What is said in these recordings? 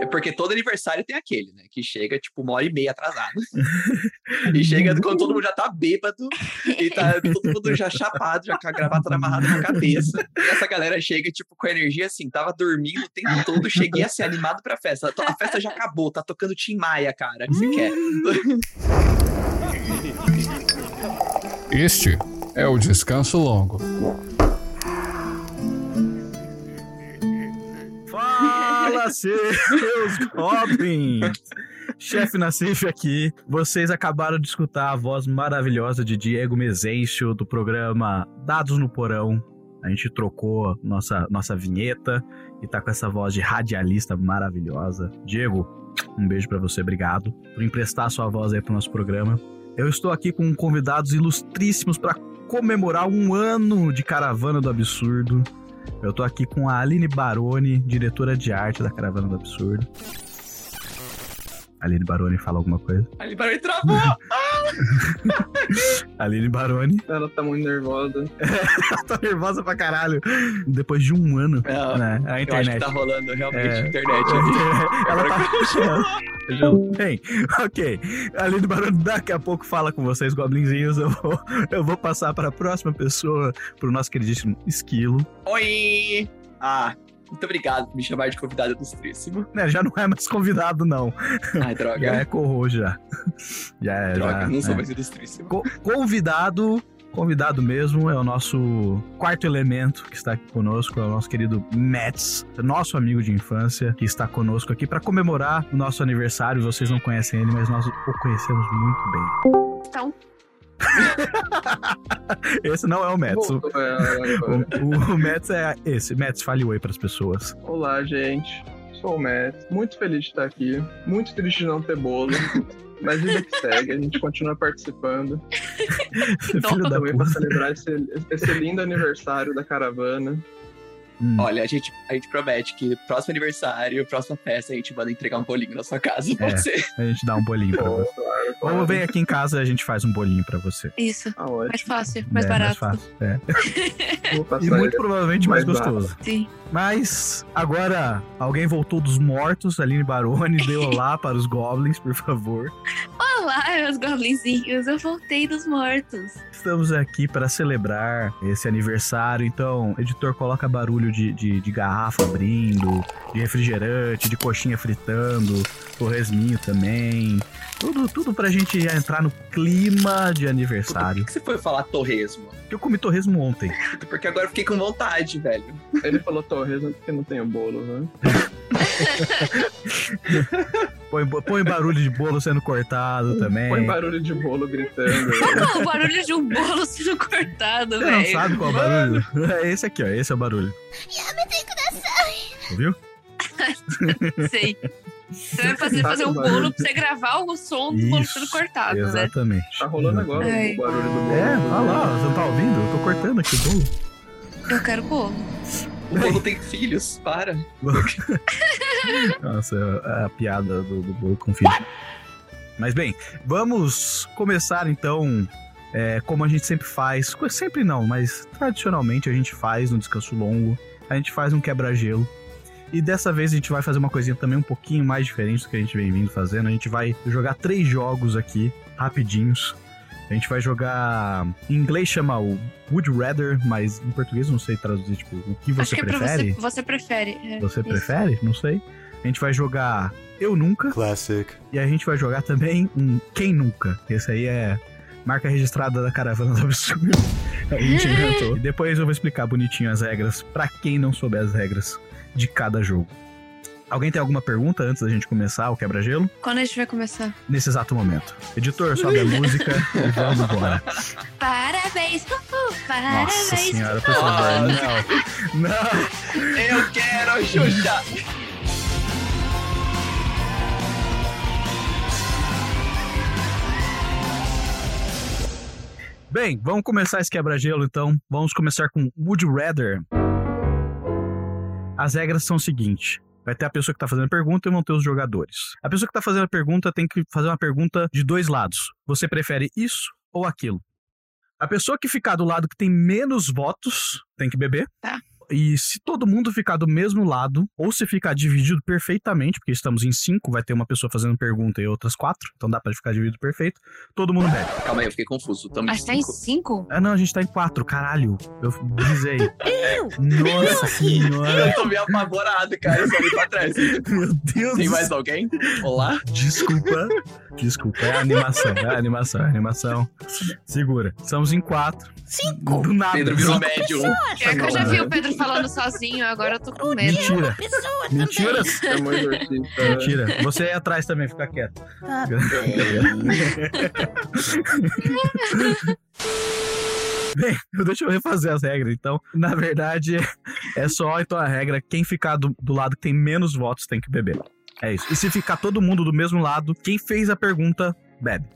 É, Porque todo aniversário tem aquele, né? Que chega, tipo, uma hora e meia atrasado. e chega quando todo Uhum. mundo já tá bêbado e tá todo mundo já chapado, já com a gravata amarrada na cabeça. E essa galera chega, tipo, com a energia assim, tava dormindo o tempo todo, cheguei assim, animado pra festa. A festa já acabou, tá tocando Tim Maia, cara. O que você Uhum. quer? Este é o Descanso Longo. Fala, seus goblins! Chefe Nassif aqui. Vocês acabaram de escutar a voz maravilhosa de Diego Mezencio do programa Dados no Porão. A gente trocou nossa, nossa vinheta e tá com essa voz de radialista maravilhosa. Diego, um beijo pra você, obrigado por emprestar sua voz aí pro nosso programa. Eu estou aqui com convidados ilustríssimos para comemorar um ano de Caravana do Absurdo. Eu tô aqui com a Aline Baroni, diretora de arte da Caravana do Absurdo. Aline Baroni fala alguma coisa? Ali para mim travou! Aline Baroni Ela tá muito nervosa. tá nervosa pra caralho. Depois de um ano, Não, né? A eu acho que internet. tá rolando realmente É. internet. Ela tá Já- Bem, ok. Aline Baroni daqui a pouco fala com vocês, goblinzinhos. Eu vou, eu vou passar para a próxima pessoa, pro nosso queridíssimo Esquilo. Oi! Ah, muito obrigado por me chamar de convidado ilustríssimo. Né, já não é mais convidado, não. Ai, Já droga. é corro, já. Já é. droga, já, não sou é. mais ilustríssimo. Co- convidado, convidado mesmo, é o nosso quarto elemento que está aqui conosco, é o nosso querido Mets, nosso amigo de infância, que está conosco aqui para comemorar o nosso aniversário. Vocês não conhecem ele, mas nós o conhecemos muito bem. Então, Esse não é o Mets. O, Voltou ela agora. o, o Mets é esse. Mets, fale oi para as pessoas. é. Olá, gente. Sou o Matt. Muito feliz de estar aqui. Muito triste de não ter bolo. Mas vida que segue, a gente continua participando. dó. Filho da Também pra puta. celebrar esse, esse lindo aniversário da caravana. Hum. Olha, a gente, a gente promete que próximo aniversário, próxima festa, a gente manda entregar um bolinho na sua casa. pra É. Você. A gente dá um bolinho pra Pô, você. claro, Ou claro. vem aqui em casa e a gente faz um bolinho pra você. isso. Ah, Mais ótimo. fácil, mais É, barato. fácil. É. Vou E passar muito provavelmente mais Mais barato. gostoso. Sim. Mas agora alguém voltou dos mortos, Aline Baroni, deu lá para os goblins, por favor. Olá, meus goblinzinhos, eu voltei dos mortos. Estamos aqui para celebrar esse aniversário, então, editor, coloca barulho de, de, de garrafa abrindo, de refrigerante, de coxinha fritando, torresminho também. Tudo, tudo pra gente entrar no clima de aniversário. Por que você foi falar torresmo? Eu comi torresmo ontem. Porque agora eu fiquei com vontade, velho. Ele falou torres porque não tem o bolo, né? Põe, põe barulho de bolo sendo cortado também. Põe barulho de bolo gritando. Qual o barulho de um bolo sendo cortado, Você não velho? sabe qual é o barulho? É esse aqui, ó. Esse é o barulho. Ouviu? Sei. Você vai fazer, fazer um é? Sabe o barulho? bolo pra você gravar o som do bolo sendo Isso, cortado, né? Exatamente. Tá rolando agora Ai. o barulho do bolo. né? É, olha lá, você não tá ouvindo? Eu tô cortando aqui o bolo. Eu quero bolo. O bolo tem filhos, para. Nossa, é a piada do, do bolo com filho. Mas bem, vamos começar então, é, como a gente sempre faz. co- Sempre não, mas tradicionalmente a gente faz no descanso longo. A gente faz um quebra-gelo. E dessa vez a gente vai fazer uma coisinha também um pouquinho mais diferente do que a gente vem vindo fazendo. A gente vai jogar três jogos aqui, rapidinhos. A gente vai jogar. Em inglês chama o Would Rather, mas em português eu não sei traduzir, tipo, o que você Acho que é pra prefere. você. Você prefere. é, Você isso. prefere? Não sei. A gente vai jogar Eu Nunca. Classic. E a gente vai jogar também um Quem Nunca. Esse aí é marca registrada da Caravana do Absurdo. A gente inventou. E depois eu vou explicar bonitinho as regras pra quem não souber as regras de cada jogo. Alguém tem alguma pergunta antes da gente começar o quebra-gelo? Quando a gente vai começar? Nesse exato momento. Editor, sobe a música e vamos embora. Parabéns, Fufu! Parabéns! Nossa senhora, por favor. Ah, Não. Não. Ah, Eu quero Xuxa! Bem, vamos começar esse quebra-gelo então. Vamos começar com Would You Rather. As regras são o seguinte. Vai ter a pessoa que tá fazendo a pergunta e vão ter os jogadores. A pessoa que tá fazendo a pergunta tem que fazer uma pergunta de dois lados. Você prefere isso ou aquilo? A pessoa que ficar do lado que tem menos votos tem que beber. Tá. E se todo mundo ficar do mesmo lado, ou se ficar dividido perfeitamente, porque estamos em cinco, vai ter uma pessoa fazendo pergunta e outras quatro, então dá pra ficar dividido perfeito, todo mundo bebe. Calma aí, eu fiquei confuso. Tamo em Mas tá em cinco. cinco? Ah, não, a gente tá em quatro, caralho. Eu brisei. Eu! Nossa senhora. Eu tô meio apavorado, cara. Eu só vim pra trás. Meu Deus Tem do mais alguém? Olá? Desculpa. Desculpa. É a animação, é a animação, é a animação. Segura. Estamos em quatro. Cinco! Do nada. Pedro virou médium. É que eu já vi o Pedro falando sozinho, agora eu tô com medo. Mentira. Pessoa Mentira. É muito exorcista. né? Mentira. Você aí atrás também, fica quieto. também. Bem, deixa eu refazer as regras, então. Na verdade, é só então a regra: quem ficar do, do lado que tem menos votos tem que beber. É isso. E se ficar todo mundo do mesmo lado, quem fez a pergunta, bebe.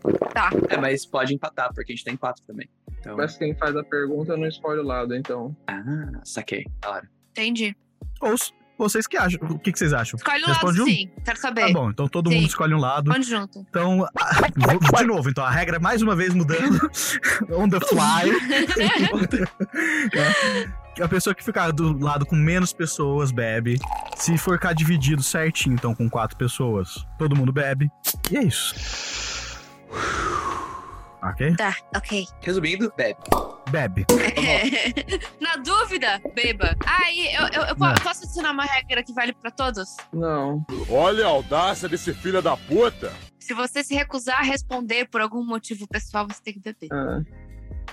É, mas pode empatar, porque a gente tá em quatro também. Então, é. Mas quem faz a pergunta não escolhe o lado, então. ah, saquei. Da hora. Entendi. Ou s- vocês que acham. O que, que vocês acham? Escolhe um Responde lado, um? sim. Quero Tá saber. bom, então todo É. Sim. mundo escolhe um lado. Responde junto. Então, vou- de novo, então, a regra mais uma vez mudando. On the fly. É. A pessoa que ficar do lado com menos pessoas bebe. Se for ficar dividido certinho, então, com quatro pessoas, todo mundo bebe. E é isso. Ok? Tá, ok. Resumindo, bebe. Bebe. Na dúvida, beba. Aí, eu, eu, eu po- É. Não. posso adicionar uma regra que vale pra todos? Não. Olha a audácia desse filho da puta! Se você se recusar a responder por algum motivo pessoal, você tem que beber. Ah,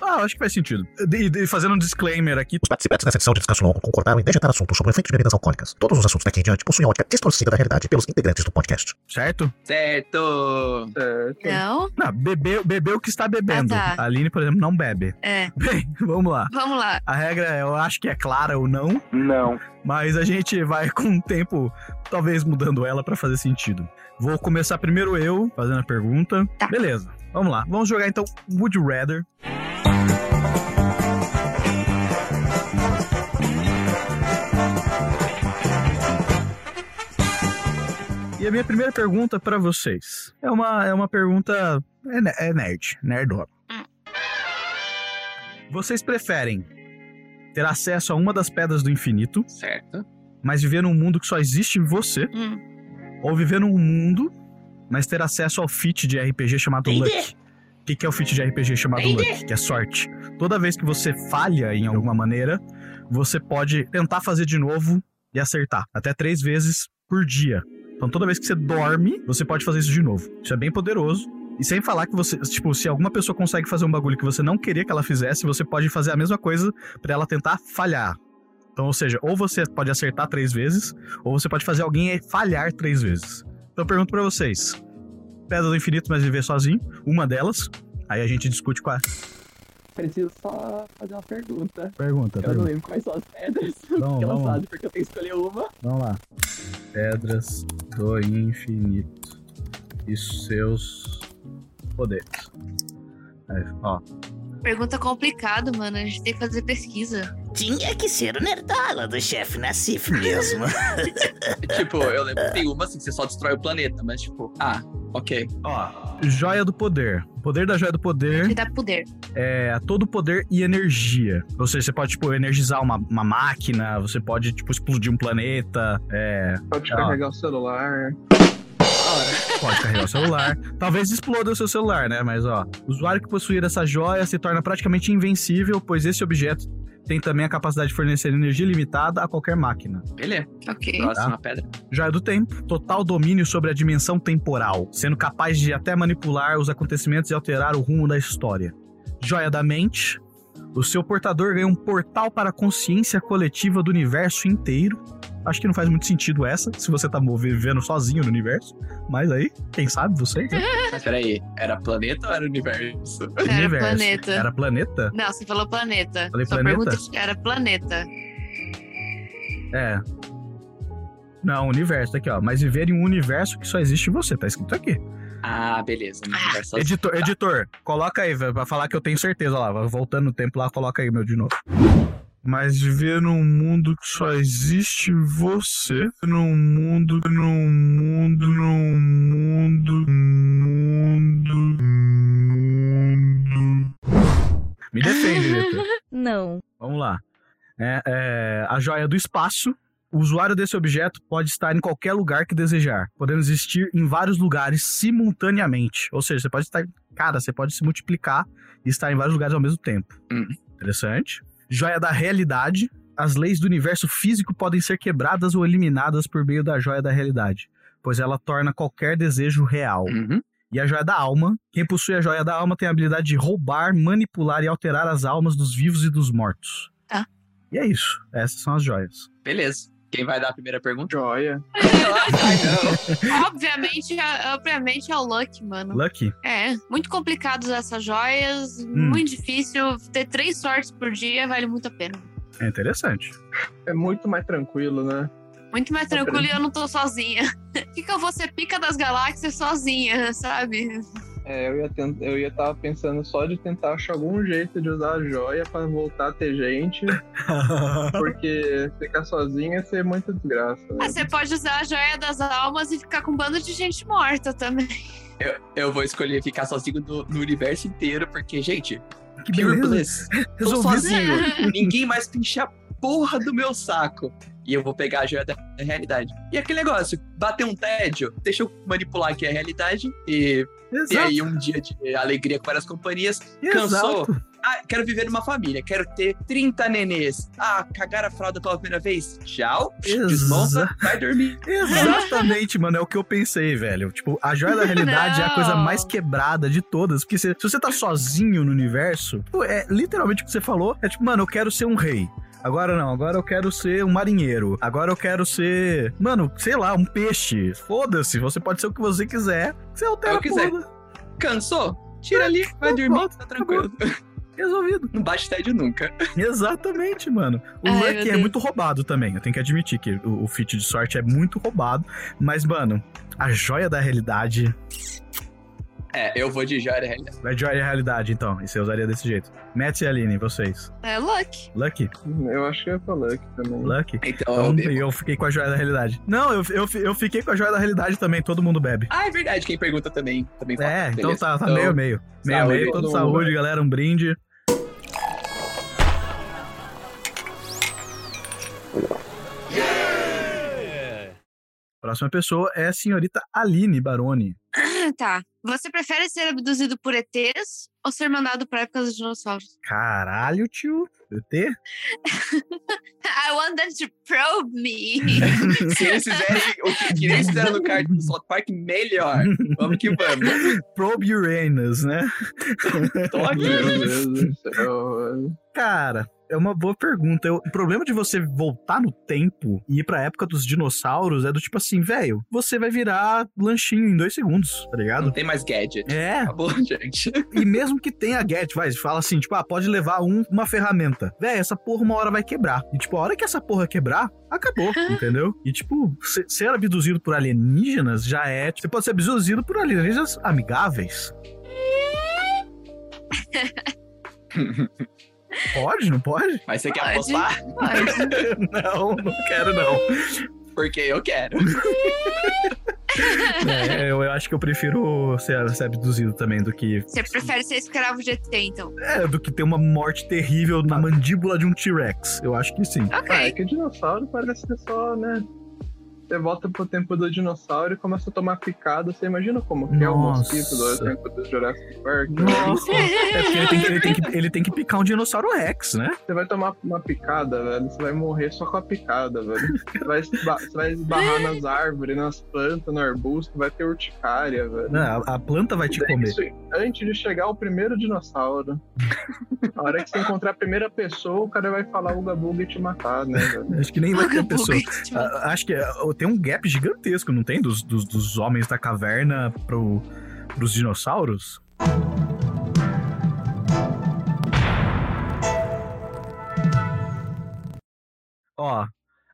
Ah, acho que faz sentido. E, e fazendo um disclaimer aqui, Os participantes dessa edição de Descanso Longo concordaram em dejetar assuntos sobre efeitos de bebidas alcoólicas. Todos os assuntos daqui em diante possuem ótica distorcida da realidade pelos integrantes do podcast. certo? Certo! certo. Não? Não, beber, beber o que está bebendo. Ah, tá. A Aline, por exemplo, não bebe. É. Bem, vamos lá. Vamos lá. A regra, eu acho que é clara ou não. Não. mas a gente vai com o tempo talvez mudando ela pra fazer sentido. Vou começar primeiro eu fazendo a pergunta. Tá. Beleza. Vamos lá. Vamos jogar então Would You Rather. E a minha primeira pergunta pra vocês é uma, é uma pergunta. É, ne- é nerd, nerdola. Hum. Vocês preferem ter acesso a uma das pedras do infinito Certo. mas viver num mundo que só existe você, Hum. ou viver num mundo, mas ter acesso ao feat de RPG chamado D&D. Luck. O que, que é o feat de RPG chamado D&D. Luck? Que é sorte. Toda vez que você falha em alguma maneira, você pode tentar fazer de novo e acertar. Até três vezes por dia. Então toda vez que você dorme, você pode fazer isso de novo. Isso é bem poderoso. E sem falar que você, tipo, se alguma pessoa consegue fazer um bagulho que você não queria que ela fizesse, você pode fazer a mesma coisa pra ela tentar falhar. Então, ou seja, ou você pode acertar três vezes, ou você pode fazer alguém falhar três vezes. Então, eu pergunto pra vocês: Pedra do Infinito, mas viver sozinho? Uma delas. Aí a gente discute com a. Preciso só fazer uma pergunta. Pergunta, Eu não lembro quais são as pedras Tá Não, que ela vamos. sabe, porque eu tenho que escolher uma. Vamos lá. Pedras do infinito e seus poderes. Aí, ó. Pergunta complicada, mano. A gente tem que fazer pesquisa. Tinha que ser o Nerdola do chefe Nassif É, mesmo. tipo, eu lembro que tem uma assim que você só destrói o planeta, mas tipo, ah, ok. Ó. Joia do poder. O poder da joia do poder Te dá poder. é todo poder e energia. Ou seja, você pode, tipo, energizar uma, uma máquina, você pode, tipo, explodir um planeta, é, Pode Ah. carregar o celular. pode carregar o celular. Talvez exploda o seu celular, né? Mas, ó, o usuário que possuir essa joia se torna praticamente invencível, pois esse objeto tem também a capacidade de fornecer energia limitada a qualquer máquina. Beleza. Ok. Tá. Próxima pedra. Joia do Tempo, total domínio sobre a dimensão temporal, sendo capaz de até manipular os acontecimentos e alterar o rumo da história. Joia da Mente, o seu portador ganha um portal para a consciência coletiva do universo inteiro. Acho que não faz muito sentido essa, se você tá mo- vivendo sozinho no universo, mas aí, quem sabe vocês? né? Mas peraí, era planeta ou era universo? Era Universo. planeta. Era planeta? Não, você falou planeta. Falei Sua planeta? pergunta era planeta. É. Não, universo, tá aqui, ó. Mas viver em um universo que só existe você, tá escrito aqui. Ah, beleza. Universo. Editor, editor, coloca aí, velho, pra falar que eu tenho certeza. Olha lá, voltando no tempo lá, coloca aí, meu, de novo. Mas viver num mundo que só existe você. Num mundo, num mundo, num mundo, mundo, mundo. Me defende, editor. Não. Vamos lá. né? É, a joia do espaço. O usuário desse objeto pode estar em qualquer lugar que desejar, podendo existir em vários lugares simultaneamente. Ou seja, você pode estar. Cara, você pode se multiplicar e estar em vários lugares ao mesmo tempo. Hum. Interessante. Joia da realidade. As leis do universo físico podem ser quebradas ou eliminadas por meio da joia da realidade, pois ela torna qualquer desejo real. Uhum. E a joia da alma. Quem possui a joia da alma tem a habilidade de roubar, manipular e alterar as almas dos vivos e dos mortos. Tá. E é isso. Essas são as joias. Beleza. Quem vai dar a primeira pergunta? Joia. obviamente, é- obviamente é o Luck, mano. Lucky. É, muito complicado usar essas joias, Hum. muito difícil. Ter três sortes por dia vale muito a pena. É interessante. É muito mais tranquilo, né? Muito mais Tá tranquilo e eu não tô sozinha. Por que, que eu vou ser pica das galáxias sozinha, sabe? É, eu ia tent... eu ia tava pensando só de tentar achar algum jeito de usar a joia pra voltar a ter gente, porque ficar sozinha ia ser muita desgraça. né? Ah, Você pode usar a joia das almas e ficar com um bando de gente morta também. Eu vou escolher ficar sozinho no, no universo inteiro, porque, gente, que pure beleza. bliss. Tô sozinho. Ninguém mais pincha a porra do meu saco. E eu vou pegar a joia da realidade. E aquele negócio, bater um tédio, deixa eu manipular aqui a realidade e ter Exato. aí um dia de alegria com várias companhias. exato. Ah, quero viver numa família, quero ter 30 nenês. Ah, cagar a fralda pela primeira vez? Tchau. Exa- Desmonta, vai dormir. Exatamente, mano. É o que eu pensei, velho. Tipo, a joia da realidade é a coisa Não. mais quebrada de todas. Porque se, se você tá sozinho no universo, pô, é literalmente o que você falou. É tipo, mano, eu quero ser um rei. Agora não, agora eu quero ser um marinheiro. Agora eu quero ser, mano, sei lá, um peixe. Foda-se, você pode ser o que você quiser. Você altera É o que quiser. a porra. Cansou? Tira ali, vai dormir, É, tá tranquilo. Resolvido. Não bate tédio nunca. Exatamente, mano. O Ai, meu Lucky é Deus. muito roubado também. Eu tenho que admitir que o, o fit de sorte é muito roubado. Mas, mano, a joia da realidade. É, eu vou de joia da realidade. A joia da realidade, então. E você usaria desse jeito. Matt e Aline, vocês. É Luck. Lucky? né? Eu acho que eu ia falar aqui também. Lucky? Então, eu Então, bebo. eu fiquei com a joia da realidade. Não, eu, eu, eu fiquei com a joia da realidade também. Todo mundo bebe. Ah, é verdade, quem pergunta também. também fala. É, então Beleza. tá, tá meio a meio. Meio a saúde, meio, todo todo mundo saúde, galera. Um brinde. Próxima pessoa é a senhorita Aline Baroni. Tá. Você prefere ser abduzido por ETs ou ser mandado pra época dos dinossauros? Caralho, tio. ET? I want them to probe me. Se eles fizerem o que, que eles fizeram no card do South Park, melhor. Vamos que vamos. Probe Uranus, né? Tô Meu aqui. Deus do céu. Cara, é uma boa pergunta. Eu- o problema de você voltar no tempo e ir pra época dos dinossauros é do tipo assim, velho, você vai virar lanchinho em dois segundos, tá Ah, Não ligado? tem mais gadget. É, Acabou, gente. E mesmo que tenha gadget, vai, fala assim, tipo, ah, pode levar um, uma ferramenta. Véi, essa porra uma hora vai quebrar. E, tipo, a hora que essa porra quebrar, acabou, entendeu? E, tipo, se- ser abduzido por alienígenas já é. Você pode ser abduzido por alienígenas amigáveis. Pode, não pode? Mas você quer Pode. apostar? Pode. Não, não quero, não. Porque eu quero. É, eu, eu acho que eu prefiro ser, ser abduzido também do que. Você prefere ser escravo de ET, então? É, do que ter uma morte terrível na mandíbula de um T-Rex. Eu acho que sim. Ok. Ah, é que dinossauro parece ser só, né? Você volta pro tempo do dinossauro e começa a tomar picada. Você imagina como que é o Nossa. mosquito do tempo do Jurassic Park? Nossa. É porque ele tem, que, ele, tem que, ele tem que picar um dinossauro Rex, né? Você vai tomar uma picada, velho. Você vai morrer só com a picada, velho. Você vai, esba- você vai esbarrar nas árvores, nas plantas, no arbusto. Vai ter urticária, velho. Ah, A, a planta vai te Daí comer. isso antes de chegar o primeiro dinossauro. A hora que você encontrar a primeira pessoa, o cara vai falar uga buga e te matar, né? velho? Acho que nem vai ter Acabou, pessoa. tipo, Ah, Acho que ah, tem um gap gigantesco, não tem? Dos, dos, dos homens da caverna pro, pros dinossauros? Ó,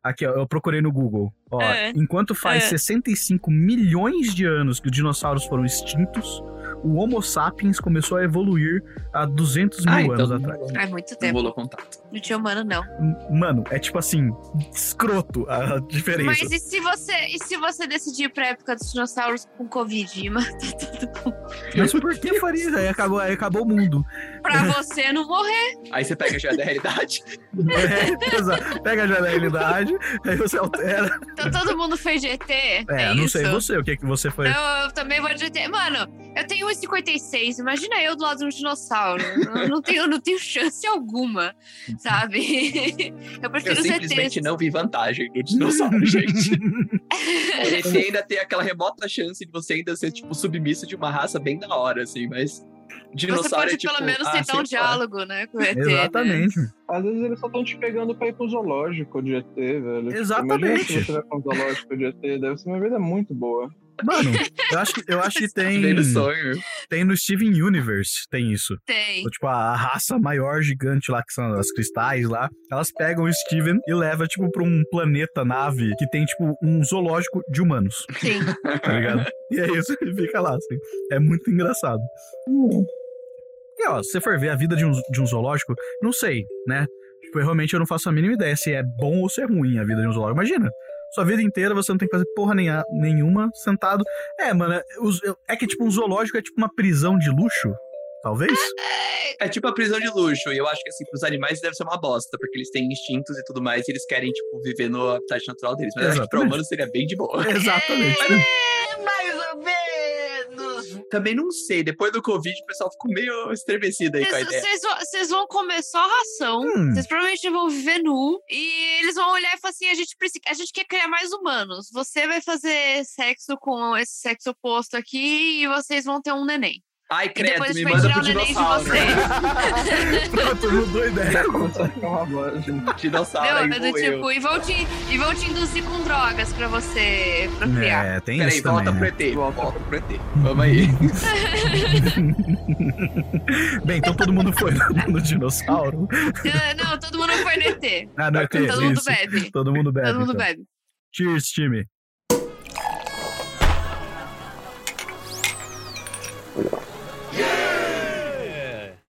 aqui ó, eu procurei no Google. Ó, É. enquanto faz É. 65 milhões de anos que os dinossauros foram extintos, o Homo sapiens começou a evoluir há 200 mil Ah, então anos não atrás. rolou. É muito Não tempo. rolou contato. Não tinha humano, não. Mano, é tipo assim, escroto a diferença. Mas e se você, e se você decidir ir pra época dos dinossauros com Covid e matar todo mundo? Mas por que faria? Aí acabou, aí acabou o mundo. Pra você não morrer. Aí você pega a joia da realidade. É, exato. Pega já na realidade, aí você altera. Então todo mundo fez GT. É, É, não isso? sei você, o que, que você foi. Eu, eu também vou GT. Mano, eu tenho 1,56. Imagina eu do lado de um dinossauro. Eu não tenho, não tenho chance alguma, sabe? Eu Uhum. Eu prefiro simplesmente GT. não vi vantagem no dinossauro, gente. É, Você ainda tem aquela remota chance de você ainda ser, tipo, submisso de uma raça bem da hora, assim, mas. Você Dinossauro pode é, tipo, pelo menos ah, tentar um sei lá. diálogo, né? Com o ET. né? Exatamente. Às vezes eles só estão te pegando pra ir pro zoológico de ET, velho. Tipo, Imagina Exatamente. se você vai pra um zoológico de ET, deve ser uma vida muito boa. Mano, eu acho que, eu acho que tem, Vem no sonho. tem no Steven Universe, tem isso. Tem. Tipo, a raça maior gigante lá, que são as cristais lá, elas pegam o Steven e levam, tipo, pra um planeta nave que tem, tipo, um zoológico de humanos, Sim. tá ligado? e é isso, ele fica lá, assim. É muito engraçado. E, ó, se você for ver a vida de um, de um zoológico, não sei, né? Tipo, eu realmente eu não faço a mínima ideia se é bom ou se é ruim a vida de um zoológico. Imagina, sua vida inteira você não tem que fazer porra nenha- nenhuma sentado. É, mano, é, os- eu- é que, tipo, um zoológico é tipo uma prisão de luxo, talvez? É tipo a prisão de luxo, e eu acho que assim, pros animais deve ser uma bosta, porque eles têm instintos e tudo mais, e eles querem, tipo, viver no habitat natural deles. Mas eu acho que pra Exatamente. humanos seria bem de boa. É. Exatamente. Mais ou menos. Também não sei, depois do Covid o pessoal ficou meio estremecido aí com a ideia. Vocês vão- Vocês vão comer só a ração. Hum. Vocês provavelmente vão viver nu. E eles vão olhar e falar assim: a gente, preci- a gente quer criar mais humanos. Você vai fazer sexo com esse sexo oposto aqui e vocês vão ter um neném. Ai, E credo, depois a me gente vai manda tirar pro o neném dinossauro. de né? vocês. Pronto, mudou a ideia. Só que é uma boa, gente. Dinossauro, Meu, aí mas do vou eu. tipo, e vão, te, e vão te induzir com drogas pra você procriar. É, tem Peraí, isso volta também, pro né? ET, Volta. volta, pro ET. Vamos aí. Bem, então todo mundo foi no, no dinossauro. Ah, Não, todo mundo foi no ET. Ah, não, é que Todo mundo isso. bebe. Todo mundo bebe. Todo mundo então. bebe. Cheers, time.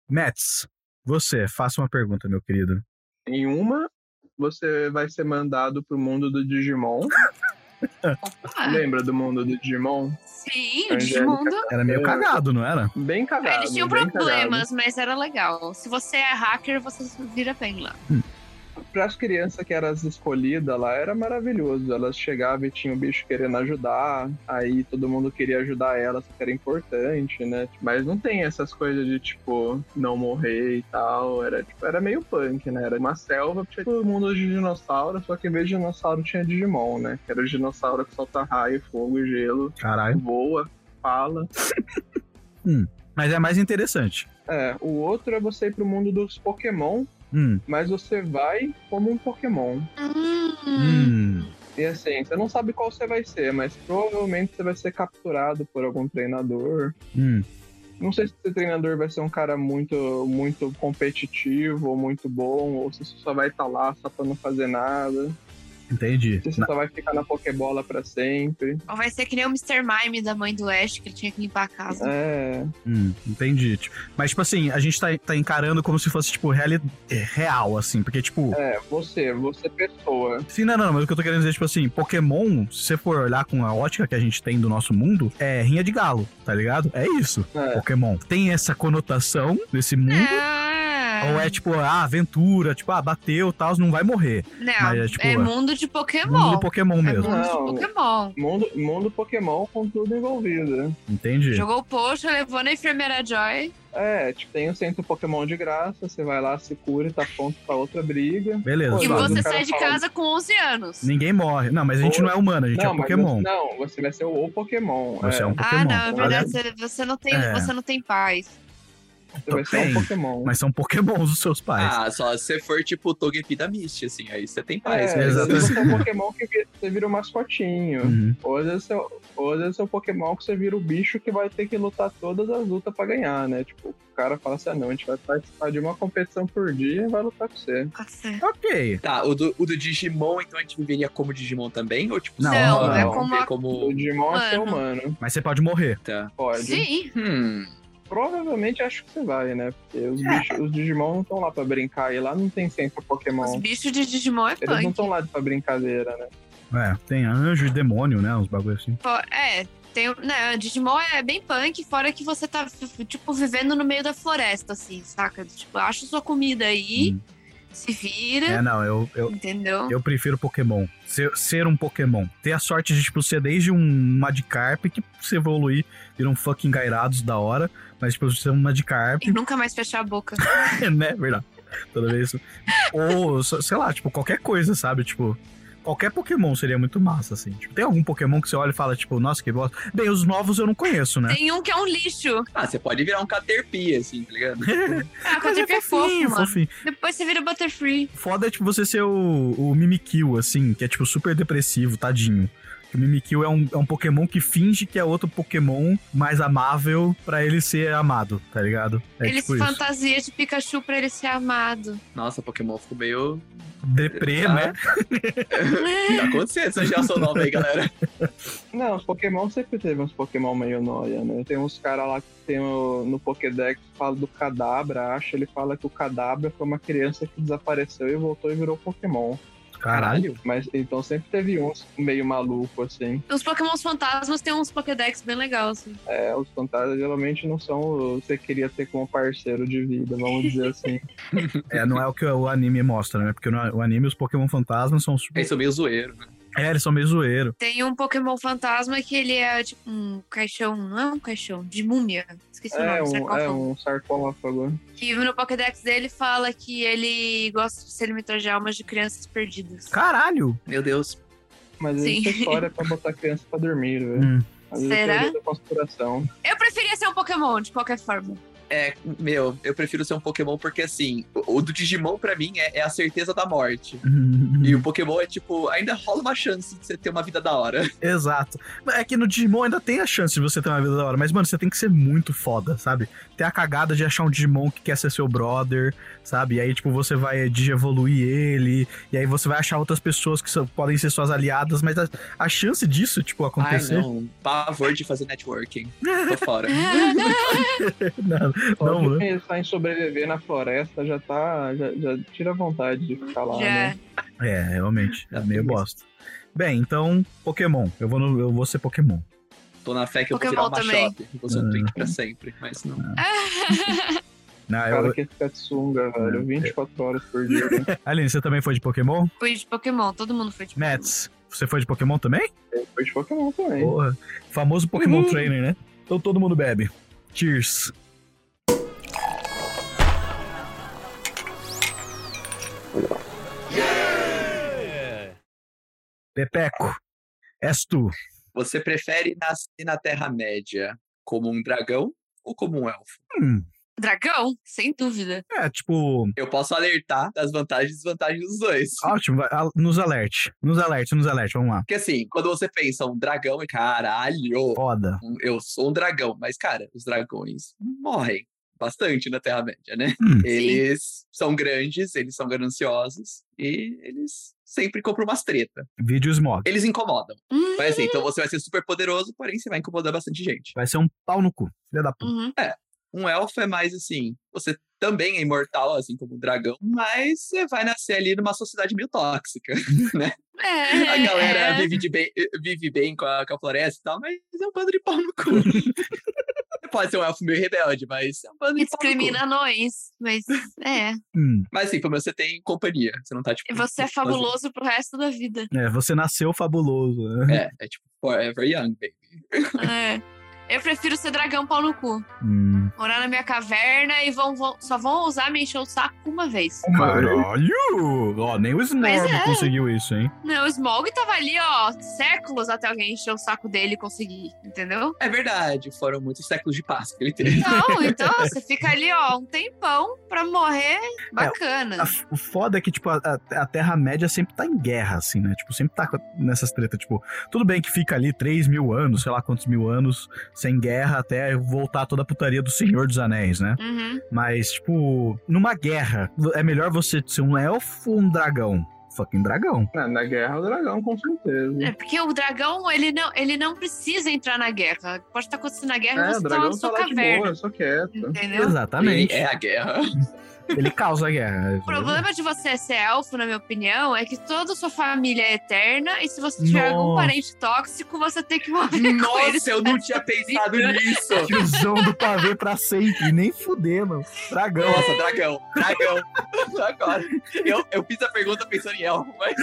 Mets, você, faça uma pergunta, meu querido. Em uma, você vai ser mandado pro mundo do Digimon. Opa. Lembra do mundo do Digimon? Ah, é Sim, Angélica. é o Digimundo. Era meio É. cagado, não era? Bem cagado. Eles tinham bem problemas, mas era legal. Se você é hacker, você vira bem lá. cagado. Para as crianças que eram as escolhidas lá, era maravilhoso. Elas chegavam e tinha o bicho querendo ajudar, aí todo mundo queria ajudar elas, que era importante, né? Mas não tem essas coisas de, tipo, não morrer e tal. Era, tipo, era meio punk, né? Era uma selva, tinha todo mundo de dinossauro, só que em vez de dinossauro tinha Digimon, né? Que era o dinossauro que solta raio, fogo e gelo, Caralho. voa, fala. Mas é mais interessante. É, o outro é você ir pro mundo dos Pokémon, Hum, mas você vai como um Pokémon. hum. E assim, você não sabe qual você vai ser, mas provavelmente você vai ser capturado por algum treinador. hum. Não sei se esse treinador vai ser um cara muito, muito competitivo, ou muito bom, ou se você só vai estar lá só pra não fazer nada. Entendi. Se você só vai ficar na Pokébola pra sempre. Ou vai ser que nem o Mr. Mime da mãe do Ash, que ele tinha que limpar a casa. É. Hum, entendi. Tipo, Mas, tipo assim, a gente tá, tá encarando como se fosse, tipo, reali... é, real, assim. Porque, tipo. É, você, você pessoa. Sim, não, não, mas o que eu tô querendo dizer, tipo assim, Pokémon, se você for olhar com a ótica que a gente tem do nosso mundo, é rinha de galo, tá ligado? É isso. É. Pokémon. Tem essa conotação nesse Hum? mundo. Ah, Ou é tipo, ah, aventura, tipo, ah, bateu, tal, não vai morrer. não, mas é tipo, é- é mundo de Mundo Pokémon. do Pokémon É mesmo. mundo de Não. Pokémon. Mundo, mundo Pokémon com tudo envolvido, né? Entendi. Jogou o poxa, levou na enfermeira Joy. É, tipo, tem o centro Pokémon de graça, você vai lá, se cura e tá pronto pra outra briga. Beleza. E Só, suave. você o cara sai de fala- casa com 11 anos. Ninguém morre. Não, mas a gente Ou- não é humano, a gente é mas Pokémon. você- não, você vai ser o, o Pokémon. Você é um Pokémon. Ah, não, é Olha- verdade. Você, você não tem, É. você não tem paz. Você vai ser um Bem, Pokémon. Mas são Pokémons os seus pais. Ah, só se você for tipo o Togepi da Mist, assim, aí você tem paz. é, mas- às exatamente. vezes você é um Pokémon que vi- você vira o mascotinho. Uhum. Ou às vezes você é- ou às vezes você é um Pokémon que você vira o bicho que vai ter que lutar todas as lutas pra ganhar, né? Tipo, o cara fala assim, ah, não, a gente vai participar de uma competição por dia e vai lutar com você. Nossa. Ok. Tá, o do, o do Digimon, então a gente viveria como Digimon também? Ou tipo, Não, Não, não, é não, como. ver a- O como. Digimon é seu Mano. humano, Mas você pode morrer. Tá. pode. Sim. Hum. Provavelmente acho que você vai, né? Porque É. os, bichos, os Digimon não estão lá pra brincar, e lá não tem centro Os Pokémon. bichos de Digimon é Eles não punk. estão lá pra brincadeira, né? É, tem anjo e demônio, né? Uns bagulho assim. Pô, É, Tem, o- né, Digimon é bem punk, fora que você tá, tipo, vivendo no meio da floresta, assim, saca? Tipo, acha sua comida aí, Hum. se vira, É, não, eu, eu, entendeu? eu prefiro Pokémon. Ser, ser um Pokémon. Ter a sorte de, tipo, ser desde um Magikarp, que se evoluir, vira um fucking Gairados da hora, mas, tipo, ser um Magikarp, E nunca mais fechar a boca. né? Verdade. Toda vez. Ou, so- sei lá, tipo, qualquer coisa, sabe? Tipo, qualquer Pokémon seria muito massa, assim. Tipo, tem algum Pokémon que você olha e fala, tipo, nossa, que bosta. Bem, os novos eu não conheço, né? Tem um que é um lixo. Ah, você pode virar um Caterpie, assim, tá ligado? Ah, o Mas Caterpie é fofo, mano. fofinho. Depois você vira Butterfree. Foda é, tipo, você ser o, o Mimikyu, assim, que é, tipo, super depressivo, tadinho. Que O Mimikyu é um, é um Pokémon que finge que é outro Pokémon mais amável pra ele ser amado, tá ligado? É ele tipo se isso. fantasia de Pikachu pra ele ser amado. Nossa, Pokémon ficou meio. Deprê, Ah, né? Tá acontecendo essa geração nova aí, galera. Não, os Pokémon sempre teve uns Pokémon meio noia, né? Tem uns caras lá que tem o- no Pokédex que fala do Cadabra, acha, ele fala que o Cadabra foi uma criança que desapareceu e voltou e virou Pokémon. Caralho. Mas então sempre teve uns meio maluco, assim. Os pokémons fantasmas têm uns Pokédex bem legais, assim. É, os fantasmas geralmente não são o que você queria ter como parceiro de vida, vamos dizer assim. É, não é o que o anime mostra, né? Porque no, o anime os Pokémon fantasmas são super... Eles são meio zoeiro. né? É, eles são meio zoeiro. Tem um Pokémon fantasma que ele é tipo um caixão, não é um caixão, de múmia. Esqueci o É nome, um, é sarcófago. um sarcófago. Que no Pokédex dele fala que ele gosta de se alimentar de almas de crianças perdidas. Caralho! Meu Deus. Mas Sim. isso é história pra botar criança pra dormir, velho. Hum. Às vezes Será? é teoria da conspiração. Eu preferia ser um Pokémon, de qualquer forma. É, meu, eu prefiro ser um Pokémon porque assim, o, o do Digimon pra mim é, é a certeza da morte. E o Pokémon é tipo, ainda rola uma chance de você ter uma vida da hora. Exato. Mas É que no Digimon ainda tem a chance de você ter uma vida da hora, mas, mano, você tem que ser muito foda, sabe? Tem a cagada de achar um Digimon que quer ser seu brother, sabe? E aí, tipo, você vai digievoluir ele, e aí você vai achar outras pessoas que são- podem ser suas aliadas, mas a, a chance disso, tipo, acontecer. não. um Pavor de fazer networking. Tô fora. não, Só não, de né? pensar em sobreviver na floresta já tá. Já, já tira a vontade de ficar lá, Já. né? É, realmente. É Não, meio tem bosta. Bem, então, Pokémon. Eu vou, no- eu vou ser Pokémon. Tô na fé que eu Pokémon vou virar também. uma shop. Vou ser um Ah. Twink pra sempre, mas não. Não, Cara né? eu... É. que fica de sunga, velho. 24 horas por dia. né? Aline, você também foi de Pokémon? Fui de Pokémon, todo mundo foi de Pokémon. Mets, você foi de Pokémon também? Depois de Pokémon também. Porra. Famoso Pokémon Trainer, né? Então todo mundo bebe. Cheers. Pepeco, és tu. Você prefere nascer na Terra-média como um dragão ou como um elfo? Hum, Dragão, sem dúvida. é, tipo, Eu posso alertar das vantagens e desvantagens dos dois. ótimo, vai, al- nos alerte, nos alerte, nos alerte, vamos lá. Porque assim, quando você pensa um dragão, é caralho, Foda. um- eu sou um dragão. Mas, cara, os dragões morrem bastante na Terra-média, né? Hum. Eles são grandes, eles são gananciosos e eles sempre compram umas treta. Vídeo Smog. Eles incomodam. Hum. Mas assim, então você vai ser super poderoso, porém você vai incomodar bastante gente. Vai ser um pau no cu, filha da puta. Uhum. Um elfo é mais assim, você também é imortal, assim como um dragão, mas você vai nascer ali numa sociedade meio tóxica, né? É, A galera é. vive, de bem, eh, vive bem com a, com a floresta e tal, mas é um bando de pau no cu. Você Pode ser um elfo meio rebelde, mas é um bando de pau no cu. discrimina nós, mas é. Hum, Mas assim, pelo menos você tem companhia. Você não tá, tipo. E você é sozinho. fabuloso pro resto da vida. é, você nasceu fabuloso. né? É, é tipo, forever young, baby. É. Eu prefiro ser dragão pau no cu. Hum. Morar na minha caverna e vão, vão- só vão ousar me encher o saco uma vez. Caralho! Ó, nem o Snorb Mas é. conseguiu isso, hein? Não, o Smog tava ali, ó, séculos até alguém encher o saco dele e conseguir, entendeu? É verdade, foram muitos séculos de paz que ele teve. Não, então você fica ali, ó, um tempão pra morrer. A Bacana. f- o foda é que, tipo, a, a- a Terra-média sempre tá em guerra, assim, né? Tipo, sempre tá co- nessas tretas. Tipo, tudo bem que fica ali 3 mil anos, sei lá quantos mil anos, sem guerra, até voltar toda a putaria do Senhor dos Anéis, né? Uhum. Mas, tipo, numa guerra, é melhor você ser um elfo ou um dragão? Fucking dragão. Na, na guerra, o dragão, com certeza. É porque o dragão, ele não, ele não precisa entrar na guerra. Pode estar acontecendo a guerra e É, você o tá lá na dragão tá sua lá de É, caverna. boa, só quieto. É. Entendeu? Exatamente. E é a guerra. Ele causa guerra. O problema de você ser elfo, na minha opinião, é que toda a sua família é eterna e se você tiver algum Nossa. parente tóxico, você tem que morrer com eles. Nossa, eu não tinha pensado nisso. Tiozão do pavê pra sempre. Nem fuder, mano. Dragão. Nossa, dragão, dragão. Agora. Eu, eu fiz a pergunta pensando em elfo, mas.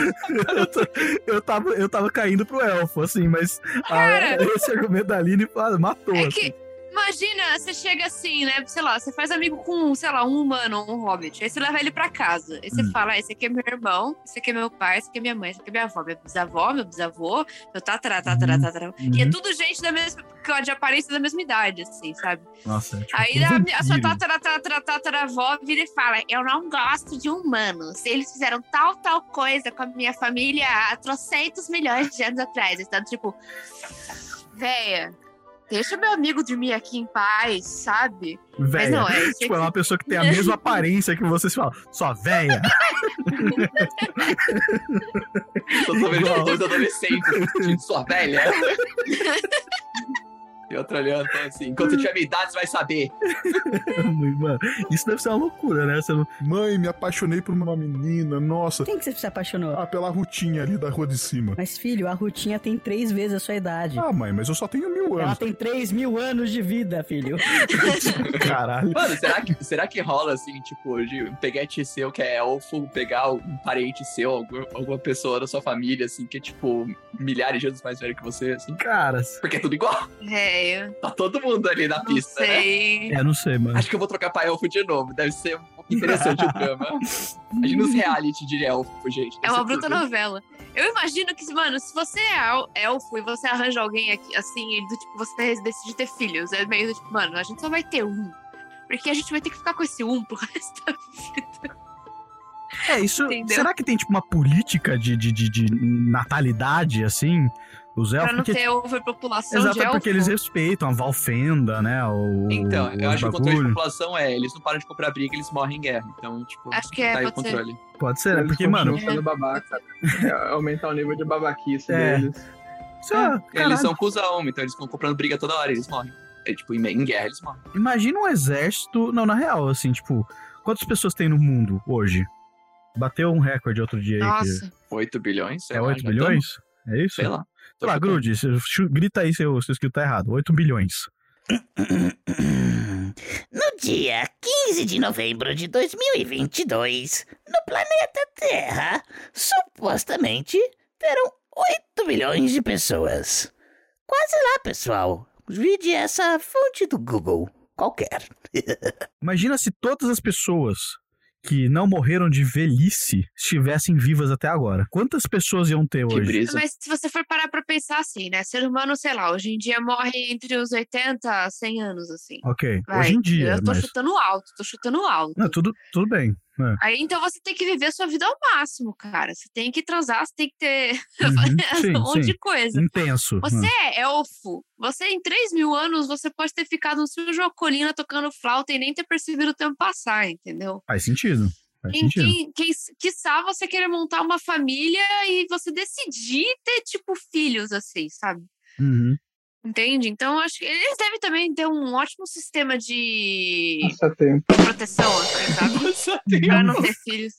Eu, tô- eu tava, eu tava caindo pro elfo, assim, mas a- Cara. esse argumento da Aline ah, matou. É assim. que, imagina, você chega assim, né? Sei lá, você faz amigo com, sei lá, um humano, um hobbit. Aí você leva ele pra casa. Aí você Hum. fala: "Ah, esse aqui é meu irmão, esse aqui é meu pai, esse aqui é minha mãe, esse aqui é minha avó, meu bisavó, meu bisavô, meu tatara, tatara, Uhum. tatara. E é tudo gente da mesma, é de aparência da mesma idade, assim, sabe? Nossa, tipo, Aí um a, a sua tá- vampiro. tatara, tatara, tataravó vira e fala: Eu não gosto de humanos. Eles fizeram tal, tal coisa com a minha família há trocentos milhões de anos atrás. Então, tipo, véia, deixa meu amigo dormir aqui em paz, sabe? Mas Véia. não, é isso. Tipo, é aqui. uma pessoa que tem a mesma aparência que você se fala, só véia. Eu tô vendo tipo, dois adolescentes discutindo sua velha. E outra olhando então, assim, enquanto eu tiver minha idade, você vai saber. Mano, isso deve ser uma loucura, né? Você não- Mãe, me apaixonei por uma menina, nossa. Quem que você se apaixonou? Ah, pela Rutinha ali da rua de cima. Mas, filho, a Rutinha tem três vezes a sua idade. Ah, mãe, mas eu só tenho mil Ela anos. tem três mil anos de vida, filho. Caralho. Mano, será que, será que rola assim, tipo, de peguete seu que é elfo, pegar um parente seu, algum- alguma pessoa da sua família, assim, que é tipo milhares de anos mais velho que você, assim? Cara, Porque é tudo igual. Véia, Tá todo mundo ali na não pista, né? sei. é, não sei, mano. Acho que eu vou trocar pra elfo de novo. Deve ser um pouco interessante o drama. Imagina os reality de elfo, gente. É Deve uma ser bruta tudo. novela. Eu imagino que, mano, se você é el- elfo e você arranja alguém aqui, assim, e do tipo, você decide ter filhos, é meio do tipo, mano, a gente só vai ter um. Porque a gente vai ter que ficar com esse um pro resto da vida. É, isso. Entendeu? Será que tem, tipo, uma política de, de, de, de natalidade, assim? Os elfos? Pra não Porque- ter overpopulação Exato, de é elfo. porque eles respeitam a Valfenda, né? O, Então, eu o acho que o bagulho. controle de população é, eles não param de comprar briga, eles morrem em guerra. Então, tipo, Acho que é, tá aí o pode ser. controle. Pode ser, né? Eles Porque, continuam mano, sendo babaca. É, aumentar o nível de babaquice É. deles. sei lá, Eles caralho, são cuzão, então eles ficam comprando briga toda hora, eles morrem. É, tipo, em, em guerra eles morrem. imagina um exército. Não, na real, assim, tipo, quantas pessoas tem no mundo hoje? Bateu um recorde outro dia aí. que- Nossa, 8 bilhões? sei É lá, 8 já bilhões? É isso? tamo- Sei lá. Sei lá, grude, você chu- grita aí se eu se eu escrito tá errado. 8 bilhões. Hum, No dia 15 de novembro de 2022, no planeta Terra, supostamente terão 8 bilhões de pessoas. Quase lá, pessoal. Vide essa fonte do Google, qualquer. Imagina se todas as pessoas que não morreram de velhice estivessem vivas até agora. Quantas pessoas iam ter Que hoje? brisa. mas se você for parar pra pensar assim, né? Ser humano, sei lá, hoje em dia morre entre os 80 a 100 anos, assim. Ok, Vai, hoje em dia, Eu tô mas... chutando alto, tô chutando alto. Não, tudo, tudo bem. Aí então você tem que viver sua vida ao máximo, cara. Você tem que transar, você tem que ter Uhum, sim, um monte sim. de coisa. Intenso. Hum. Você é elfo. Você, em 3 mil anos, você pode ter ficado no seu Jocolina tocando flauta e nem ter percebido o tempo passar, entendeu? Faz sentido. Faz Quem, sentido. quem, quem, quiçá você querer montar uma família e você decidir ter, tipo, filhos, assim, sabe? Uhum. Entende? Então, acho que eles devem também ter um ótimo sistema de Nossa, tem. proteção, assim, sabe? um pra não ter filhos.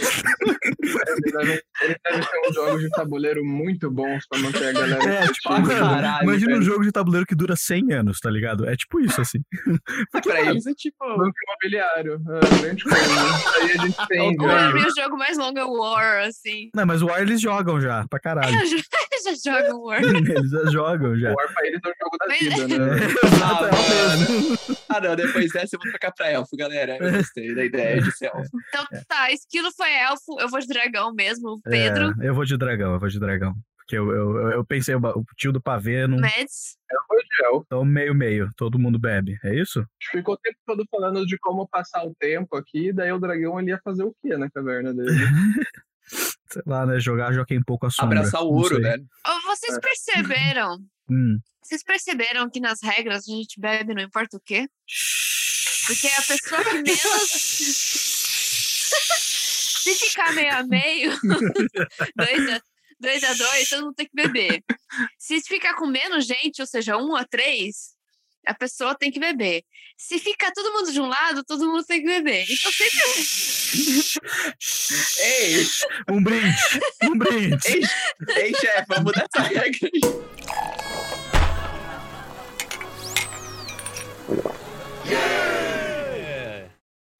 Eles devem, eles devem ter uns jogos de tabuleiro muito bons pra manter a galera. É, tipo, Caralho, mano, imagina um velho. jogo de tabuleiro que dura 100 anos, tá ligado? É tipo isso, assim. Mas pra eles é tipo. Banco imobiliário. É, grande coisa. Aí a gente tem. Ou é né? meu jogo mais longo é War, assim. Não, mas o War eles jogam já, pra caralho. Eu já, eu já jogo War. Eles já jogam já. O War pra eles é o jogo da Mas- vida, né? Ah, é mano. ah, não, depois dessa eu vou trocar pra elfo, galera. É. Eu gostei da ideia de ser elfo. Então tá, esquilo foi elfo, eu vou de dragão mesmo, o É, Pedro, eu vou de dragão, eu vou de dragão. Porque eu, eu, eu pensei, o ba- o tio do pavê, Hum. não, Mads. Gel. então meio-meio, todo mundo bebe, é isso? Ficou é, o tempo todo falando de como passar o tempo aqui, daí o dragão ele ia fazer o quê na caverna dele? Sei lá, né, jogar joguem pouco a sombra. Abraçar o não ouro, sei. né? Ô, Vocês perceberam? Hum. Vocês perceberam que nas regras a gente bebe não importa o quê? Porque a pessoa que menos. Se ficar meio a meio, dois a, dois a dois, todo mundo tem que beber. Se ficar com menos gente, ou seja, um a três, A pessoa tem que beber. Se ficar todo mundo de um lado, todo mundo tem que beber. Então sempre. Ei! Um brinde! Um brinde! Ei, ei chefe, vamos mudar essa regra aí.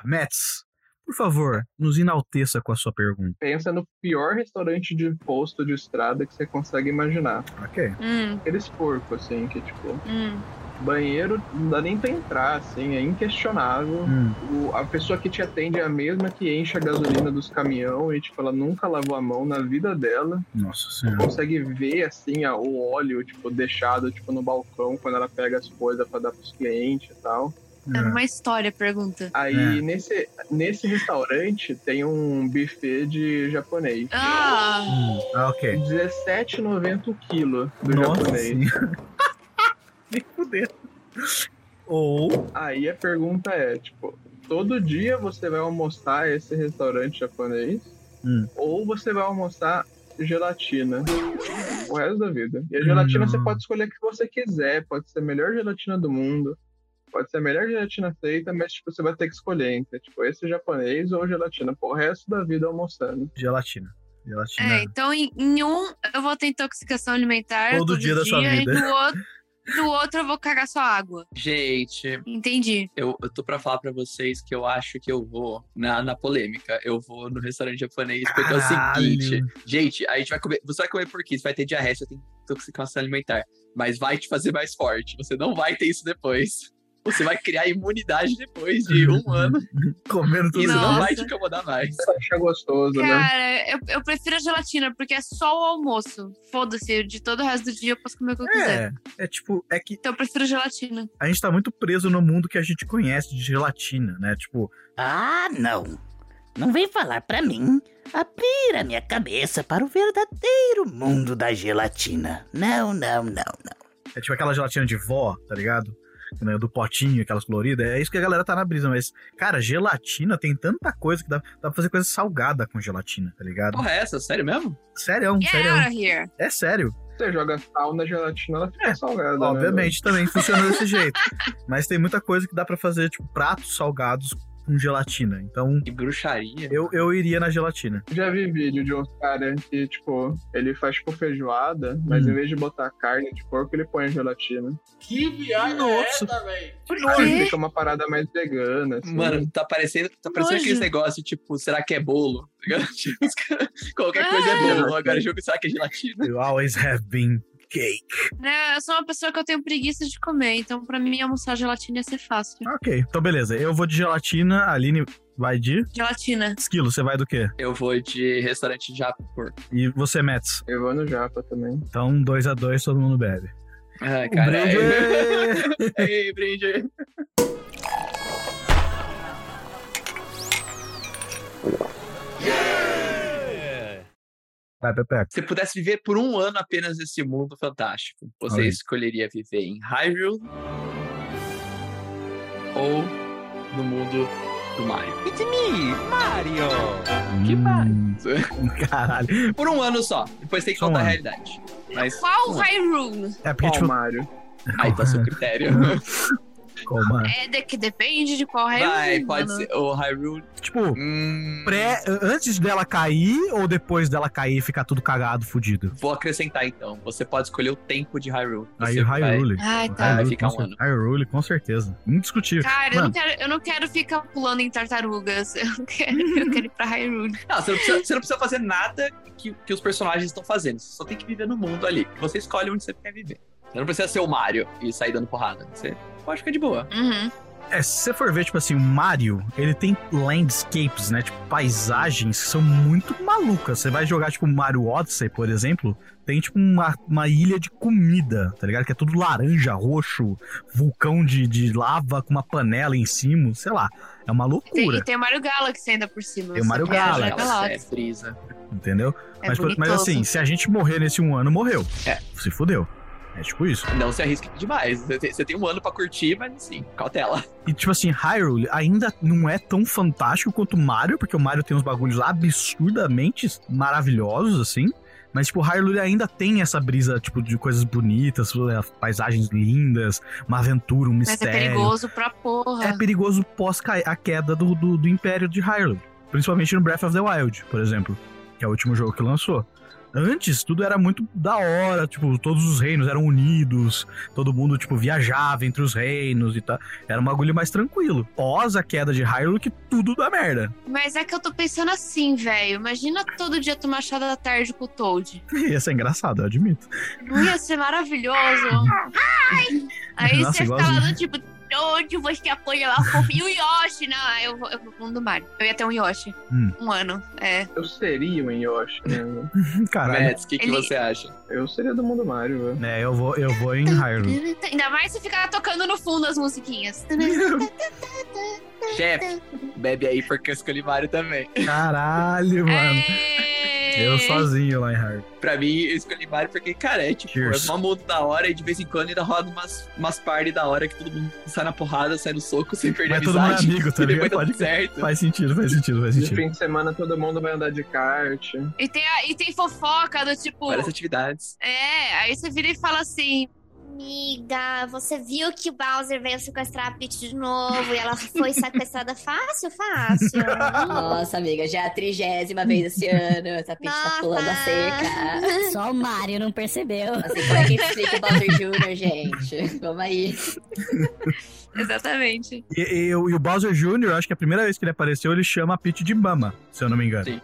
Mets, por favor, nos enalteça com a sua pergunta. Pensa no pior restaurante de posto de estrada que você consegue imaginar. Ok. Hum. Aqueles porcos, assim, que tipo. Hum. Banheiro não dá nem pra entrar, assim, é inquestionável. Hum. O- a pessoa que te atende é a mesma que enche a gasolina dos caminhão e, tipo, ela nunca lavou a mão na vida dela. Nossa senhora. Consegue ver, assim, a- o óleo, tipo, deixado, tipo, no balcão quando ela pega as coisas pra dar pros clientes e tal. É uma história, a pergunta. Aí, É. nesse, nesse restaurante, tem um buffet de japonês. Ah, Ah, ok. 17,90 o quilo do Nossa japonês. Nem fudeu. Ou. Aí a pergunta é, tipo, todo dia você vai almoçar esse restaurante japonês? Hum. Ou você vai almoçar gelatina o resto da vida? E a Hum. gelatina você pode escolher o que você quiser, pode ser a melhor gelatina do mundo. Pode ser a melhor gelatina feita, mas tipo, você vai ter que escolher entre tipo, esse japonês ou gelatina pro resto da vida almoçando. Gelatina. Gelatina. é, então em, em um eu vou ter intoxicação alimentar. Todo dia da sua vida. E no outro, no outro eu vou cagar só água. Gente, Entendi. eu, eu tô pra falar pra vocês que eu acho que eu vou na, na polêmica. Eu vou no restaurante japonês porque é o Caralho. seguinte. Gente, a gente vai comer. Você vai comer porquê? Você vai ter diarreia, você vai ter intoxicação alimentar. Mas vai te fazer mais forte. Você não vai ter isso depois. Você vai criar imunidade depois de um ano. Comendo E tudo isso não Nossa. vai te incomodar mais. Acha gostoso, né? Cara, eu, eu prefiro a gelatina, porque é só o almoço. Foda-se, de todo o resto do dia eu posso comer o que eu quiser. É, é tipo, é que Então eu prefiro gelatina. a gente tá muito preso no mundo que a gente conhece de gelatina, né? Tipo, Ah, não. Não vem falar pra mim abrir a minha cabeça para o verdadeiro mundo da gelatina. Não, não, não, não. é tipo aquela gelatina de vó, tá ligado? Né, Do potinho, aquelas coloridas. É isso que a galera tá na brisa, mas, cara, gelatina tem tanta coisa que dá, dá pra fazer coisa salgada com gelatina, tá ligado? Porra, é essa? Sério mesmo? Sério, é um, Get out sério. of here. É sério. Você joga sal na gelatina, ela fica salgada. né? É, Obviamente também funciona desse jeito. Mas tem muita coisa que dá pra fazer, tipo, pratos salgados com gelatina. Então, Que bruxaria. eu, eu iria na gelatina. Já vi vídeo de um cara que, tipo, ele faz tipo feijoada, mas Hum. em vez de botar carne de porco, ele põe gelatina. Que viagem é essa, velho? Por Aí quê? fica uma parada mais vegana, assim. Mano, tá parecendo, tá parecendo Nojo. aqueles negócios, tipo, será que é bolo? Tá ligado? Tipo, os caras- Qualquer coisa é bolo. Agora jogo, será que é gelatina? You always have been cake. Né, eu sou uma pessoa que eu tenho preguiça de comer, então pra mim almoçar gelatina ia ser fácil. Ok, então beleza. Eu vou de gelatina, a Aline vai de Gelatina. esquilo. Você vai do quê? Eu vou de restaurante já por. E você, Mets. Eu vou no Japa também. Então, dois a dois, todo mundo bebe. Ah, cara. Um Brinde! Ei, brinde. Vai, Pepeco. Se pudesse viver por um ano apenas nesse mundo fantástico, você Olha aí. escolheria viver em Hyrule ou no mundo do Mario? It's me, Mario! Que pariu. Hum, Caralho. Por um ano só. Depois tem que Só um contar a ano. realidade. Mas. um Hum. Qual Hyrule? É porque, Qual tipo, Mario? Aí tá seu critério. calma. É de, que depende de qual Hyrule. Vai, pode mano. ser. O Hyrule. Tipo, Hum, pré, antes dela cair ou depois dela cair e ficar tudo cagado, fudido? Vou acrescentar então. Você pode escolher o tempo de Hyrule. Aí Você o vai- Hyrule. Ai, O tá. Vai Hyrule, ficar com um cer- Hyrule, com certeza. Indiscutível. Cara, eu Mano. não, quero, eu não quero ficar pulando em tartarugas. Eu não quero, eu quero ir pra Hyrule. Não, você não precisa, você não precisa fazer nada que, que os personagens estão fazendo. Você só tem que viver no mundo ali. Você escolhe onde você quer viver. Você não precisa ser o Mario e sair dando porrada. Você pode ficar de boa. Uhum. É, se você for ver, tipo assim, o Mario, ele tem landscapes, né? Tipo, paisagens que são muito malucas. Você vai jogar, tipo, Mario Odyssey, por exemplo, tem, tipo, uma, uma ilha de comida, tá ligado? Que é tudo laranja, roxo, vulcão de, de lava com uma panela em cima, sei lá. É uma E tem, e loucura, tem o Mario Galaxy ainda por cima. Tem o Mario Você quer Galaxy. jogar é brisa. entendeu? É mas, por- mas bonitoso. assim, se a gente morrer nesse um ano, morreu. É. Se fudeu. É tipo isso. Não se arrisque demais. Você tem, você tem um ano pra curtir, mas assim, cautela. E tipo assim, Hyrule ainda não é tão fantástico quanto o Mario, porque o Mario tem uns bagulhos absurdamente maravilhosos, assim. Mas, tipo, Hyrule ainda tem essa brisa, tipo, de coisas bonitas, eh, paisagens lindas, uma aventura, um Mas é mistério. perigoso pra porra. É perigoso pós cai- a queda do, do, do Império de Hyrule. Principalmente no Breath of the Wild, por exemplo. Que é o último jogo que lançou. Antes, tudo era muito da hora, tipo, todos os reinos eram unidos, todo mundo, tipo, viajava entre os reinos e tal. Era um bagulho mais tranquilo. Pós a queda de Hyrule, que tudo dá merda. Mas é que eu tô pensando assim, velho. Imagina todo dia tomar chá da tarde com o Toad. Ia ser engraçado, eu admito. Não ia ser maravilhoso. Ai! Aí Nossa, você fica lá igualzinho. do tipo, Toad, você apoia lá fofinho. E o Yoshi, não, aí eu vou, eu vou pro mundo do Mario. Eu ia ter um Yoshi. Hum. Um ano, é. Eu seria um Yoshi, né? Caralho. Mads, o que, que Ele- você acha? Eu seria do mundo Mario, velho. É, eu vou, eu vou em Hyrule. tá, Ainda mais se ficar tocando no fundo as musiquinhas. Chefe, bebe aí porque eu escolhi Mario também. Caralho, mano. É. Eu sozinho lá em Hyrule. Pra mim, eu escolhi Mario porque, cara, é tipo, Cheers. é uma mundo da hora e de vez em quando ainda roda umas, umas party da hora que todo mundo sai na porrada, sai no soco, sem perder Mas todo mundo é amizade. amigo, tá e depois ligado? tá Pode tudo certo. Faz sentido, faz sentido, faz De sentido. fim de semana todo mundo vai andar de kart. E tem, a- e tem fofoca do tipo. Várias atividades. É, aí você vira e fala assim. Amiga, você viu que o Bowser veio sequestrar a Peach de novo e ela foi sequestrada fácil, fácil. Nossa, amiga, já é a trigésima vez esse ano. Essa Peach tá pulando a cerca. Só o Mario não percebeu. Assim, como é que explica o Bowser Jr., gente? Vamos aí. Exatamente. E, e o- e o Bowser Jr., acho que a primeira vez que ele apareceu, ele chama a Peach de Mama, se eu não me engano. Sim.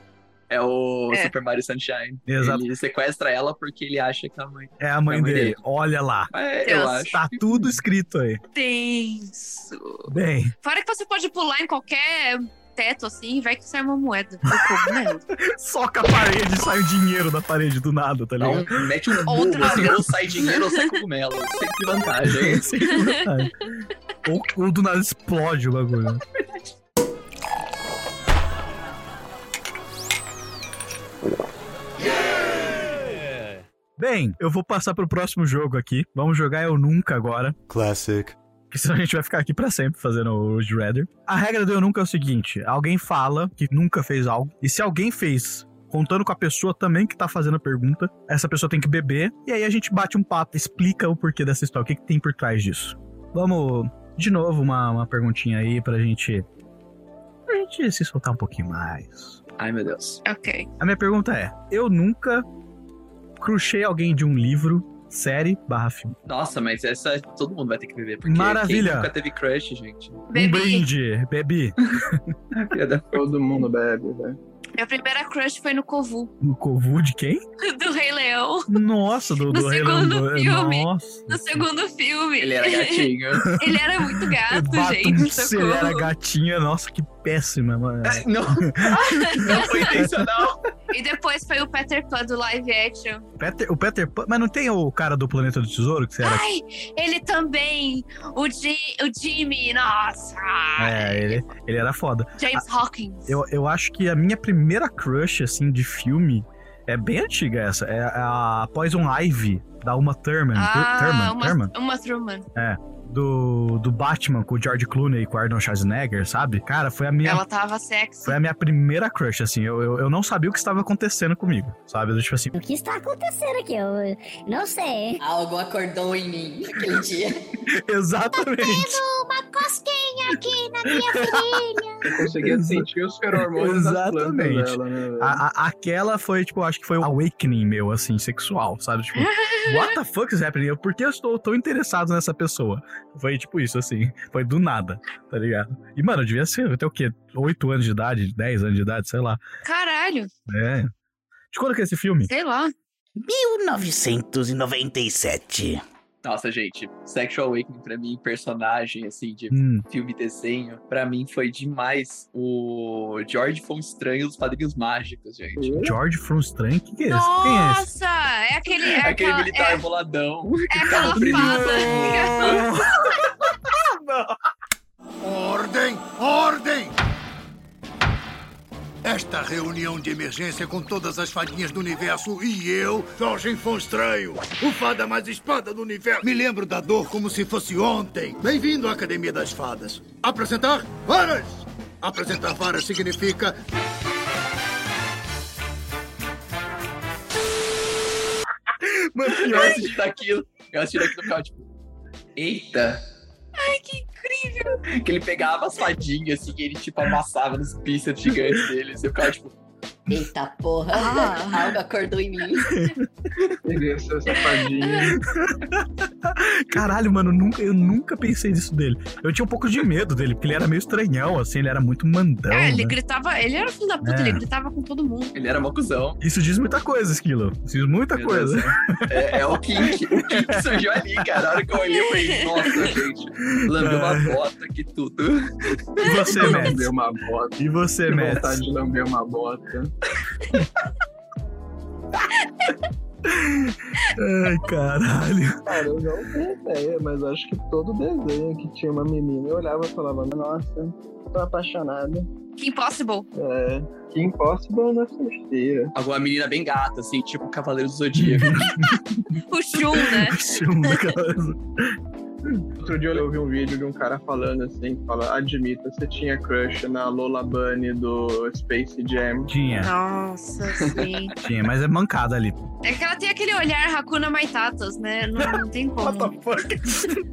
É o É. Super Mario Sunshine. Exato. Ele sequestra ela porque ele acha que a mãe. É a mãe, É a mãe dele. dele. Olha lá. É, eu acho. Tá tudo escrito aí. Tenso. Bem, Fora que você pode pular em qualquer teto assim, vai que sai uma moeda. Eu como, né? soca a parede, sai o dinheiro da parede do nada, tá Dá ligado? um- mete um Ou bobo, assim, droga. ou sai dinheiro ou sai cogumelo. Sempre vantagem. Sem vontade. ou, ou do nada explode o bagulho. Bem, eu vou passar pro próximo jogo aqui. Vamos jogar Eu Nunca agora. Classic. Porque senão a gente vai ficar aqui pra sempre fazendo o Would You Rather. A regra do Eu Nunca é o seguinte: alguém fala que nunca fez algo, e se alguém fez, contando com a pessoa também que tá fazendo a pergunta, essa pessoa tem que beber, e aí a gente bate um papo, explica o porquê dessa história, o que, que tem por trás disso. Vamos, de novo, uma, uma perguntinha aí pra gente. pra gente se soltar um pouquinho mais. Ai, meu Deus. ok. A minha pergunta é: eu nunca cruchei alguém de um livro, série barra filme. Nossa, mas essa todo mundo vai ter que beber. Porque Maravilha. quem nunca teve crush, gente. Um brinde, bebi. Todo mundo bebe, velho. Minha primeira crush foi no Kovu, No covu de quem? do Rei Leão. Nossa, do, No do Rei Leão. segundo do- filme. Nossa. No segundo filme. Ele era gatinho. Ele era muito gato, Bato um gente. se ele Socorro. era gatinha, nossa, que péssima, mano. Não, não foi intencional. E depois foi o Peter Pan do live action. Peter, o Peter Pan. Mas não tem o cara do Planeta do Tesouro que você era. Ai, ele também. O, Ji- o Jimmy, nossa. é, ele, ele era foda. James Hawkins. Eu, eu acho que a minha primeira crush, assim, de filme é bem antiga essa. É a Poison Ivy, da Uma Thurman. Thur- Thurman, Ah, uma, Thurman. uma Truman. É. Do, do Batman com o George Clooney e com o Arnold Schwarzenegger, sabe? Cara, foi a minha Ela tava sexy. Foi a minha primeira crush, assim. Eu, eu, eu não sabia o que estava acontecendo comigo, sabe? Eu, tipo assim. O que está acontecendo aqui? Eu não sei. Algo acordou em mim aquele dia. Exatamente. uma cosquinha aqui na minha virilha. Eu conseguia sentir os feromônios das plantas Exatamente. Ah. dela, né, É. velho? A- a- aquela foi, tipo, acho que foi o awakening meu, assim, sexual, sabe? Tipo, what the fuck is happening? Eu- Por que eu estou tão interessado nessa pessoa? Foi tipo isso, assim. Foi do nada, tá ligado? E, mano, eu devia ser até o quê? 8 anos de idade, 10 anos de idade, sei lá. Caralho, É. De quando que é esse filme? sei lá. 1997. Nossa, gente, Sexual Awakening pra mim, personagem, assim, de Hum. filme e desenho, pra mim foi demais o George foi um estranho dos Padrinhos Mágicos, gente. George from Strange? O que, que é esse? Quem é esse? Nossa, é aquele. É Aquele aquela, militar é, boladão. é aquela fada. Ordem! Ordem! Esta reunião de emergência com todas as fadinhas do universo e eu, Jorge Fonstranho, o fada mais espada do universo. Me lembro da dor como se fosse ontem. Bem-vindo à Academia das Fadas. Apresentar varas! Apresentar varas significa Mano, eu assisti daquilo. Eu assisti daquilo e ficava tipo. Eita! Ai, que incrível! Que ele pegava as fadinhas assim, e ele tipo amassava nos bíceps gigantes dele. Você ficava tipo. Eita porra, Ah. algo acordou em mim. Peguei seu safadinho. Caralho, mano, nunca, eu nunca pensei nisso dele. Eu tinha um pouco de medo dele, porque ele era meio estranhão, assim, ele era muito mandão. É, ele né? gritava. Ele era filho da puta, É. ele gritava com todo mundo. Ele era uma cuzão. Isso diz muita coisa, Esquilo. Isso diz muita Meu Deus coisa. do céu. É, é o Kink. O Kink surgiu ali, cara. A hora que eu olhei, eu falei, nossa, gente. Lambeu uma Ah. bota que tudo. E você, Mads? Lambeu uma bota. E você, Que Mads? vontade de lamber uma bota. Ai, caralho. Cara, eu não tenho ideia, mas acho que todo desenho que tinha uma menina, eu olhava e falava, nossa, tô apaixonada. Que impossible. É, que impossible na certeira. Alguma menina bem gata, assim, tipo Cavaleiro do Zodíaco. É O Shun, né? Outro dia eu ouvi um vídeo de um cara falando assim, fala, admita, você tinha crush na Lola Bunny do Space Jam. Tinha. Nossa, sim. Tinha, mas é mancada ali. É que ela tem aquele olhar Hakuna Maitatas, né? Não, não tem como. What the fuck?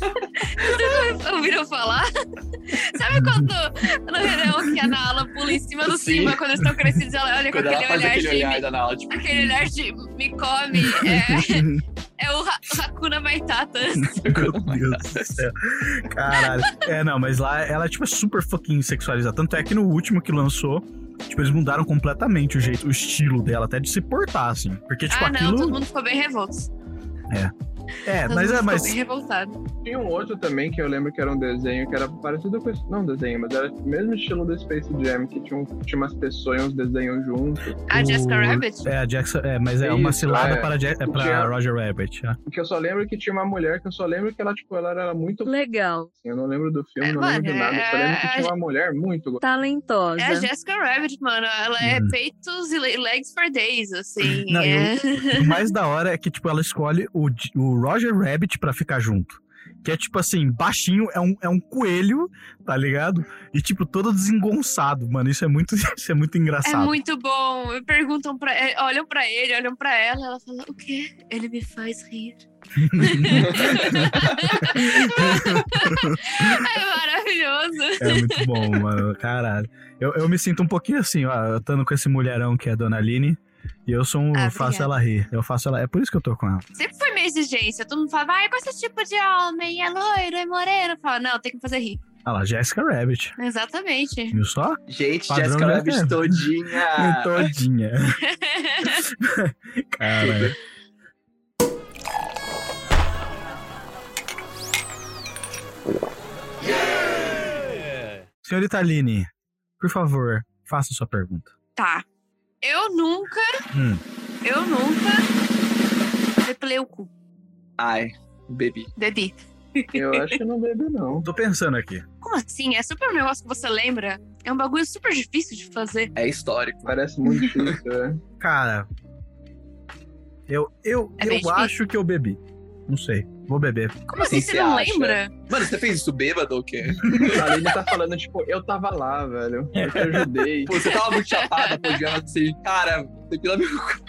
Vocês ouviram falar? Sabe quando no verão que a Nala pula em cima do Sim. Simba quando eles estão crescidos ela olha Quando com ela aquele faz olhar aquele de... olhar da Nala, tipo. Aquele olhar de me come. É, é o Ha- Hakuna É Maitatas. Meu Deus do céu. Caralho. É, não, mas lá ela, tipo, é super fucking sexualizada. Tanto é que no último que lançou, tipo, eles mudaram completamente o jeito, o estilo dela, até de se portar, assim. Porque, tipo, ah, não, aquilo. todo mundo ficou bem revolto. É. É, todo mas mundo é, ficou mas. bem revoltado. Tinha um outro também que eu lembro que era um desenho que era parecido com esse. Não um desenho, mas era o mesmo estilo do Space Jam, que tinha, um, tinha umas pessoas e uns desenhos juntos. A Jessica o- Rabbit? É, a Jackson, é, mas é Isso, uma cilada é. para, Ja- é, pra Tinha- Roger Rabbit. né? Porque eu só lembro que tinha uma mulher que eu só lembro que ela, tipo, ela era muito. Assim, Legal. Eu não lembro do filme, É, não lembro de mano, nada. Eu só é- lembro que tinha é- uma mulher muito. go- Talentosa. É a Jessica Rabbit, mano. Ela é peitos e le- legs for days, assim. Hum. Não, e é. o, o mais da hora é que, tipo, ela escolhe o, J- o Roger Rabbit pra ficar junto. Que é tipo assim, baixinho, é um, é um coelho, tá ligado? E tipo, todo desengonçado, mano. Isso é muito, isso é muito É engraçado. muito bom. Me perguntam pra é, olham pra ele, olham pra ela, ela fala: "O quê? Ele me faz rir". é maravilhoso. É muito bom, mano. Caralho. Eu, eu me sinto um pouquinho assim, ó, eu estando com esse mulherão que é a Dona Aline. E eu sou um. Ah, faço obrigada. ela rir. Eu faço ela. É por isso que eu tô com ela. Sempre foi minha exigência. Todo mundo falava: "Ai, com esse tipo de homem, é loiro, é moreno". Eu falo: "Não, tem que fazer rir". Olha lá, Jessica Rabbit. Exatamente. Viu só? Gente, Padrão Jessica Jessica Rabbit todinha. Todinha. Caralho. Senhorita Aline, por favor, faça sua pergunta. Tá. Eu nunca, Hum. eu nunca depilei o cu, Ai, bebi. bebi. Eu acho que não bebe, não. Tô pensando aqui. Como assim? É super um negócio que você lembra? É um bagulho super difícil de fazer. É histórico. Parece muito difícil, né? Cara, eu, eu, É eu bem difícil. acho que eu bebi. Não sei. Vou beber. Como assim você não acha? lembra? Mano, você fez isso bêbado ou o quê? A Aline tá falando, tipo, eu tava lá, velho. Eu te ajudei. Pô, você tava muito chapada, pô, de assim, cara, depila meu cu.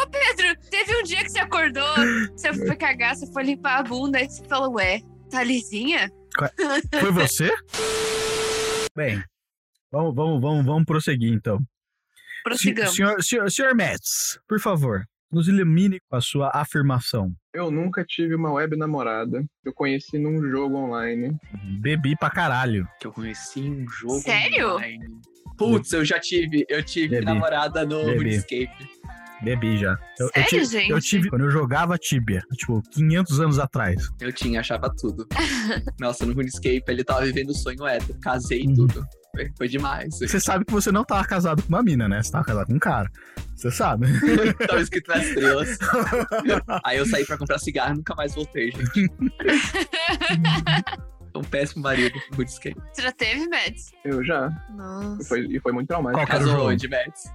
Ô Pedro, teve um dia que você acordou, você foi cagar, você foi limpar a bunda e você falou, ué, tá lisinha? Foi você? Bem, vamos, vamos, vamos, vamos prosseguir então. Prossigamos. Se- Senhor, senhor, senhor Metz, por favor, nos ilumine com a sua afirmação. Eu nunca tive uma web namorada. Eu conheci num jogo online. Bebi pra caralho. Que eu conheci um jogo. Sério? online. Putz, eu já tive, eu tive Bebi. namorada no Bebi. Runescape. Bebi já. Eu, eu Sério, tive, gente? Eu tive quando eu jogava Tibia, tipo, 500 anos atrás. Eu tinha, achava tudo. Nossa, no Runescape ele tava vivendo o sonho hétero, casei e tudo. Foi, foi demais. Você sabe que você não tava casado com uma mina, né? Você tava casado com um cara. Você sabe. tava escrito nas estrelas. Aí eu saí pra comprar cigarro e nunca mais voltei, gente. um péssimo marido pro Runescape. Você já teve, Mads? Eu já. Nossa. E foi, e foi muito traumático. Qual que era o jogo? Onde,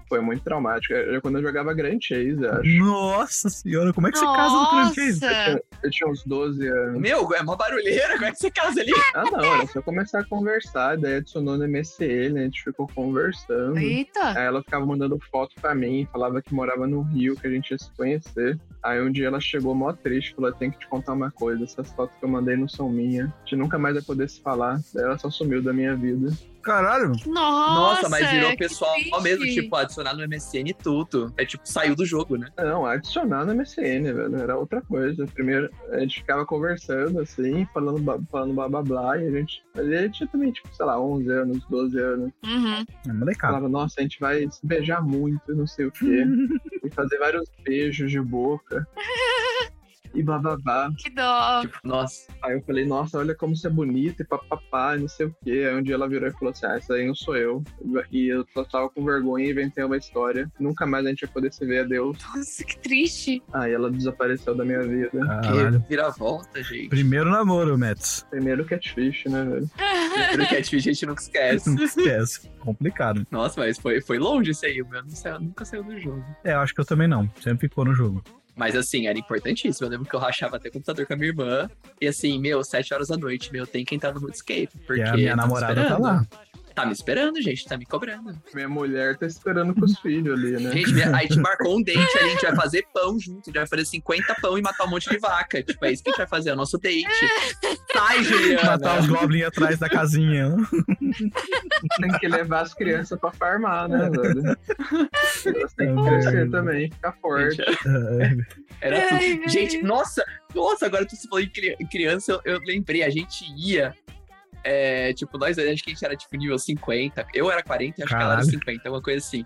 Foi muito traumático. Era quando eu jogava Grand Chase, eu acho. Nossa senhora, como é que você casa no Grand Chase? Eu tinha, eu tinha uns 12 anos. Meu, é mó barulheira, como é que você casa ali? Ah, não, era só começar a conversar. Daí adicionou no MSN, a gente ficou conversando. Eita. Aí ela ficava mandando foto pra mim, falava que morava no Rio, que a gente ia se conhecer. Aí um dia ela chegou mó triste, falou: tem que te contar uma coisa, essas fotos que eu mandei não são minhas. A gente nunca mais vai poder se falar. Daí ela só sumiu da minha vida. Caralho. Nossa, Nossa, mas virou que pessoal triste. mesmo, tipo, adicionar no MSN e tudo. É tipo, saiu do jogo, né? Não, adicionar no MSN, velho, era outra coisa. Primeiro, a gente ficava conversando, assim, falando, ba- falando blá blá blá, e a gente. Mas a gente tinha também, tipo, sei lá, 11 anos, 12 anos. Uhum. É molecada. Falava, nossa, a gente vai se beijar muito, não sei o quê. e fazer vários beijos de boca. E blá blá blá. Que dó. Tipo, Nossa. Aí eu falei, nossa, olha como você é bonita e papapá, não sei o quê. Aí um dia ela virou e falou assim: ah, isso aí não sou eu. E eu só tava com vergonha e inventei uma história. Nunca mais a gente vai poder se ver, adeus. Nossa, que triste. Aí ela desapareceu da minha vida. Caralho. Vira volta, gente. Primeiro namoro, Mets. Primeiro catfish, né, velho? Primeiro catfish é a gente nunca esquece. Não esquece. Complicado. Nossa, mas foi, foi longe isso aí. O meu não saiu- nunca saiu do jogo. É, eu acho que eu também não. Sempre ficou no jogo. Mas assim, era importantíssimo. Eu lembro que eu rachava até computador com a minha irmã. E assim, meu, sete horas da noite, meu, tem que entrar no Runescape. Porque E a minha tá me namorada tá esperando. lá. Tá me esperando, gente, tá me cobrando. Minha mulher tá esperando com os filhos ali, né? Gente, a gente marcou um date, a gente vai fazer pão junto, a gente vai fazer 50 pão e matar um monte de vaca. Tipo, é isso que a gente vai fazer, é o nosso date. Sai, Juliana! Matar os goblins atrás da casinha. Tem que levar as crianças pra farmar, né, velho? Elas têm que crescer também, ficar um forte. Era Ai, tudo. meu Gente, tipo, Deus. nossa, nossa, agora tu se falou em cri- em criança, eu, eu lembrei, a gente ia. é, tipo, nós acho que a gente era tipo nível 50. Eu era 40 e acho que ela era Caralho. 50, alguma coisa assim.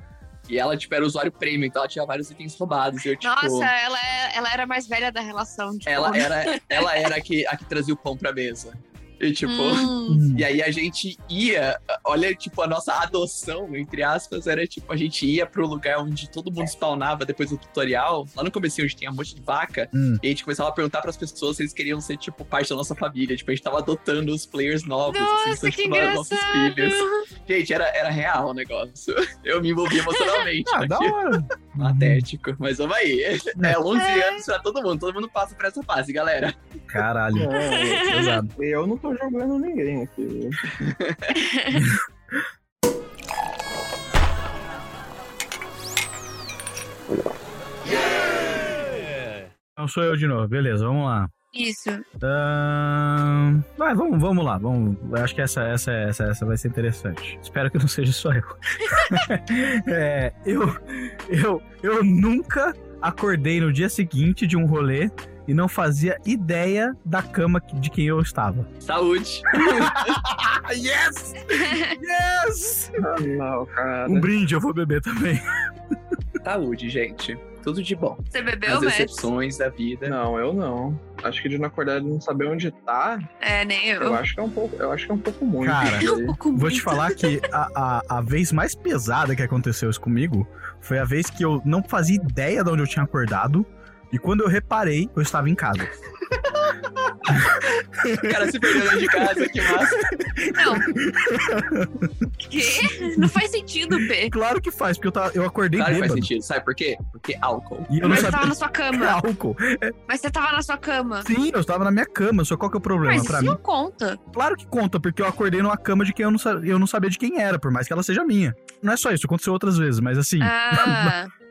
E ela, tipo, era usuário premium, então ela tinha vários itens roubados. E eu, tipo, Nossa, ela, é- ela era a mais velha da relação. Tipo. ela era, ela era a, que, a que trazia o pão pra mesa. E tipo. Hum. E aí a gente ia, olha, tipo, a nossa adoção, entre aspas, era tipo, a gente ia pro lugar onde todo mundo spawnava depois do tutorial, lá no comecinho onde tinha um monte de vaca, Hum. e a gente começava a perguntar pras pessoas se eles queriam ser, tipo, parte da nossa família. Tipo, a gente tava adotando os players novos, assim, Nossa, são, que tipo, nossos filhos. engraçado. Gente, era, era real o negócio. Eu me envolvi emocionalmente. Ah, da naquilo. hora. Patético, mas vamos aí. É 11 anos pra todo mundo, todo mundo passa por essa fase, galera. Uhum. Caralho. É, Pesado. eu não tô jogando ninguém aqui. viu? Então sou eu de novo. Beleza, vamos lá. Isso. Ahn, Vai, vamos, vamos lá. Vamos. Eu acho que essa, essa, essa, essa vai ser interessante. Espero que não seja só eu. É, eu, eu, eu nunca acordei no dia seguinte de um rolê e não fazia ideia da cama de quem eu estava. Saúde. yes! Yes! Ah, não, cara. Um brinde, eu vou beber também. Saúde, gente. Tudo de bom. Você bebeu, As Mads? decepções da vida. Não, eu não. Acho que de não acordar e não saber onde tá, É, nem eu. Um eu acho que é um pouco, eu acho que é um pouco muito. Cara, isso aí. Vou te falar que a, a, a vez mais pesada que aconteceu isso comigo foi a vez que eu não fazia ideia de onde eu tinha acordado. E quando eu reparei, eu estava em casa. O cara se perdeu dentro de casa, que massa. Não. Quê? Não faz sentido, P. Claro que faz, porque eu, tava, eu acordei Claro que faz bêbado. sentido. Sabe por quê? Porque álcool. E eu não Mas tá você tava sabia na sua que cama. era álcool. Mas você tava na sua cama. Sim, eu estava na minha cama, só qual que é o problema Mas pra isso mim? não conta. Claro que conta, porque eu acordei numa cama de quem eu não, sa- eu não sabia de quem era, por mais que ela seja minha. Não é só isso, aconteceu outras vezes, mas assim.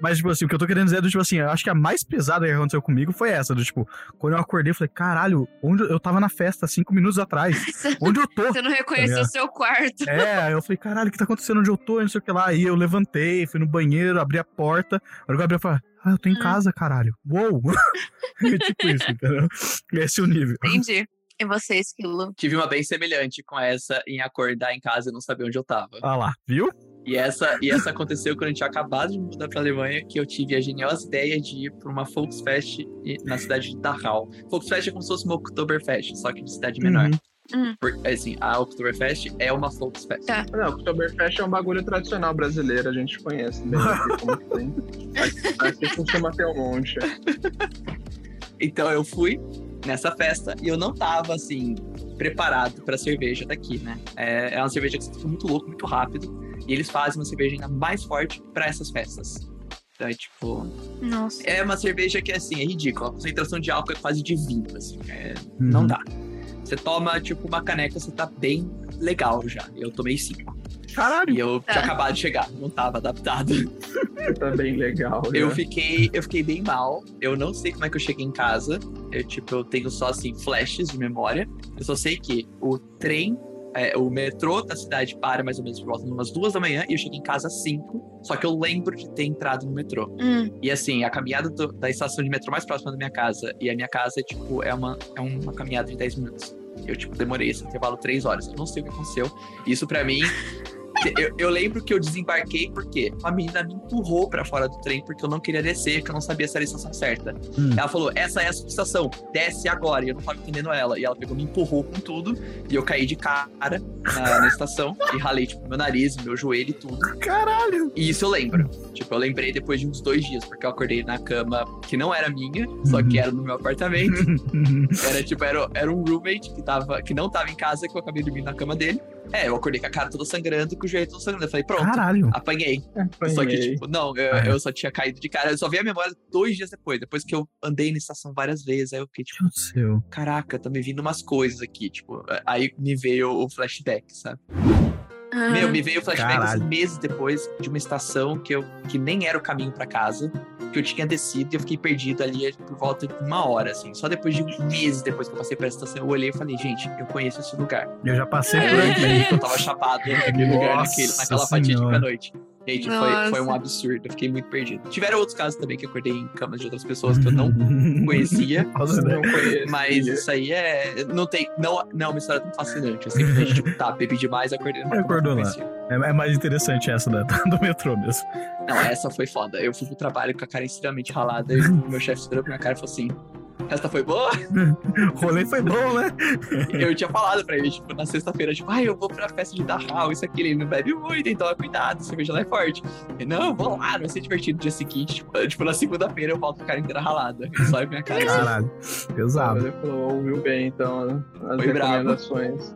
Ah, Mas, tipo assim, o que eu tô querendo dizer é do tipo assim, eu acho que a mais pesada que aconteceu comigo foi essa, do tipo, quando eu acordei, eu falei, caralho, onde eu eu tava na festa cinco minutos atrás? Onde eu tô? você não reconheceu o seu quarto. É, aí eu falei, caralho, o que tá acontecendo? Onde eu tô? E Não sei o que lá. Aí eu levantei, fui no banheiro, abri a porta. A hora que eu abri, eu falei, ah, eu tô em casa, caralho. Uou! É tipo isso, entendeu? Esse é o nível. Entendi. E você, Esquilo? Tive uma bem semelhante com essa em acordar em casa e não saber onde eu tava. Ah lá, viu? E essa, e essa aconteceu quando eu tinha acabado de mudar pra Alemanha, que eu tive a geniosa ideia de ir pra uma Volksfest e- na cidade de Dachau. Volksfest é como se fosse uma Oktoberfest, só que de cidade menor. Uhum. Hum. Por- assim, a Oktoberfest é uma Volksfest. Tá. Não, Oktoberfest é um bagulho tradicional brasileiro, a gente conhece bem aqui como que tem. Aqui aqui costuma ter um monte. Então eu fui nessa festa e eu não tava assim preparado pra cerveja daqui, né? É, é uma cerveja que você fica muito louco, muito rápido. E eles fazem uma cerveja ainda mais forte pra essas festas. Então é tipo. Nossa. É uma cerveja que assim, é ridícula. A concentração de álcool é quase de vinho, assim. é, Não dá. Você toma, tipo, uma caneca, você tá bem legal já. Eu tomei cinco. Caralho! E eu tinha Tá. acabado de chegar, não tava adaptado. Tá bem legal. Eu né? fiquei, eu fiquei bem mal. Eu não sei como é que eu cheguei em casa. Eu, tipo, eu tenho só assim flashes de memória. Eu só sei que o trem, é, o metrô da cidade para mais ou menos por volta de umas duas da manhã e eu cheguei em casa às cinco. Só que eu lembro de ter entrado no metrô. Hum. E assim, a caminhada do- da estação de metrô mais próxima da minha casa e a minha casa é tipo é uma é uma caminhada de 10 minutos. Eu tipo demorei esse intervalo três horas. Eu não sei o que aconteceu. Isso pra mim eu, eu lembro que eu desembarquei porque a menina me empurrou pra fora do trem porque eu não queria descer, que eu não sabia se era a estação certa. Hum. Ela falou: essa é a sua estação, desce agora. E eu não tava entendendo ela. E ela pegou, me empurrou com tudo. E eu caí de cara na, na estação e ralei, tipo, meu nariz, meu joelho e tudo. Caralho! E isso eu lembro. Tipo, eu lembrei depois de uns dois dias, porque eu acordei na cama que não era minha, só que era no meu apartamento. Era tipo, era, era um roommate que, tava, que não tava em casa, que eu acabei dormindo na cama dele. É, eu acordei com a cara toda sangrando e com o joelho todo sangrando. Eu falei, pronto, Caralho. apanhei. Só que, tipo, não, eu, eu só tinha caído de cara. Eu só vi a memória dois dias depois, depois que eu andei na estação várias vezes. Aí eu fiquei, tipo, Seu. caraca, tá me vindo umas coisas aqui. Tipo, aí me veio o flashback, sabe? Ah. Meu, me veio o flashback Caralho. uns meses depois de uma estação que, eu, que nem era o caminho pra casa, que eu tinha descido e eu fiquei perdido ali por volta de uma hora, assim. Só depois de meses depois que eu passei pela estação, eu olhei e falei, gente, eu conheço esse lugar. Eu já passei por É. aqui. Eu tava chapado naquele lugar, Nossa naquele, naquela Senhora. fatídica noite. Gente, foi, foi um Nossa. absurdo, eu fiquei muito perdido. Tiveram outros casos também que eu acordei em camas de outras pessoas que eu não conhecia. Uhum. Nossa, não né? conhecia. Mas isso aí é. Não tem. Não, não é uma história tão fascinante. Eu simplesmente, tipo, tá, bebi demais, acordei no apartamento Acordou que eu lá. conhecia. É, é mais interessante essa da, do metrô mesmo. Não, essa foi foda. Eu fui pro trabalho com a cara extremamente ralada e o meu chefe olhou pra minha cara e falou assim: essa foi boa? O rolê foi bom, né? Eu tinha falado pra ele, tipo, na sexta-feira, tipo, ai, eu vou pra festa de Dachau, isso aqui, ele não bebe muito, então é cuidado, cerveja lá é forte. Ele, não, eu vou lá, vai ser divertido no dia seguinte. Tipo, tipo, na segunda-feira eu volto com a cara inteira ralada. Ele só olha pra minha cara. e diz, Caralho. Pesado. Ele falou, ouviu bem, então, né? as Foi brabo. recomendações.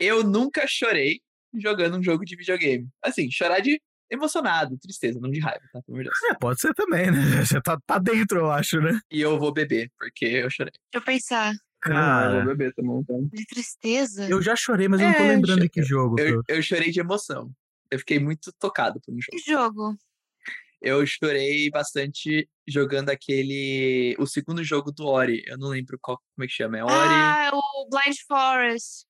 Eu nunca chorei jogando um jogo de videogame. Assim, chorar de emocionado, tristeza, não de raiva, tá? Pelo amor de Deus. É, pode ser também, né? Você tá, tá dentro, eu acho, né? E eu vou beber, porque eu chorei. Deixa eu pensar. Cara. Ah, Eu vou beber também, então. De tristeza. Eu já chorei, mas eu não tô É, lembrando de cho- que jogo. que Eu, eu- eu chorei de emoção. Eu fiquei muito tocado por um jogo. Que jogo? Eu chorei bastante jogando aquele. O segundo jogo do Ori. Eu não lembro qual, como é que chama. É Ori. Ah, o Blind Forest.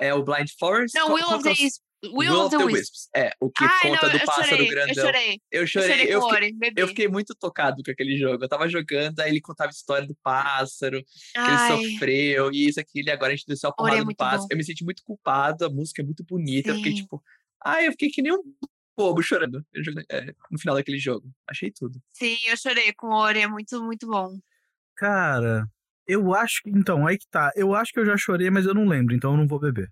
É o Blind Forest? Não, Qual- Will qual of que é the o- Wisps. Will of the Wisps. É, o que Ai, conta não, do eu pássaro chorei, eu grandão. chorei. Eu Eu chorei. chorei eu com fiquei, Ori, bebi. eu fiquei muito tocado com aquele jogo. Eu tava jogando, aí ele contava a história do pássaro, que Ai. ele sofreu, e isso, aquilo, e agora a gente desceu a Ori é porrada do muito pássaro. bom. Eu me senti muito culpado, a música é muito bonita. Eu fiquei Sim. tipo, ai, eu fiquei que nem um bobo chorando eu joguei- é, no final daquele jogo. Achei tudo. Sim, eu chorei com Ori, é muito, muito bom. Cara, eu acho que. Então, aí que tá. Eu acho que eu já chorei, mas eu não lembro, então eu não vou beber.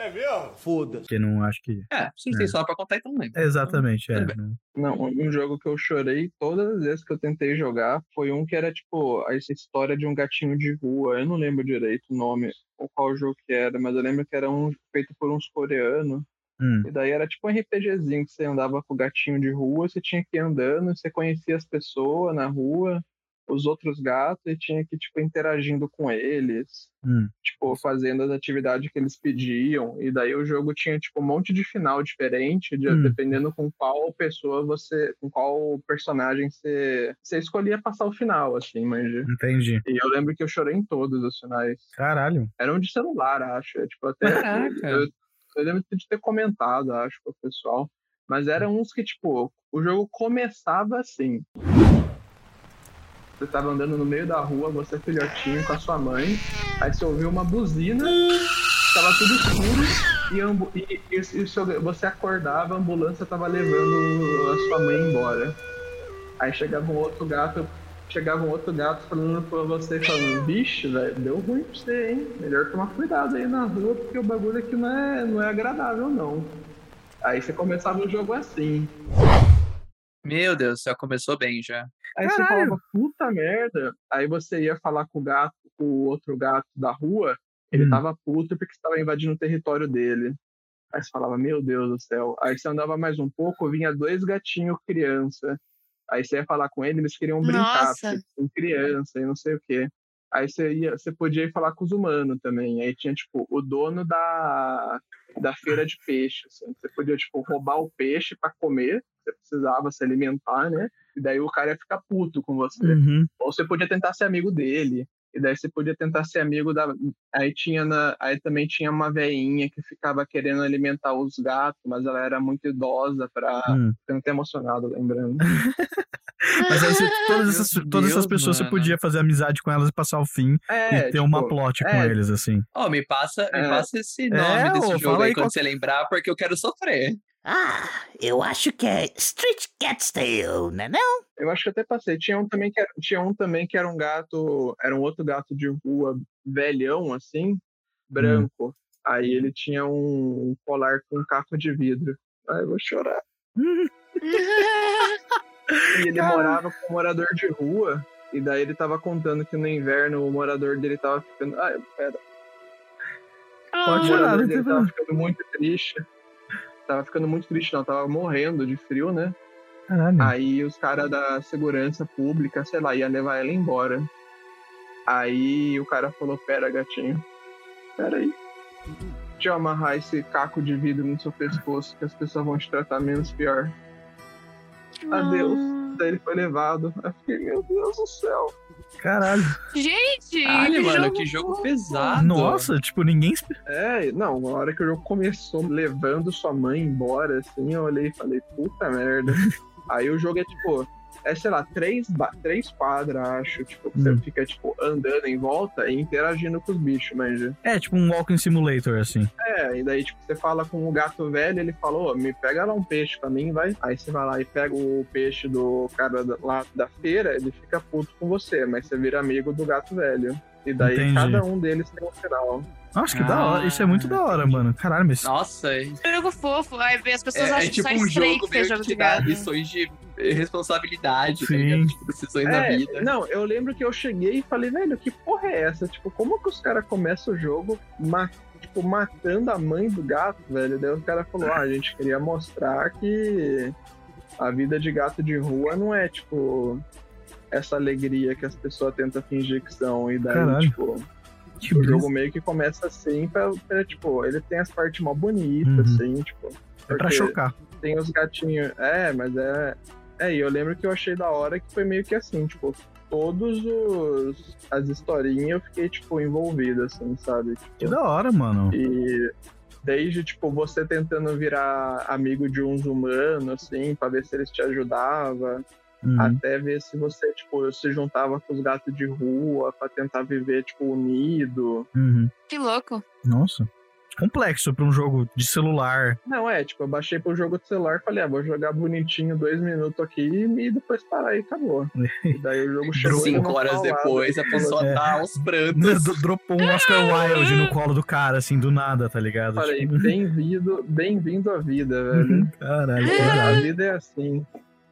É mesmo? Foda-se. Porque não acho que. É, se não tem só pra contar, então não lembro. Exatamente, é. não- Não, um jogo que eu chorei todas as vezes que eu tentei jogar foi um que era tipo a essa história de um gatinho de rua. Eu não lembro direito o nome ou qual jogo que era, mas eu lembro que era um feito por uns coreanos. Hum. E daí era tipo um RPGzinho que você andava com o gatinho de rua, você tinha que ir andando, você conhecia as pessoas na rua, os outros gatos, e tinha que tipo interagindo com eles Hum. tipo, fazendo as atividades que eles pediam, e daí o jogo tinha, tipo, um monte de final diferente, de- Hum. dependendo com qual pessoa você, com qual personagem você, você escolhia passar o final, assim, manja. Entendi. E eu lembro que eu chorei em todos os finais. Caralho. Era um de celular, acho, é, tipo, até... Caraca. Eu, eu lembro de ter comentado, acho, com o pessoal, mas eram uns que, tipo, o jogo começava assim... Você tava andando no meio da rua, você é filhotinho com a sua mãe, aí você ouviu uma buzina, tava tudo escuro, e, ambu- e- e- e o seu- você acordava, a ambulância tava levando a sua mãe embora. Aí chegava um outro gato, chegava um outro gato falando pra você, falando, bicho, velho, deu ruim pra você, hein? Melhor tomar cuidado aí na rua, porque o bagulho aqui não é, não é agradável, não. Aí você começava o jogo assim. Meu Deus, já começou bem já. Aí você falava, puta merda. Aí você ia falar com o gato, com o outro gato da rua, ele Hum. tava puto porque você tava invadindo o território dele. Aí você falava, meu Deus do céu. Aí você andava mais um pouco, vinha dois gatinhos criança. Aí você ia falar com ele, eles queriam brincar, Nossa. porque com criança e não sei o quê. Aí você, ia, você podia ir falar com os humanos também. Aí tinha, tipo, o dono da, da feira de peixe. assim. Você podia, tipo, roubar o peixe para comer. Você precisava se alimentar, né? E daí o cara ia ficar puto com você. Uhum. Ou você podia tentar ser amigo dele. E daí você podia tentar ser amigo da. Aí tinha na... Aí também tinha uma veinha que ficava querendo alimentar os gatos, mas ela era muito idosa pra. Hum. Fiquei até emocionado, lembrando. Mas aí você- todas, essas, todas essas Deus, pessoas você mano. podia fazer amizade com elas e passar o fim e É, ter uma tipo, plot com é. eles, assim. Ó, me passa, me É. passa esse É, nome desse ô, jogo fala aí aí quando qual- você lembrar, porque eu quero sofrer. Ah, eu acho que é Street Cat's Tale, né não? Eu acho que até passei. Tinha um também que era, tinha um também que era um gato, era um outro gato de rua velhão Hum. assim, branco. Aí ele tinha um, um colar com capa de vidro. Ai, eu vou chorar. E ele morava com um morador de rua. E daí ele tava contando que no inverno o morador dele tava ficando. Ai, pera. Pode o chorar, né? morador não dele tem tava problema. ficando muito triste. Tava ficando muito triste, não. Tava morrendo de frio, né? Caralho. Aí os caras da segurança pública, sei lá, ia levar ela embora. Aí o cara falou, pera, gatinho. Pera aí. Deixa eu amarrar esse caco de vidro no seu pescoço, que as pessoas vão te tratar menos pior. Adeus. Ah. Daí ele foi levado. Aí eu fiquei, meu Deus do céu. Ah, Caralho. Gente, Caralho, que mano, jogo que jogo pesado. Nossa, tipo, ninguém. É, não, na hora que o jogo começou levando sua mãe embora, assim, eu olhei e falei, puta merda. Aí o jogo é tipo, é, sei lá, três, ba- três quadras, acho, tipo, que você Hum. fica, tipo, andando em volta e interagindo com os bichos, manja. É, tipo um walking simulator, assim. É, e daí, tipo, você fala com o gato velho, ele falou, me pega lá um peixe pra mim, vai. Aí você vai lá e pega o peixe do cara da- lá da feira, ele fica puto com você, mas você vira amigo do gato velho. E daí Entendi. cada um deles tem um final. Nossa, que da hora. Isso é muito da hora, mano. Caralho, mas. Nossa, é, jogo fofo. Ai, as pessoas é acham tipo só um estranho jogo que tem meio jogo que de te dá gato. lições de responsabilidade, tá Sim. ligado? Tipo, decisões na É, vida. Não, eu lembro que eu cheguei e falei, velho, que porra é essa? Tipo, como que os caras começam o jogo ma- tipo, matando a mãe do gato, velho? Daí o cara falou, ah, a gente queria mostrar que a vida de gato de rua não é, tipo, essa alegria que as pessoas tentam fingir que são. E daí, Caralho. tipo, o jogo meio que começa assim pra, pra, tipo, ele tem as partes mó bonitas, assim, tipo. Uhum. É pra porque- chocar. tem os gatinhos. É, mas é. É, e eu lembro que eu achei da hora que foi meio que assim, tipo, todos os. as historinhas eu fiquei, tipo, envolvido, assim, sabe? Que Tipo, da hora, mano. e desde, tipo, você tentando virar amigo de uns humanos, assim, pra ver se eles te ajudavam. Uhum. ah. Até ver se você, tipo, se juntava com os gatos de rua pra tentar viver, tipo, unido. Uhum. Que louco. Nossa. Complexo pra um jogo de celular. Não, é, tipo, eu baixei pro jogo do celular e falei, ah, vou jogar bonitinho dois minutos aqui e depois parar e acabou. E daí o jogo chegou. e deu Cinco uma horas paulada. depois, a pessoa É. tá aos prantos. D- Dropou um Oscar Wilde no colo do cara, assim, do nada, tá ligado? Falei, Tipo, bem-vindo, bem-vindo à vida, velho. Caralho, A caralho. vida é assim.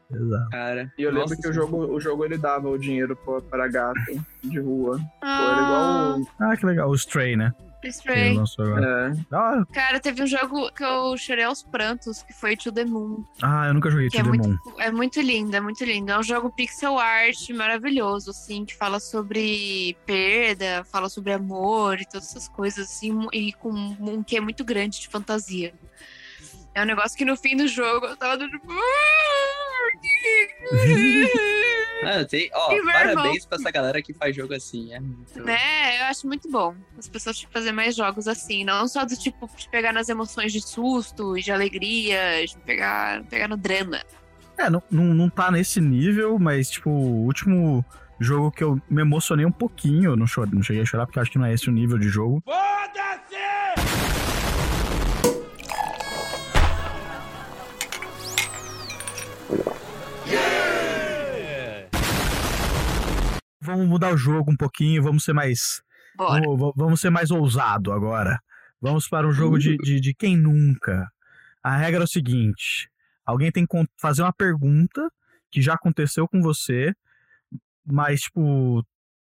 Exato. Cara, E eu lembro nossa que o senhora. jogo, o jogo ele dava o dinheiro pra- para gato de rua. Pô, é era Ah. igual. é, Ah, que legal. O Stray, né? Estranho. Que lançou agora. Ah, Da hora. Cara, teve um jogo que eu chorei aos prantos, que foi To The Moon. Ah, eu nunca joguei Que é Tidemon. muito, é muito lindo, é muito lindo. É um jogo pixel art maravilhoso, assim, que fala sobre perda, fala sobre amor e todas essas coisas, assim, mu- e com um que é muito grande de fantasia. É um negócio que no fim do jogo eu tava do tipo. "Ah, que-" Ah, tem, ó, Que meu parabéns irmão. pra essa galera que faz jogo assim. É muito. né? Eu acho muito bom. As pessoas tinham que fazer mais jogos assim, não só do tipo de pegar nas emoções de susto e de alegria, de pegar, pegar no drama. É, não, não, não tá nesse nível, mas, tipo, o último jogo que eu me emocionei um pouquinho, eu não, chorei, não cheguei a chorar porque eu acho que não é esse o nível de jogo. Vamos mudar o jogo um pouquinho, vamos ser mais. Bora. Vamos, va- vamos ser mais ousado agora. Vamos para um jogo de, de, de quem nunca. A regra é o seguinte: alguém tem que con- fazer uma pergunta que já aconteceu com você, mas, tipo,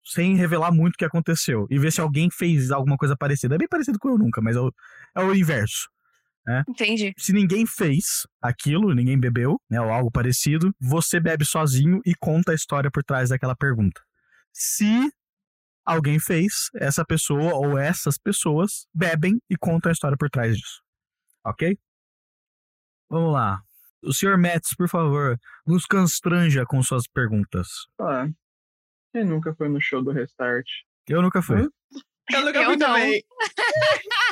sem revelar muito o que aconteceu. E ver se alguém fez alguma coisa parecida. É bem parecido com eu nunca, mas é o, é o inverso. Né? Entendi. Se ninguém fez aquilo, ninguém bebeu, né, ou algo parecido, você bebe sozinho e conta a história por trás daquela pergunta. Se alguém fez, essa pessoa ou essas pessoas bebem e contam a história por trás disso. Ok? Vamos lá. O senhor Metz, por favor, nos constranja com suas perguntas. Ah, quem nunca foi no show do Restart? Eu nunca fui. Hum? Eu nunca fui também.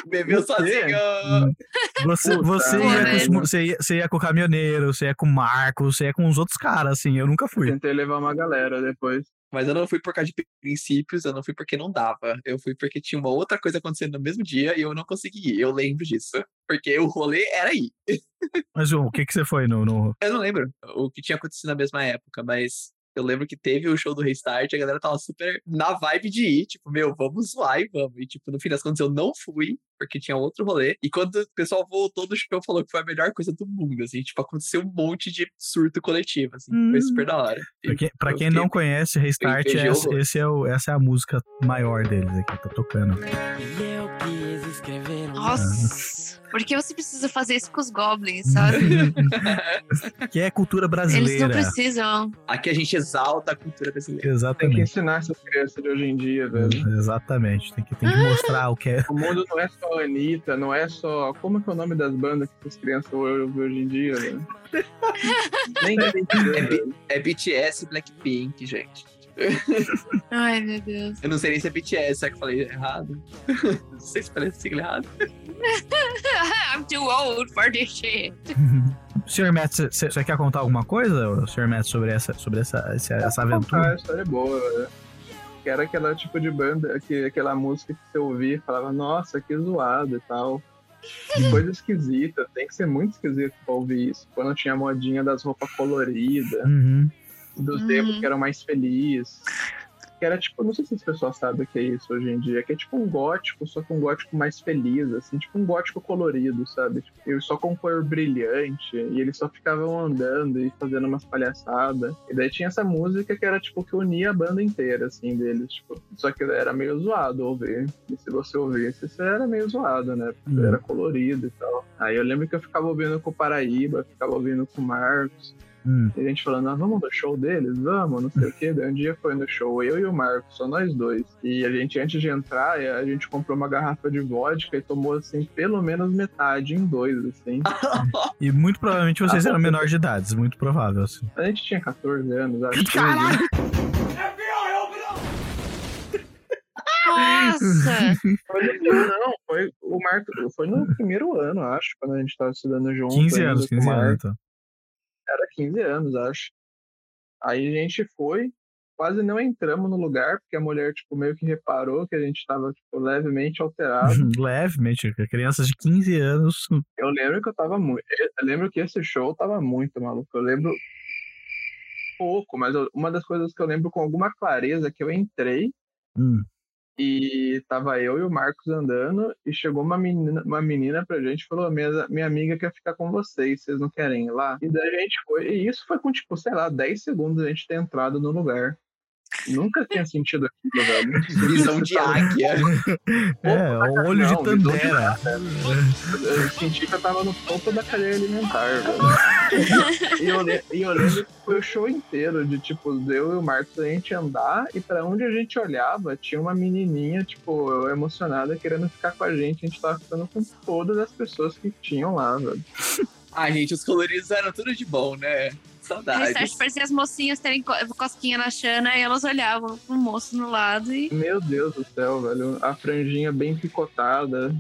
Bebeu Você? sozinho. Você, Puta, você, ia com os velho. mo- você, ia, você ia com o caminhoneiro, você ia com o Marco, você ia com os outros caras, assim. Eu nunca fui. Tentei levar uma galera depois. Mas eu não fui por causa de princípios, eu não fui porque não dava. Eu fui porque tinha uma outra coisa acontecendo no mesmo dia e eu não consegui ir. Eu lembro disso. Porque o rolê era aí. Mas o que, que você foi no. no... Eu não lembro o que tinha acontecido na mesma época, mas eu lembro que teve o show do Restart, a galera tava super na vibe de ir, tipo, meu, vamos zoar e vamos. E, tipo, no fim das contas eu não fui, porque tinha outro rolê. E quando o pessoal voltou do show, falou que foi a melhor coisa do mundo, assim, tipo, aconteceu um monte de surto coletivo, assim, foi super da hora. Pra quem, pra Eu quem fiquei- não conhece, Restart, fiquei é, esse- horror. esse é o- essa é a música maior deles aqui, tá tocando. Nossa, por que você precisa fazer isso com os goblins, sabe? que é cultura Eles não brasileira. precisam. Aqui a gente exalta a cultura brasileira. Tem que né? Exatamente. ensinar essas crianças de hoje em dia, velho. Exatamente. Tem que, tem que mostrar o que é. O mundo não é só Anitta, não é só. Como é que é o nome das bandas que essas crianças ouvem hoje em dia, velho? Nem É, B- é BTS e Blackpink, gente. Ai, meu Deus. Eu não sei nem se é BTS, será que eu falei errado? não sei se parece sigla errada. Ah, I'm too old for this shit. Sr. Metz, você você quer contar alguma coisa, Sr. Metz, sobre essa, sobre essa, essa, essa Ah, a aventura? história é boa, velho. Que era aquela tipo de banda, que, aquela música que você ouvia e falava, nossa, que zoado e tal. Que coisa esquisita, tem que ser muito esquisito pra ouvir isso. Quando tinha a modinha das roupas coloridas, Uhum. dos demos que eram mais felizes. Que era tipo, não sei se as pessoas sabem o que é isso hoje em dia, que é tipo um gótico, só que um gótico mais feliz, assim, tipo um gótico colorido, sabe? E só com cor brilhante, e eles só ficavam andando e fazendo umas palhaçadas. E daí tinha essa música que era tipo que unia a banda inteira, assim, deles, tipo. Só que era meio zoado ouvir. E se você ouvisse, isso era meio zoado, né? Porque Hum. era colorido e tal. Aí eu lembro que eu ficava ouvindo com o Paraíba, ficava ouvindo com o Marcos. Hum. E a gente falando, ah, vamos no show deles? Vamos, não sei o quê. Daí um dia foi no show, eu e o Marco, só nós dois. E a gente, antes de entrar, eh, a gente comprou uma garrafa de vodka e tomou, assim, pelo menos metade em dois, assim. E muito provavelmente vocês Ah, eram tá. menores de idades, muito provável, assim. A gente tinha 14 anos, acho que. Nossa! Olha, Não, foi o Marco, foi no primeiro ano, acho, quando a gente tava estudando junto. 15 ainda anos, com o 15 Marco. anos, então. Era 15 anos, acho. Aí a gente foi, quase não entramos no lugar, porque a mulher, tipo, meio que reparou que a gente tava, tipo, levemente alterado. Uhum, Levemente, crianças de 15 anos. Eu lembro que eu tava muito. Eu lembro que esse show eu tava muito maluco. Eu lembro pouco, mas eu- uma das coisas que eu lembro com alguma clareza é que eu entrei Hum. e tava eu e o Marcos andando e chegou uma menina, uma menina pra gente e falou: minha, minha amiga quer ficar com vocês, vocês não querem ir lá? E daí a gente foi. E isso foi com, tipo, sei lá, 10 segundos a gente ter entrado no lugar. Nunca tinha sentido aquilo, velho. Visão de águia. É, o olho de Não, visão de Tandera. Eu senti que eu tava no topo da cadeia alimentar, velho. E eu, le- e eu lembro que foi o show inteiro de, tipo, eu e o Marcos, a gente andar e pra onde a gente olhava, tinha uma menininha, tipo, emocionada, querendo ficar com a gente. A gente tava ficando com todas as pessoas que tinham lá, velho. Ah, gente, os coloridos eram tudo de bom, né? Saudades. Restart parecia as mocinhas terem co- cosquinha na Xana e elas olhavam pro moço no lado e. Meu Deus do céu, velho. A franjinha bem picotada,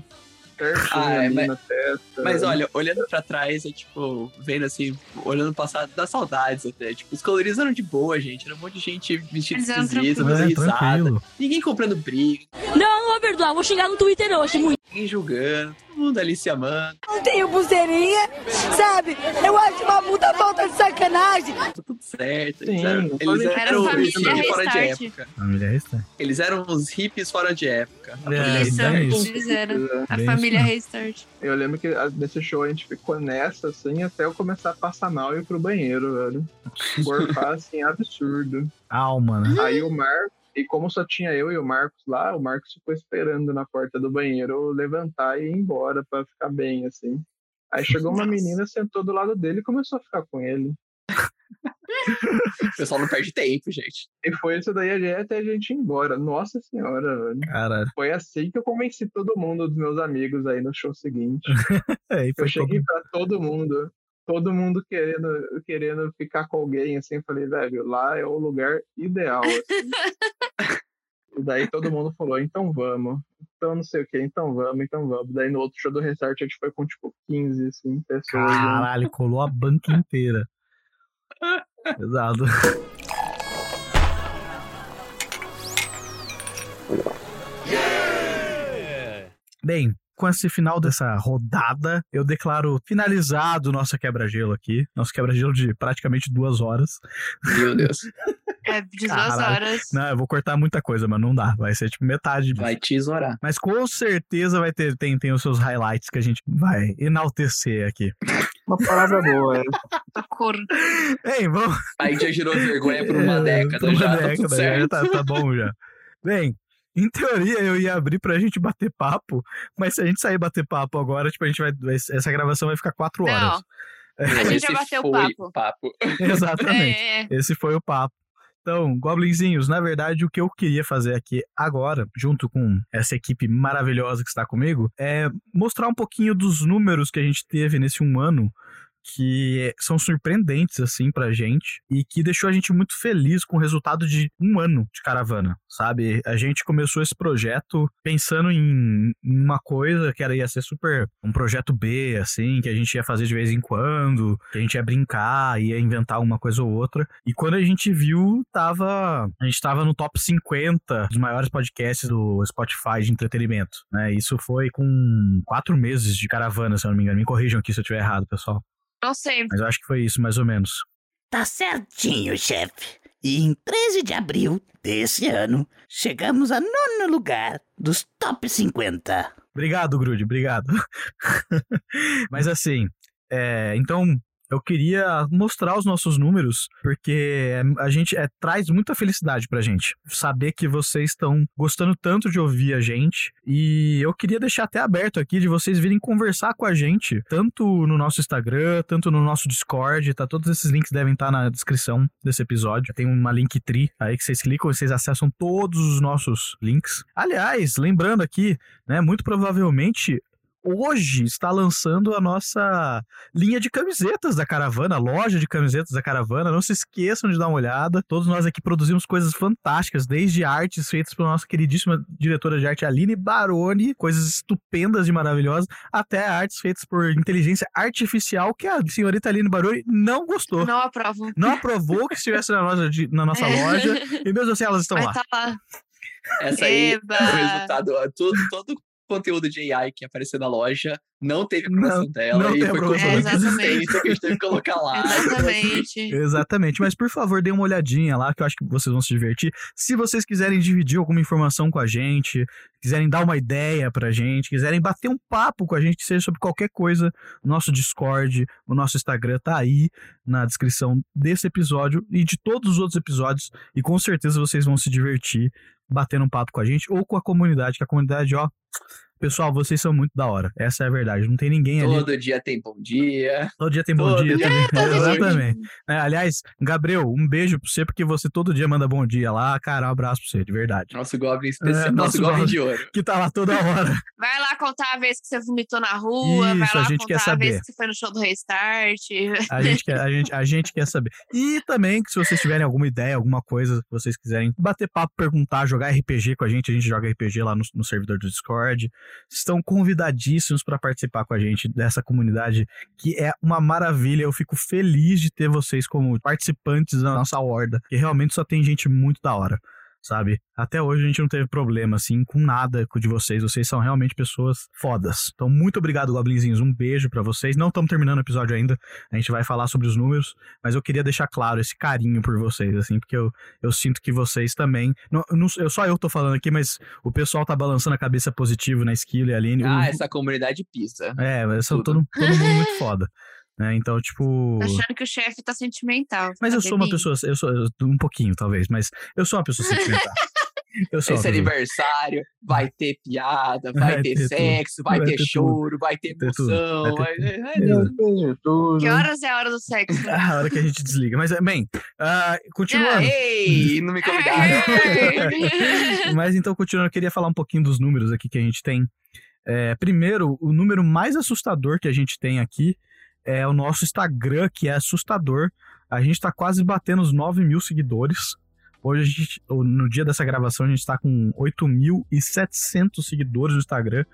certinha Ah, é, ali mas- na testa. Mas olha, olhando pra trás, é tipo, vendo assim, olhando o passado, dá saudades até. Tipo, os coloridos eram de boa, gente. Era um monte de gente vestida Eles eram esquisita, tranquilos. dando É, risada. tranquilo. Ninguém comprando briga, Não, vou perdoar, vou xingar no Twitter hoje, muito. ninguém julgando, todo mundo ali se amando. Não tenho pulseirinha, sabe? Eu acho uma puta falta de sacanagem. Tá tudo certa. Sim, eles eram, eles família- eram Era os família hippies fora de restart. época. Família Restart. Eles eram os hippies fora de época. É, Isso, bem isso. eles eram a Bem isso família mesmo. Restart. Eu lembro que a- nesse show a gente ficou nessa, assim, até eu começar a passar mal e ir pro banheiro, velho. Gorfar, assim, absurdo. Alma, né? Aí o Marcos, e como só tinha eu e o Marcos lá, o Marcos ficou esperando na porta do banheiro eu levantar e ir embora pra ficar bem, assim. Aí chegou uma menina, sentou do lado dele e começou a ficar com ele. O pessoal não perde tempo, gente. E foi isso daí até a gente ir embora. Nossa senhora, velho. Caralho. Foi assim que eu convenci todo mundo dos meus amigos aí no show seguinte. Aí eu foi cheguei pra todo mundo, todo mundo querendo, querendo ficar com alguém, assim, eu falei, velho, lá é o lugar ideal. assim. e daí todo mundo falou, então vamos. Então não sei o que, então vamos, então vamos. Daí no outro show do Restart a gente foi com tipo 15, assim, pessoas. né? Caralho, colou a banca inteira. Pesado. Bem, com esse final dessa rodada, eu declaro finalizado nossa quebra-gelo aqui. Nosso quebra-gelo de praticamente duas horas. Meu Deus. É, de duas Caralho. horas. Não, eu vou cortar muita coisa, mas não dá. Vai ser tipo metade. Vai tesourar. Mas com certeza vai ter tem, tem os seus highlights que a gente vai enaltecer aqui. Uma palavra boa. Ei, vamos. Aí já girou vergonha por uma É, década por uma já, tá década, tudo já certo. tá, tá bom já. Bem, em teoria eu ia abrir pra gente bater papo, mas se a gente sair bater papo agora, tipo, a gente vai. Essa gravação vai ficar quatro horas. A gente Esse já bateu o foi papo. Exatamente. É, é. Esse foi o papo. Então, Goblinzinhos, na verdade, o que eu queria fazer aqui agora, junto com essa equipe maravilhosa que está comigo, é mostrar um pouquinho dos números que a gente teve nesse um ano, que são surpreendentes, assim, pra gente, e que deixou a gente muito feliz com o resultado de um ano de caravana, sabe? A gente começou esse projeto pensando em uma coisa que era, ia ser super um projeto B, assim, que a gente ia fazer de vez em quando, que a gente ia brincar, ia inventar alguma coisa ou outra. E quando a gente viu, tava. A gente tava no top 50 dos maiores podcasts do Spotify de entretenimento, né? Isso foi com quatro meses de caravana, se eu não me engano. Me corrijam aqui se eu estiver errado, pessoal. Não sei. Mas eu acho que foi isso, mais ou menos. Tá certinho, chefe. E em 13 de abril desse ano, chegamos a nono lugar dos top 50. Obrigado, Grude, obrigado. Mas assim, é, então eu queria mostrar os nossos números, porque a gente é, traz muita felicidade pra gente. Saber que vocês estão gostando tanto de ouvir a gente. E eu queria deixar até aberto aqui de vocês virem conversar com a gente, tanto no nosso Instagram, tanto no nosso Discord, tá? Todos esses links devem estar na descrição desse episódio. Tem uma link tree aí que vocês clicam e vocês acessam todos os nossos links. Aliás, lembrando aqui, né, muito provavelmente hoje está lançando a nossa linha de camisetas da caravana, loja de camisetas da caravana. Não se esqueçam de dar uma olhada. Todos nós aqui produzimos coisas fantásticas, desde artes feitas pela nossa queridíssima diretora de arte Aline Baroni, coisas estupendas e maravilhosas, até artes feitas por inteligência artificial que a senhorita Aline Baroni não gostou. Não aprovo. Não aprovou que estivesse na, loja de- na nossa É. loja, e mesmo assim elas estão Mas lá. tá lá. Essa aí Eba! é o resultado. ó, Todo, todo conteúdo de AI que apareceu na loja não teve aprovação Não, dela. não e teve foi aprovação conteúdo dela. existente que a gente teve que colocar Ah, lá. Exatamente. Exatamente, mas por favor, dê uma olhadinha lá, que eu acho que vocês vão se divertir. Se vocês quiserem dividir alguma informação com a gente, quiserem dar uma ideia pra gente, quiserem bater um papo com a gente, que seja sobre qualquer coisa, o nosso Discord, o nosso Instagram tá aí na descrição desse episódio e de todos os outros episódios, e com certeza vocês vão se divertir batendo um papo com a gente ou com a comunidade, que a comunidade, ó. Pessoal, vocês são muito da hora. Essa é a verdade. Não tem ninguém ali. Todo dia tem bom dia. Todo dia tem bom Todo dia dia também. tem bom dia. Exatamente. É, aliás, Gabriel, um beijo pra você, porque você todo dia manda bom dia lá. Cara, um abraço pra você, de verdade. Nosso Goblin especial. É, nosso, nosso Goblin Goblin. de ouro. Que tá lá toda hora. Vai lá contar a vez que você vomitou na rua, vai Isso, a lá gente contar quer a vez saber. que você foi no show do Restart. A gente, quer, a, gente, a gente quer saber. E também, que se vocês tiverem alguma ideia, alguma coisa que vocês quiserem bater papo, perguntar, jogar RPG com a gente, a gente joga RPG lá no, no servidor do Discord. Estão convidadíssimos para participar com a gente dessa comunidade, que é uma maravilha. Eu fico feliz de ter vocês como participantes da nossa horda, que realmente só tem gente muito da hora. sabe? Até hoje a gente não teve problema, assim, com nada com o de vocês. Vocês são realmente pessoas fodas. Então, muito obrigado, Goblinzinhos. Um beijo pra vocês. Não estamos terminando o episódio ainda. A gente vai falar sobre os números, mas eu queria deixar claro esse carinho por vocês, assim, porque eu, eu sinto que vocês também. Não, não- eu, só eu tô falando aqui, mas o pessoal tá balançando a cabeça positivo na esquila e a Aline. Ah, O- essa comunidade pisa. É, mas são todo, todo mundo muito foda. Né? Então, tipo. Tô achando que o chefe tá sentimental. Mas eu tá, sou uma bebinho? pessoa. Eu sou eu- um pouquinho, talvez, mas eu sou uma pessoa sentimental. Eu sou uma Esse é pessoa- aniversário vai ter piada, vai, Vai ter, ter sexo, tudo, vai, vai ter, ter tudo, choro, vai ter ter tudo, emoção, vai vai ter ter. vai ter- tudo. Que horas é a hora do sexo? Ah, a hora que a gente desliga. Mas, bem, ah, continuando. Ei, não me convidaram. Mas então, continuando, eu queria falar um pouquinho dos números aqui que a gente tem. É, primeiro, o número mais assustador que a gente tem aqui é o nosso Instagram, que é assustador. A gente tá quase batendo os 9 mil seguidores. Hoje, a gente, ou no dia dessa gravação, a gente tá com 8.700 seguidores no Instagram.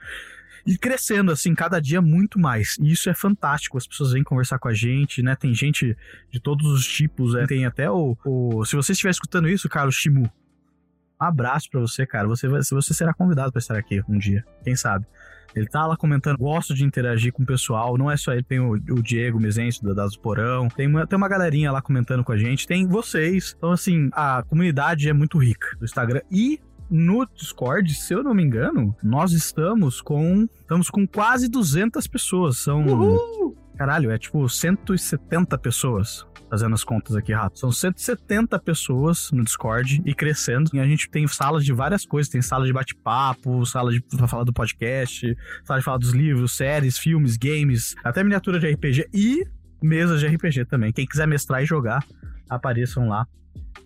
E crescendo, assim, cada dia muito mais. E isso é fantástico. As pessoas vêm conversar com a gente, né? Tem gente de todos os tipos. né? Tem até o, o- Se você estiver escutando isso, cara, o Shimu, um abraço pra você, cara. Você, vai- você será convidado pra estar aqui um dia, quem sabe. Ele tá lá comentando, gosto de interagir com o pessoal. Não é só ele, tem o, o Diego Mezencio da Dados do Porão. Tem uma, tem uma galerinha lá comentando com a gente. Tem vocês. Então, assim, a comunidade é muito rica do Instagram. E no Discord, se eu não me engano, nós estamos com. Estamos com quase 200 pessoas. São. Caralho, é tipo 170 pessoas. Fazendo as contas aqui rápido. São 170 pessoas no Discord e crescendo. E a gente tem salas de várias coisas. Tem sala de bate-papo, sala de, pra falar do podcast, sala de falar dos livros, séries, filmes, games, até miniatura de RPG e mesas de RPG também. Quem quiser mestrar e jogar, apareçam lá.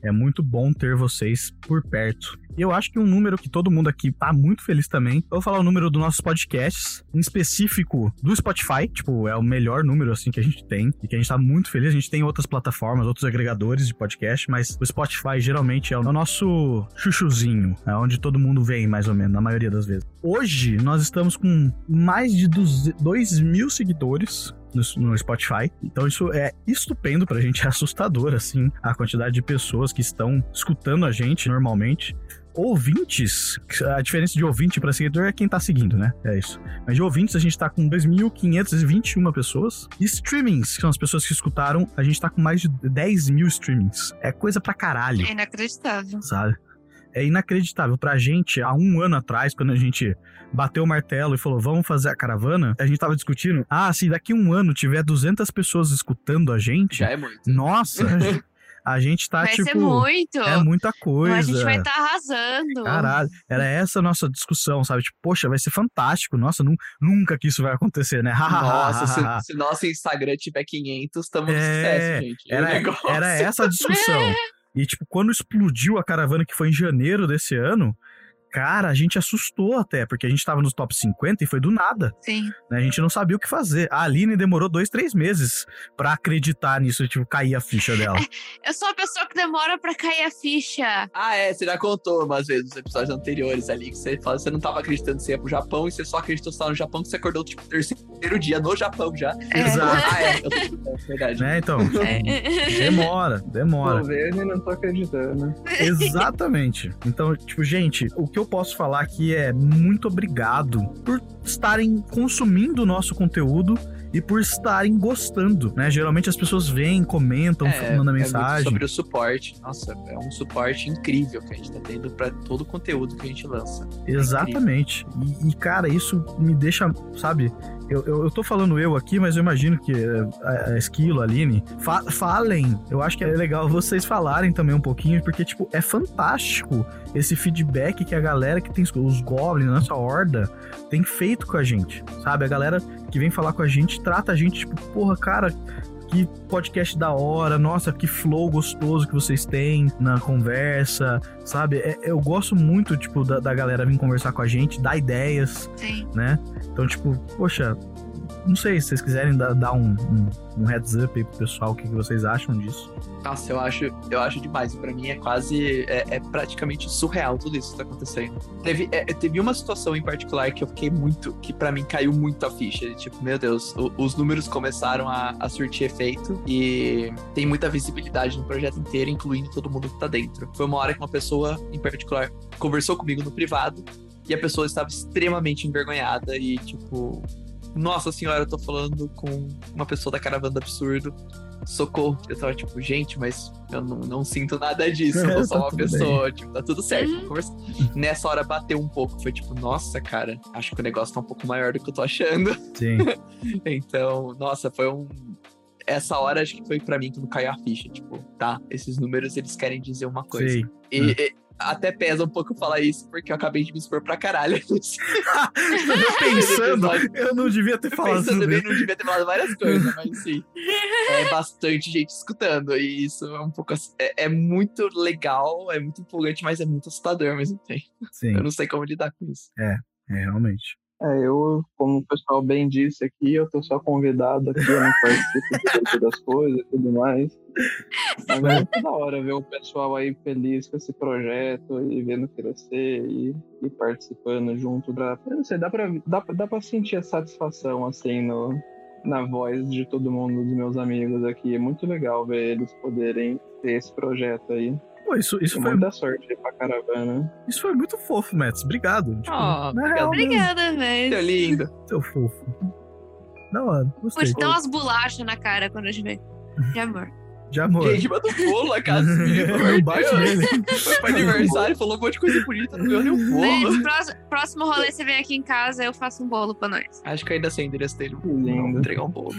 É muito bom ter vocês por perto. E eu acho que um número que todo mundo aqui tá muito feliz também. Eu vou falar o número dos nossos podcasts, em específico do Spotify, tipo, é o melhor número assim que a gente tem e que a gente tá muito feliz. A gente tem outras plataformas, outros agregadores de podcast, mas o Spotify geralmente é o nosso chuchuzinho, é onde todo mundo vem mais ou menos, na maioria das vezes. Hoje nós estamos com mais de 2 mil seguidores no, no Spotify. Então isso é estupendo pra gente, é assustador, assim, a quantidade de pessoas que estão escutando a gente normalmente. Ouvintes, a diferença de ouvinte pra seguidor é quem tá seguindo, né? É isso. Mas de ouvintes a gente tá com 2.521 pessoas. E streamings, que são as pessoas que escutaram, a gente tá com mais de 10 mil streamings. É coisa pra caralho É inacreditável. sabe? É inacreditável. Pra gente, há um ano atrás, quando a gente bateu o martelo e falou, vamos fazer a caravana, a gente tava discutindo, ah, se daqui um ano tiver 200 pessoas escutando a gente... Já é muito. Nossa! a gente tá, Vai ser tipo... muito. É muita coisa. a gente vai estar arrasando. Caralho, era essa a nossa discussão, sabe? Tipo, poxa, vai ser fantástico. Nossa, nu- nunca que isso vai acontecer, né? Nossa, se, se nosso Instagram tiver 500, estamos no É, sucesso, gente. era, o negócio. era essa a discussão. E, tipo, quando explodiu a caravana que foi em janeiro desse ano, cara, a gente assustou até, porque a gente tava nos top 50 e foi do nada. Sim. né? A gente não sabia o que fazer. A Aline demorou dois, três meses pra acreditar nisso, tipo, cair a ficha dela. Eu sou a pessoa que demora pra cair a ficha. Ah, é, você já contou umas vezes nos episódios anteriores ali, que você fala que você não tava acreditando que você ia pro Japão e você só acreditou que você tava no Japão que você acordou tipo terceiro dia no Japão já. Exato. Ah, é, eu tô- é verdade. né? Então, É. demora, demora. Tô vendo e não tô acreditando. Exatamente. Então, tipo, gente, o que eu posso falar aqui é muito obrigado por estarem consumindo o nosso conteúdo e por estarem gostando, né? Geralmente as pessoas vêm, comentam, mandam É, muito mensagem. sobre o suporte. Nossa, é um suporte incrível que a gente tá tendo pra todo o conteúdo que a gente lança. Exatamente. E, e, cara, isso me deixa, sabe? Eu, eu, eu tô falando eu aqui, mas eu imagino que eh, a, a Esquilo, a Aline, fa- falem. Eu acho que é legal vocês falarem também um pouquinho, porque, tipo, é fantástico esse feedback que a galera que tem escu- os Goblins, nossa horda, tem feito com a gente, sabe? A galera que vem falar com a gente trata a gente, tipo, porra, cara, que podcast da hora, nossa, que flow gostoso que vocês têm na conversa, sabe? É- eu gosto muito, tipo, da, da galera vir conversar com a gente, dar ideias, Sim. né? Então, tipo, poxa, Não sei, se vocês quiserem dar, dar um, um- um heads up aí pro pessoal, o que, que vocês acham disso. Nossa, eu acho, eu acho demais. Pra mim é quase. É, é praticamente surreal tudo isso que tá acontecendo. Teve, é, teve uma situação em particular que eu fiquei muito. que pra mim caiu muito a ficha. Tipo, meu Deus, o- os números começaram a, a surtir efeito e tem muita visibilidade no projeto inteiro, incluindo todo mundo que tá dentro. Foi uma hora que uma pessoa, em particular, conversou comigo no privado e a pessoa estava extremamente envergonhada e, tipo, nossa senhora, eu tô falando com uma pessoa da caravana do absurdo. Socorro. Eu tava tipo, gente, mas eu não, não sinto nada disso. Eu É, tô só tá uma tudo pessoa, bem. tipo, tá tudo certo. vamos conversar. Nessa hora bateu um pouco. Foi tipo, nossa, cara, acho que o negócio tá um pouco maior do que eu tô achando. Sim. então, nossa, foi um. Essa hora acho que foi pra mim que não caiu a ficha. Tipo, tá, esses números eles querem dizer uma coisa. Sim. E, e até pesa um pouco falar isso, porque eu acabei de me expor pra caralho. Eu pensando, eu não devia ter falado Pensando tudo bem, isso. não devia ter falado várias coisas, mas sim. É bastante gente escutando. E isso é um pouco. ass- É, é muito legal, é muito empolgante, mas é muito assustador ao mesmo tempo. Sim. Eu não sei como lidar com isso. É, é, realmente. É, eu, como o pessoal bem disse aqui, eu tô só convidado aqui, eu não participo direito das coisas e tudo mais. Mas é muito da hora ver o pessoal aí feliz com esse projeto e vendo crescer e, e participando junto. Pra, eu não sei, dá pra, dá, pra- dá pra sentir a satisfação, assim, no, na voz de todo mundo, dos meus amigos aqui. É muito legal ver eles poderem ter esse projeto aí. Pô, isso, isso E foi, Muita sorte aí pra caravana. isso foi muito fofo, Mets. Obrigado. Tipo, Ah, Oh, na real obrigada, mesmo. velho. Seu lindo. Seu fofo. Da hora, gostei. Puxa, dá umas bolachas na cara quando a gente vê. De amor. De amor. Gente, manda um bolo na casa desse menino, pelo amor de Bate Deus. nele. Foi pro aniversário, falou um monte de coisa bonita, não ganhou nenhum Beijo, bolo. próximo, próximo rolê você vem aqui em casa, eu faço um bolo pra nós. Acho que eu ainda sei o endereço dele. Não, vou entregar um bolo.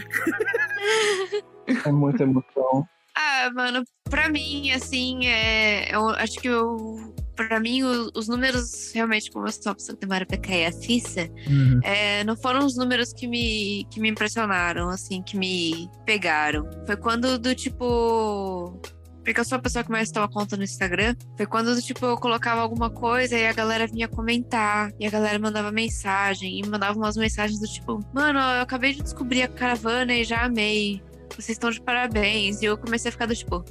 É muita emoção. Ah, mano, pra mim, assim, é, eu acho que eu. Pra mim, o- os números, realmente, como eu sou uma pessoa que demora pra cair é a ficha, Uhum. é, não foram os números que me, que me impressionaram, assim, que me pegaram. Foi quando do tipo. Porque eu sou a pessoa que mais toma conta no Instagram. Foi quando, do tipo, eu colocava alguma coisa e a galera vinha comentar. E a galera mandava mensagem. E mandava umas mensagens do tipo: Mano, eu acabei de descobrir a caravana e já amei. Vocês estão de parabéns. E eu comecei a ficar do tipo.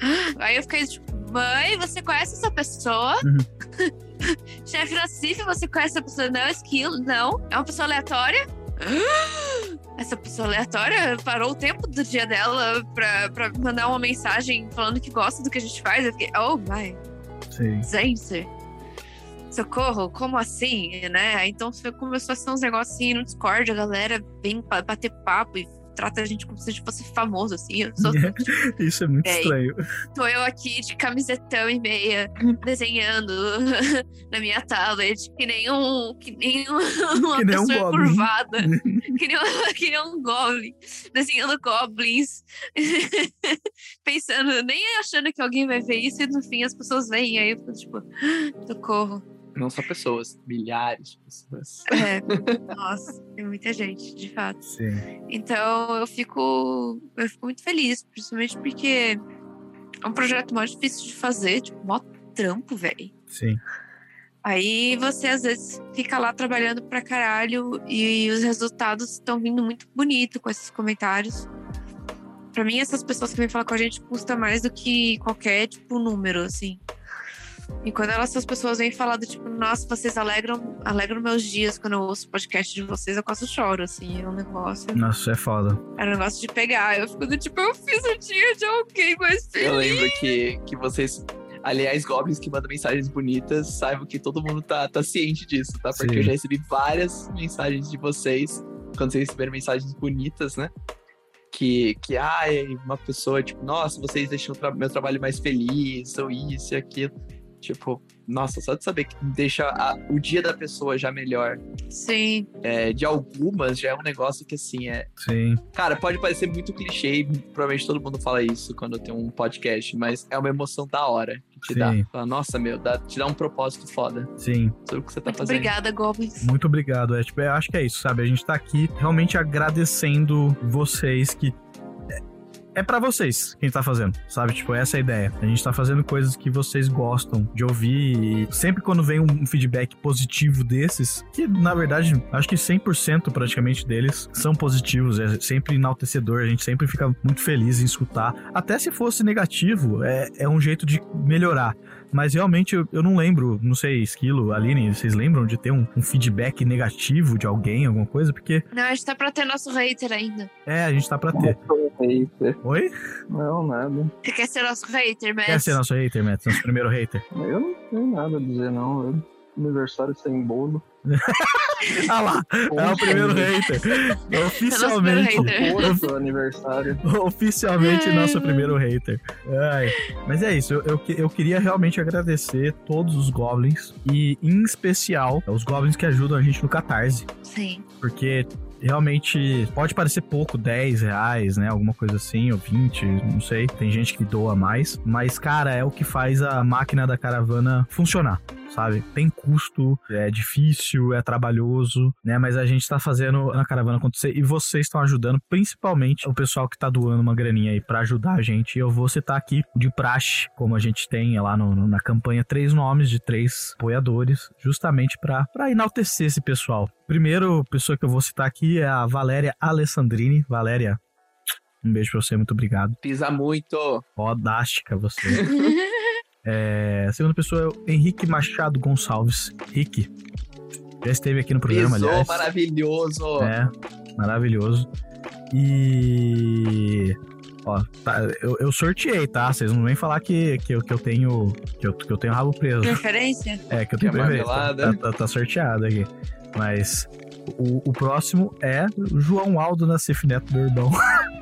"Ah!" Aí eu fiquei tipo: Mãe, você conhece essa pessoa? Chefe Nassif, você conhece essa pessoa? Não, é um esquilo, não. É uma pessoa aleatória? Essa pessoa aleatória parou o tempo do dia dela pra, pra mandar uma mensagem falando que gosta do que a gente faz. Eu fiquei, oh my, Sim. gente, socorro, como assim, né? Então foi- começou a ser uns negócios assim no Discord, a galera vem pa- bater papo e trata a gente como se a gente fosse famoso, assim. Eu sou Isso é muito Ei. estranho. Tô eu aqui de camisetão e meia, desenhando na minha tablet, que nem um. Que nem um- uma Que nem um pessoa goblin. curvada. que, nem um, que nem um goblin. Desenhando goblins. Pensando, nem achando que alguém vai ver isso, e no fim as pessoas veem. Aí eu fico tipo, socorro. Não só pessoas, milhares de pessoas. É, nossa, é muita gente, de fato. Sim. Então eu fico, eu fico muito feliz, principalmente porque é um projeto mó difícil de fazer, tipo, mó trampo, velho. Sim. Aí você às vezes fica lá trabalhando pra caralho e os resultados estão vindo muito bonito com esses comentários. Pra mim, essas pessoas que vêm falar com a gente custa mais do que qualquer tipo número, assim. E quando elas, essas pessoas vêm falar do tipo, nossa, vocês alegram, alegram meus dias quando eu ouço o podcast de vocês, eu quase choro, assim. É um negócio. Nossa, é foda. É um negócio de pegar. Eu fico do tipo, eu fiz o dia de alguém mais feliz. Eu lembro que, que vocês. Aliás, goblins que mandam mensagens bonitas, saibam que todo mundo tá, tá ciente disso, tá? Porque Sim. eu já recebi várias mensagens de vocês, quando vocês receberam mensagens bonitas, né? Que, que ai, uma pessoa, tipo, nossa, vocês deixam o tra- meu trabalho mais feliz, ou isso e aquilo. Tipo, nossa, só de saber que deixa a- o dia da pessoa já melhor. Sim. É, de algumas, já é um negócio que, assim, é, Sim. Cara, pode parecer muito clichê, e provavelmente todo mundo fala isso quando tem um podcast, mas é uma emoção da hora que te Sim. dá. Fala, Nossa, meu, dá, te dá um propósito foda Sim. sobre o que você tá Muito fazendo. obrigada, Goblins. Muito obrigado. É, tipo, eu acho que é isso, sabe? A gente tá aqui realmente agradecendo vocês que. é, é pra vocês que a gente tá fazendo, sabe? Tipo, essa é a ideia. A gente tá fazendo coisas que vocês gostam de ouvir e sempre quando vem um feedback positivo desses, que na verdade acho que 100% praticamente deles são positivos, é sempre enaltecedor, a gente sempre fica muito feliz em escutar. Até se fosse negativo, é, é um jeito de melhorar. Mas realmente eu, eu não lembro, não sei, Esquilo, Aline, vocês lembram de ter um, um feedback negativo de alguém, alguma coisa? Porque Não, a gente tá pra ter nosso hater ainda. é, a gente tá pra ter. Oi? Não, nada. Você quer ser nosso hater, mas... Quer ser nosso hater, Matt? Nosso primeiro hater. Eu não tenho nada a dizer, não. Eu- Aniversário sem bolo. ah lá, é o primeiro hater. É Oficialmente. Outro aniversário. Oficialmente nosso primeiro hater. Ai, Mas é isso, eu, eu, que- eu queria realmente agradecer todos os goblins e, em especial, os goblins que ajudam a gente no Catarse. Sim. Porque realmente pode parecer pouco, 10 reais, né? Alguma coisa assim, ou 20, não sei. Tem gente que doa mais. Mas, cara, é o que faz a máquina da caravana funcionar. Sabe? Tem custo, é difícil, é trabalhoso, né? Mas a gente tá fazendo a caravana acontecer e vocês estão ajudando, principalmente o pessoal que tá doando uma graninha aí pra ajudar a gente. E eu vou citar aqui de praxe, como a gente tem lá no- no- na campanha, três nomes de três apoiadores, justamente pra pra enaltecer esse pessoal. Primeiro pessoa que eu vou citar aqui é a Valéria Alessandrini. Valéria, um beijo pra você, muito obrigado. Pisa muito. Fodástica você. É, a segunda pessoa é o Henrique Machado Gonçalves. Rick. Já esteve aqui no programa, Pisou, aliás. maravilhoso. É, maravilhoso. E. Ó, tá, eu, eu sorteei, tá? Vocês não vêm falar que, que, eu, que eu tenho. Que eu, que eu tenho rabo preso. Preferência? É, que eu tenho Que é preferência. marmelada. Tá, tá- tá sorteado aqui. Mas o, o próximo é o João Aldo Nassif Neto do Urbão.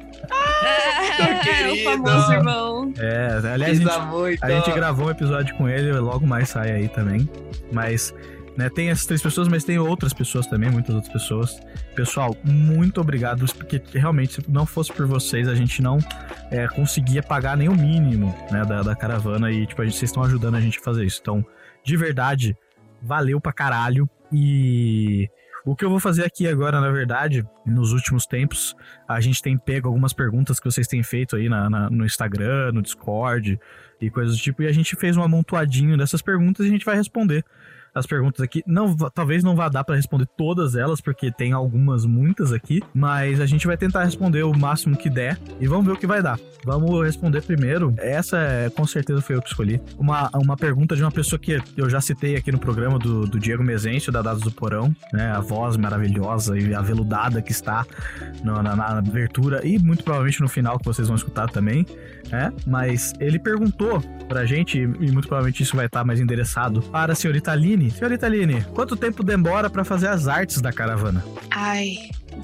Ah, o famoso irmão. É, aliás, Pisa a gente, muito. a gente gravou um episódio com ele, logo mais sai aí também. Mas, né, tem essas três pessoas, mas tem outras pessoas também, muitas outras pessoas. Pessoal, muito obrigado, porque realmente, se não fosse por vocês, a gente não é, conseguia pagar nem o mínimo, né, da, da caravana. E, tipo, a gente, vocês estão ajudando a gente a fazer isso. Então, de verdade, valeu pra caralho. E o que eu vou fazer aqui agora, na verdade, nos últimos tempos, a gente tem pego algumas perguntas que vocês têm feito aí na- na- no Instagram, no Discord e coisas do tipo, e a gente fez um amontoadinho dessas perguntas e a gente vai responder as perguntas aqui. Não, va- talvez não vá dar pra responder todas elas, porque tem algumas, muitas aqui, mas a gente vai tentar responder o máximo que der e vamos ver o que vai dar. Vamos responder primeiro. Essa é, com certeza foi eu que escolhi. Uma, uma pergunta de uma pessoa que eu já citei aqui no programa do, do Diego Mezencio, da Dados do Porão, né? A voz maravilhosa e aveludada que está no- na, na abertura e muito provavelmente no final que vocês vão escutar também, né? Mas ele perguntou pra gente, e muito provavelmente isso vai estar mais endereçado para a senhorita Aline. Senhorita Aline, quanto tempo demora pra fazer as artes da caravana? Ai,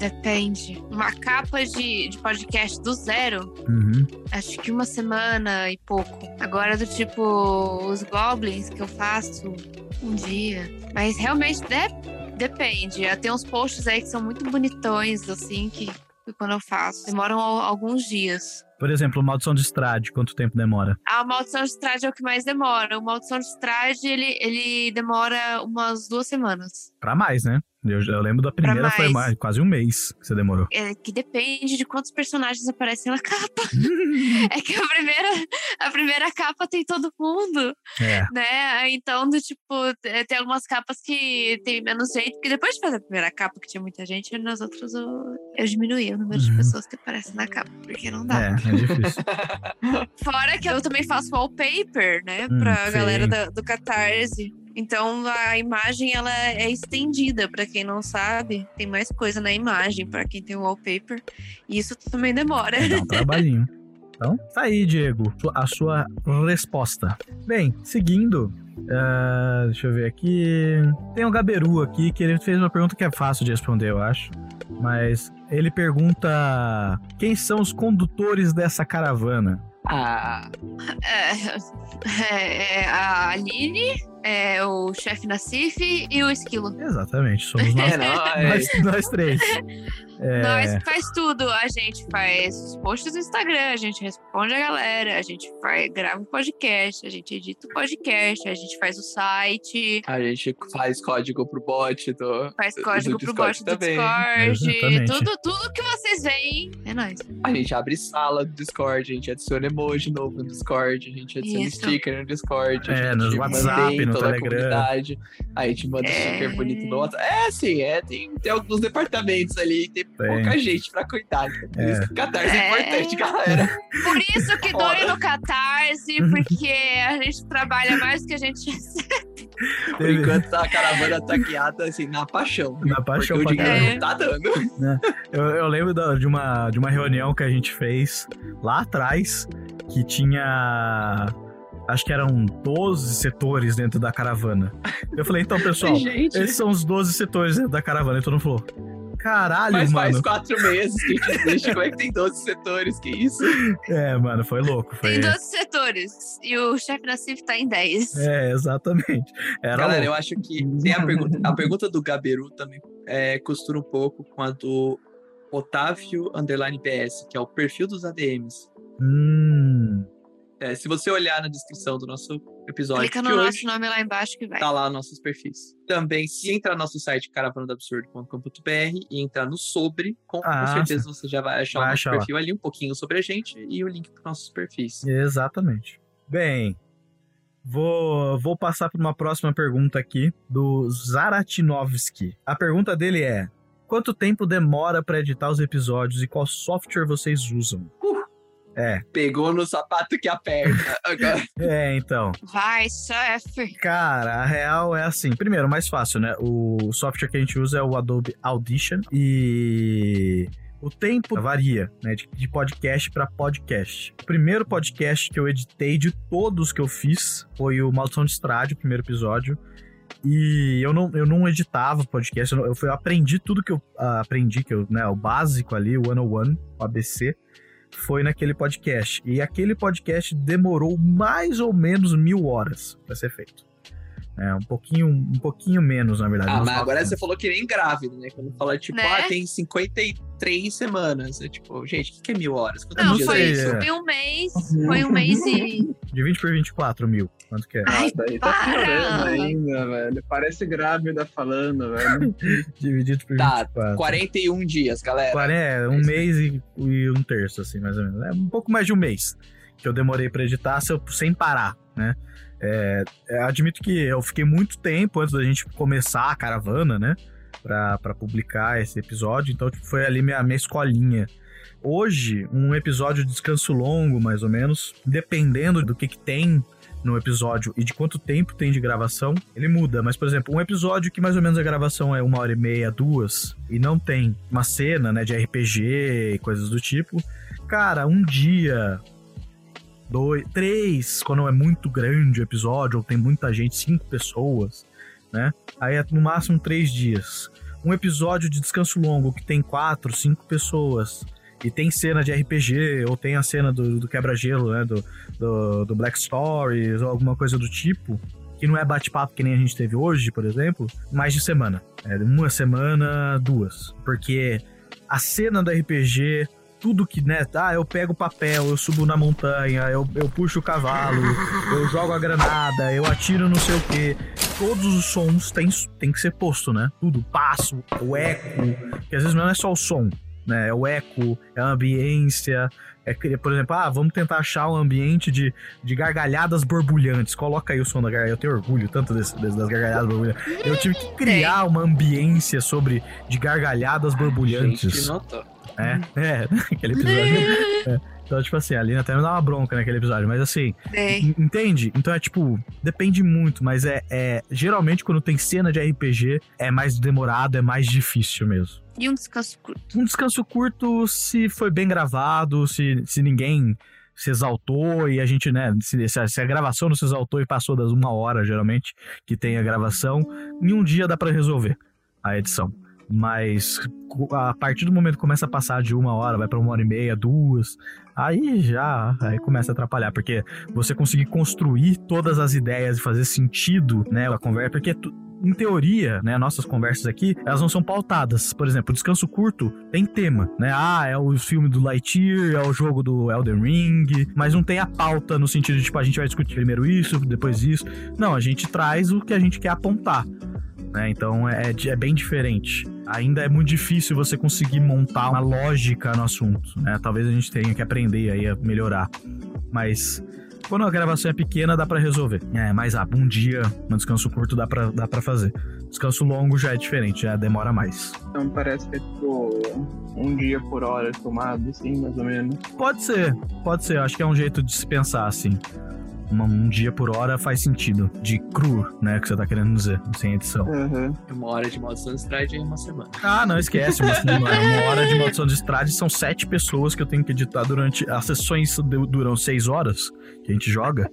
depende. Uma capa de, de podcast do zero, Uhum. acho que uma semana e pouco. Agora, do tipo, os goblins que eu faço um dia. Mas realmente de- depende. Eu tenho uns posts aí que são muito bonitões, assim, que, que quando eu faço. Demoram al- alguns dias. Por exemplo, Maldição de Estrade, quanto tempo demora? A Maldição de Strade é o que mais demora. O Maldição de Strade, ele, ele demora umas duas semanas. Pra mais, né? Eu, eu lembro da primeira foi mais. mais, quase um mês que você demorou. É, que depende de quantos personagens aparecem na capa. é que a primeira, a primeira capa tem todo mundo, É. né? Então, do tipo, é, tem algumas capas que tem menos gente, porque depois de fazer a primeira capa, que tinha muita gente, nas outras eu, eu diminuí o número de pessoas que aparecem na capa, porque não dá. É, é difícil. Fora que eu também faço wallpaper, né? Hum, pra sim. galera da- do Catarse. Então a imagem ela é estendida, pra quem não sabe. Tem mais coisa na imagem pra quem tem wallpaper. E isso também demora. Dá um trabalhinho. Então, tá aí, Diego, sua- a sua resposta. Bem, seguindo. ah, deixa eu ver aqui. Tem o Gaberu aqui, que ele fez uma pergunta que é fácil de responder, eu acho. Mas ele pergunta: quem são os condutores dessa caravana? Ah. É, é, é a Aline, é o chefe Nassif e o Esquilo. Exatamente, somos nós, É nóis. nós, nós três. É, Nós faz tudo. A gente faz os posts no Instagram, a gente responde a galera, a gente faz, grava o podcast, a gente edita o podcast, a gente faz o site, A gente faz código pro bot do. faz código pro bot do também. Discord. Exatamente. Tudo, tudo que vocês veem é nóis. A gente abre sala do Discord, a gente adiciona emoji novo no Discord, a gente adiciona Isso. sticker no Discord. a É, gente nos WhatsApp, mantém no toda a Telegram. comunidade. A gente manda sticker bonito no WhatsApp. É, assim, é, tem, tem alguns departamentos ali, tem, pouca gente pra cuidar. então Por É. isso que o Catarse é, É. importante, galera. Por isso que doe no Catarse, porque a gente trabalha mais do que a gente Por enquanto, tá a caravana tá guiada, assim, na paixão. Na paixão Porque o pra dinheiro não caramba. tá dando. né? Eu, eu lembro da- de, uma, de uma reunião que a gente fez lá atrás, que tinha. Acho que eram 12 setores dentro da caravana. Eu falei, então, pessoal, Gente. esses são os 12 setores dentro da caravana. E todo mundo falou: caralho, Mas mano. faz quatro meses que a gente existe, como é que tem 12 setores, que isso? É, mano, foi louco. Foi... tem 12 setores. E o chefe Nassif tá em 10. É, exatamente. Era um Galera, eu louco. acho que tem a pergunta, a pergunta do Gaberu também é, costura um pouco com a do Otávio Underline PS, que é o perfil dos ADMs. Hum. É, se você olhar na descrição do nosso episódio Clica de no hoje, nosso nome lá embaixo que vai. tá lá nossos perfis. Também, se entrar no nosso site caravanadabsurdo.com.br e entrar no sobre, com, com Ah, certeza sim. você já vai achar o Vai nosso achar lá. perfil ali, um pouquinho sobre a gente e o link para nossos perfis. Exatamente. Bem, vou, vou passar para uma próxima pergunta aqui do Zaratinovski. A pergunta dele é: quanto tempo demora para editar os episódios e qual software vocês usam? É, Pegou no sapato que aperta. Agora- é, então. Vai, chefe. Cara, a real é assim. Primeiro, mais fácil, né? O software que a gente usa é o Adobe Audition e o tempo varia, né? De, de podcast pra podcast. O primeiro podcast que eu editei de todos que eu fiz foi o Maldição de Estrade, o primeiro episódio. E eu não, eu não editava podcast, eu, não- eu, fui- eu aprendi tudo que eu ah, aprendi, que eu, né, o básico ali, o 101, o ABC, foi naquele podcast. E aquele podcast demorou mais ou menos mil horas pra ser feito. É, um pouquinho, um pouquinho menos, na verdade. Ah, Uns mas agora quatro você falou que nem grávido, né? Quando fala, tipo, Né? ah, tem 53 semanas. É tipo, gente, o que, que é mil horas? Quantos Não, dias foi, é sei, é. foi um mês. Foi um mês e. De 20 por 24 mil. Quanto que é? Nossa, aí tá piorando ainda, velho. Parece grávida falando, velho. Dividido por Tá, 24. 41 dias, galera. Quare- é, um mês e, e um terço, assim, mais ou menos. É um pouco mais de um mês que eu demorei pra editar se eu- sem parar, né? É, é, admito que eu fiquei muito tempo antes da gente começar a caravana, né? Pra, pra publicar esse episódio. Então, tipo, foi ali minha, minha escolinha. Hoje, um episódio de descanso longo, mais ou menos, dependendo do que, que tem no episódio e de quanto tempo tem de gravação, ele muda. Mas, por exemplo, um episódio que mais ou menos a gravação é uma hora e meia, duas, e não tem uma cena, né, de RPG e coisas do tipo, cara, um dia, dois, três, quando é muito grande o episódio, ou tem muita gente, cinco pessoas, né? Aí é no máximo três dias. Um episódio de descanso longo que tem quatro, cinco pessoas. E tem cena de RPG, ou tem a cena do, do quebra-gelo, né? Do, do, do Black Stories, ou alguma coisa do tipo. Que não é bate-papo que nem a gente teve hoje, por exemplo. Mais de semana. É, uma semana, duas. Porque a cena do RPG, tudo que, né? Ah, eu pego o papel, eu subo na montanha, eu, eu puxo o cavalo, eu jogo a granada, eu atiro não sei o quê. Todos os sons tem, tem que ser posto, né? Tudo, o passo, o eco. Porque às vezes não é só o som, né? É o eco, é a ambiência. É, cri- por exemplo, ah, vamos tentar achar um ambiente de, de gargalhadas borbulhantes. Coloca aí o som da gargalhada. Eu tenho orgulho tanto desse, desse- das gargalhadas borbulhantes. Eu tive que criar uma ambiência sobre de gargalhadas borbulhantes. Gente, notou. É, é, aquele Né? episódio. É. Então, tipo assim, a Lina até me dá uma bronca naquele episódio, mas assim. Dei. en- Entende? Então é tipo, depende muito, mas é, é. Geralmente quando tem cena de RPG é mais demorado, é mais difícil mesmo. E um descanso curto. Um descanso curto se foi bem gravado, se, se ninguém se exaltou e a gente, né, se, se a, se a gravação não se exaltou e passou das uma hora, geralmente, que tem a gravação, em um dia dá pra resolver a edição. Mas co- a partir do momento que começa a passar de uma hora, vai pra uma hora e meia, duas, aí já aí começa a atrapalhar, porque você conseguir construir todas as ideias e fazer sentido, né, a conversa, porque tu- em teoria, né, nossas conversas aqui, elas não são pautadas. Por exemplo, o descanso curto tem tema, né? Ah, é o filme do Lightyear, é o jogo do Elden Ring, mas não tem a pauta no sentido de, tipo, a gente vai discutir primeiro isso, depois isso. Não, a gente traz o que a gente quer apontar. Né? Então é, é bem diferente. Ainda é muito difícil você conseguir montar uma lógica no assunto. Né? Talvez a gente tenha que aprender aí a melhorar. Mas quando a gravação é pequena, dá para resolver. É, mais ah, um dia, um descanso curto dá pra, dá pra fazer. Descanso longo já é diferente, já demora mais. Então parece que é tipo um dia por hora tomado, assim, mais ou menos. Pode ser, pode ser. Eu acho que é um jeito de se pensar, assim. Um, um dia por hora faz sentido. De cru, né? Que você tá querendo dizer, sem edição. Uhum. Uma hora de maldição de estrade é uma semana. Ah, não esquece. Uma, uma- É uma hora de maldição de estrade são sete pessoas que eu tenho que editar durante. As sessões du- duram seis horas que a gente joga.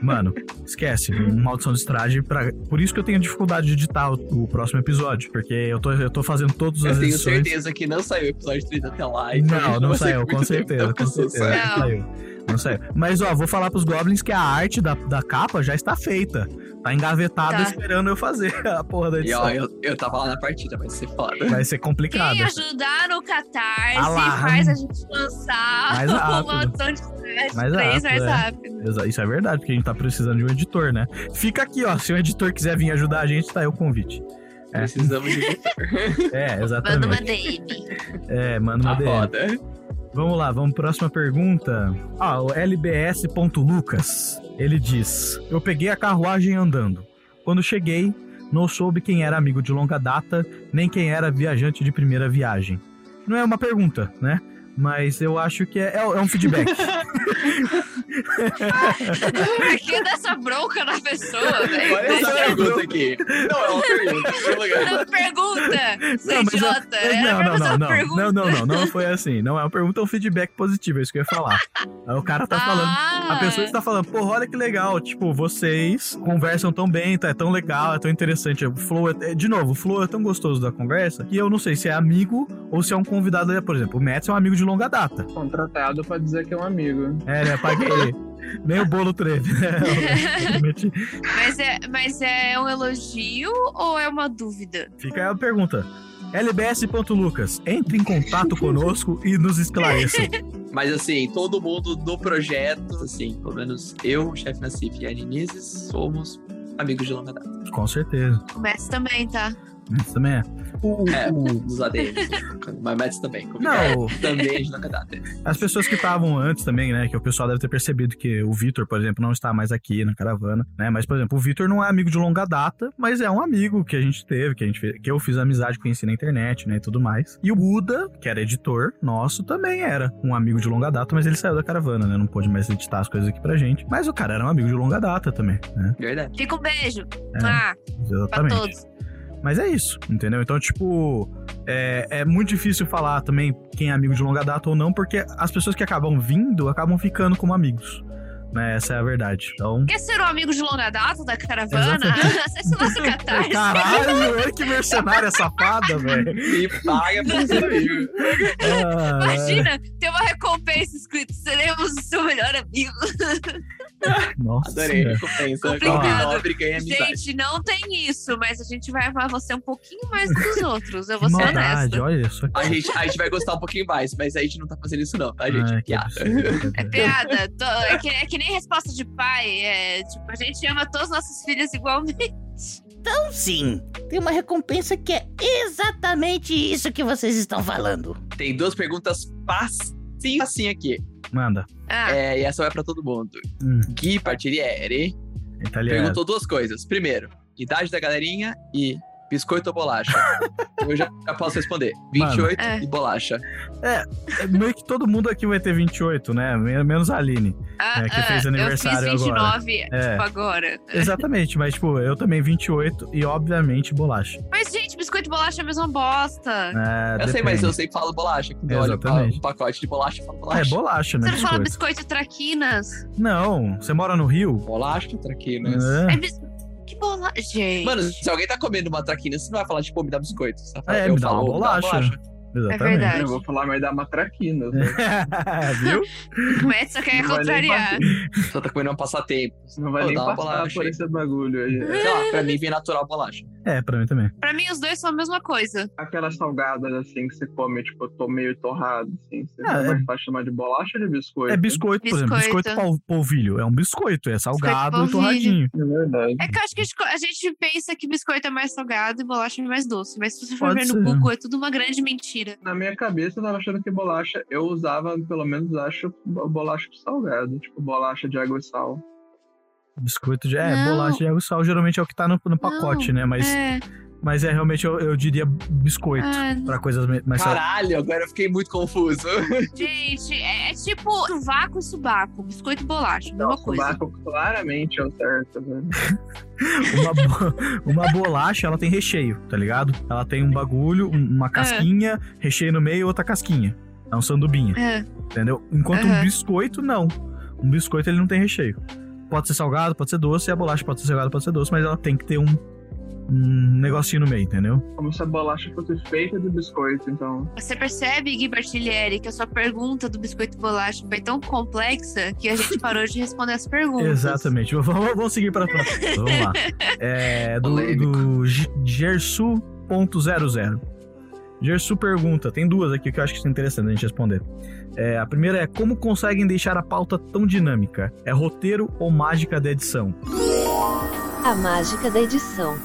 Mano, esquece. Uma maldição de estrade. Pra... Por isso que eu tenho dificuldade de editar o, o próximo episódio. Porque eu tô, eu tô fazendo todas Eu as tenho edições. certeza que não saiu o episódio 30 até lá. então a Não, gente não vai ter saiu, muito com tempo certeza, pra com certeza. processar. Não saiu. Não saiu. Mas ó, vou falar pros goblins que a arte da, da capa já está feita. Tá engavetada Tá. esperando eu fazer a porra da E edição. ó, eu, eu tava lá na partida, vai ser foda. Vai ser complicado. Quem ajudar no Catarse Ah lá. faz a gente lançar Mais uma rápido. maldição de estresse Mais três rápido, mais é. rápido. Exa- Isso é verdade, porque a gente tá precisando de um editor, né? Fica aqui, ó. Se o editor quiser vir ajudar a gente, tá aí o convite. É. Precisamos de editor. É, Manda uma exatamente. DM. É, manda uma Tá DM. foda. Vamos lá, vamos pra próxima pergunta. Ah, o lbs.lucas. Ele diz: Eu peguei a carruagem andando. Quando cheguei, não soube quem era amigo de longa data, nem quem era viajante de primeira viagem. Não é uma pergunta, né? Mas eu acho que é, é um feedback. Por que dessa bronca na pessoa, velho? Olha essa pergunta aqui. Não, é uma pergunta. em primeiro lugar. Não é pergunta, seu mas eu- idiota. eu- Era pra não, fazer não, uma não, É, pergunta. não, não, não, não, foi assim. Não é uma pergunta, é um feedback positivo, é isso que eu ia falar. Aí o Ah. cara tá falando, a pessoa é está falando, porra, olha que legal, tipo, vocês conversam tão bem, tá, é tão legal, é tão interessante. O flow, é- é- de novo, o flow é tão gostoso da conversa que eu não sei se é amigo ou se é um convidado, por exemplo, o Mets é um amigo de longa data. Contratado pra dizer que é um amigo. É, né, paguei. Nem o bolo treve, né? Mas é, mas é um elogio ou é uma dúvida? Fica aí a pergunta. lbs.lucas, entre em contato conosco e nos esclareça. Mas assim, todo mundo do projeto, assim, pelo menos eu, o chefe Nassif e a Aninizes, somos amigos de longa data. Com certeza. O Mads também, tá? Isso também é. É, nos ADMs. né, Mas Mads também. Não. Também de longa data. As pessoas que estavam antes também, né? Que o pessoal deve ter percebido que o Vitor, por exemplo, não está mais aqui na caravana, né? Mas, por exemplo, o Vitor não é amigo de longa data, mas é um amigo que a gente teve, que, a gente fez- que eu fiz amizade, conheci na internet, né? E tudo mais. E o Buda, que era editor nosso, também era um amigo de longa data, mas ele saiu da caravana, né? Não pôde mais editar as coisas aqui pra gente. Mas o cara era um amigo de longa data também, né? é Verdade. Fica um beijo. É. Ah, pra Exatamente. todos. Mas é isso, entendeu? Então, tipo, é, é muito difícil falar também quem é amigo de longa data ou não, porque as pessoas que acabam vindo acabam ficando como amigos. Né? Essa é a verdade. Então. Quer ser um amigo de longa data da caravana? Exatamente. Acesse o nosso catarse. Caralho, olha que mercenária safada, velho. Me paga pra ser amigo. Ah, Imagina, tem uma recompensa escrita. Seremos o seu melhor amigo. Nossa. Adorei a senhora. recompensa. Complicado. Nobre ganha amizade. Gente, não tem isso, mas a gente vai amar você um pouquinho mais que os outros. Eu Que vou ser maldade, honesta. olha só. A gente, a gente vai gostar um pouquinho mais, mas a gente não tá fazendo isso não, tá, gente? Ai, que Piada. absurdo. É piada. tô- é, que, é que nem resposta de pai. É, tipo, a gente ama todos os nossos filhos igualmente. Então sim, tem uma recompensa que é exatamente isso que vocês estão falando. Tem duas perguntas facinho assim aqui. Manda. Ah, Tá. É, e essa vai pra todo mundo. é, Hum, Gui Partirieri italiano. perguntou duas coisas. Primeiro, idade da galerinha e biscoito ou bolacha? Eu já, já posso responder. 28 Mano. e bolacha. É, é, meio que todo mundo aqui vai ter 28, né? Men- Menos a Aline, né, que fez aniversário ah, eu fiz agora. 29, É. tipo, agora. Exatamente, mas tipo, eu também 28 e obviamente bolacha. Mas, gente, biscoito e bolacha é a mesma bosta. É, eu sei, depende. mas eu sei que falo bolacha. Quando eu olho pra Exatamente. um pacote de bolacha, eu falo Ah, bolacha. É bolacha, né? Você não fala biscoito. biscoito traquinas? Não, você mora no Rio? Bolacha, traquinas. É É. bis- Que bolacha. Gente. Mano, se alguém tá comendo uma traquina, você não vai falar, tipo, me dá biscoito. Você vai falar, É, eu me dá falo, uma "Me dá bolacha. Exatamente. Eu vou falar mais da matraquina. Viu? O Edson quer Não vai nem é contrariar. Só tá comendo um passatempo. Não vai Pô, nem dá uma passar por aí. esse bagulho aí. Sei lá, pra mim vem natural a bolacha. É, pra mim também. Pra mim, os dois são a mesma coisa. Aquelas salgadas assim que você come, tipo, eu tô meio torrado, assim. Você Ah, é. não vai chamar de bolacha ou de biscoito? É biscoito, por exemplo. Biscoito pol- polvilho. É um biscoito, é salgado e polvilho. torradinho. É verdade. É que eu acho que a gente- a gente pensa que biscoito é mais salgado e bolacha é mais doce. Mas se você for Pode ver ser. no Google, é tudo uma grande mentira. Na minha cabeça eu tava achando que bolacha, eu usava, pelo menos acho, bo- bolacha com salgado, tipo bolacha de água e sal. Biscoito de. É, Não. bolacha de água e sal geralmente é o que tá no, no pacote, né? Mas É. Mas é realmente, eu, eu diria biscoito. Ah. pra coisas me- mais. sal- Caralho, agora eu fiquei muito confuso. Gente, é, é tipo sovaco e subaco. Biscoito e bolacha. Mesma coisa. Subaco claramente é o certo, né? Uma, bo- uma bolacha, ela tem recheio, tá ligado? Ela tem um bagulho, um- uma casquinha, recheio no meio e outra casquinha. É um sandubinho. É. Entendeu? Enquanto um Aham. biscoito, não. Um biscoito, ele não tem recheio. Pode ser salgado, pode ser doce, e a bolacha pode ser salgada, pode ser doce, mas ela tem que ter um, um negocinho no meio, entendeu? Como se a bolacha fosse feita de biscoito, então. Você percebe, Gui Bartilieri, que a sua pergunta do biscoito e bolacha foi tão complexa que a gente parou de responder as perguntas. Exatamente. Vamos, vamos- vamos seguir pra próxima. Vamos lá. É, do, do G- Gersu.00. Gersu pergunta, tem duas aqui que eu acho que são interessantes a gente responder. É, a primeira é como conseguem deixar a pauta tão dinâmica? É roteiro ou mágica da edição? A mágica da edição.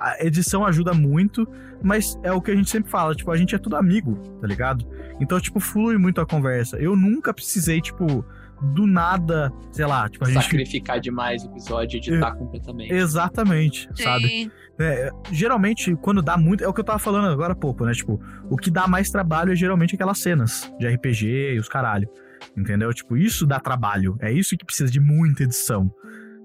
A edição ajuda muito, mas é o que a gente sempre fala, tipo, a gente é tudo amigo, tá ligado? Então, tipo, flui muito a conversa. Eu nunca precisei, tipo, do nada, sei lá, tipo, a gente Sacrificar demais o episódio e editar completamente. Exatamente, sabe? É, geralmente, quando dá muito. É o que eu tava falando agora há pouco, né? Tipo, o que dá mais trabalho é geralmente aquelas cenas de RPG e os caralho. Entendeu? Tipo, isso dá trabalho. É isso que precisa de muita edição.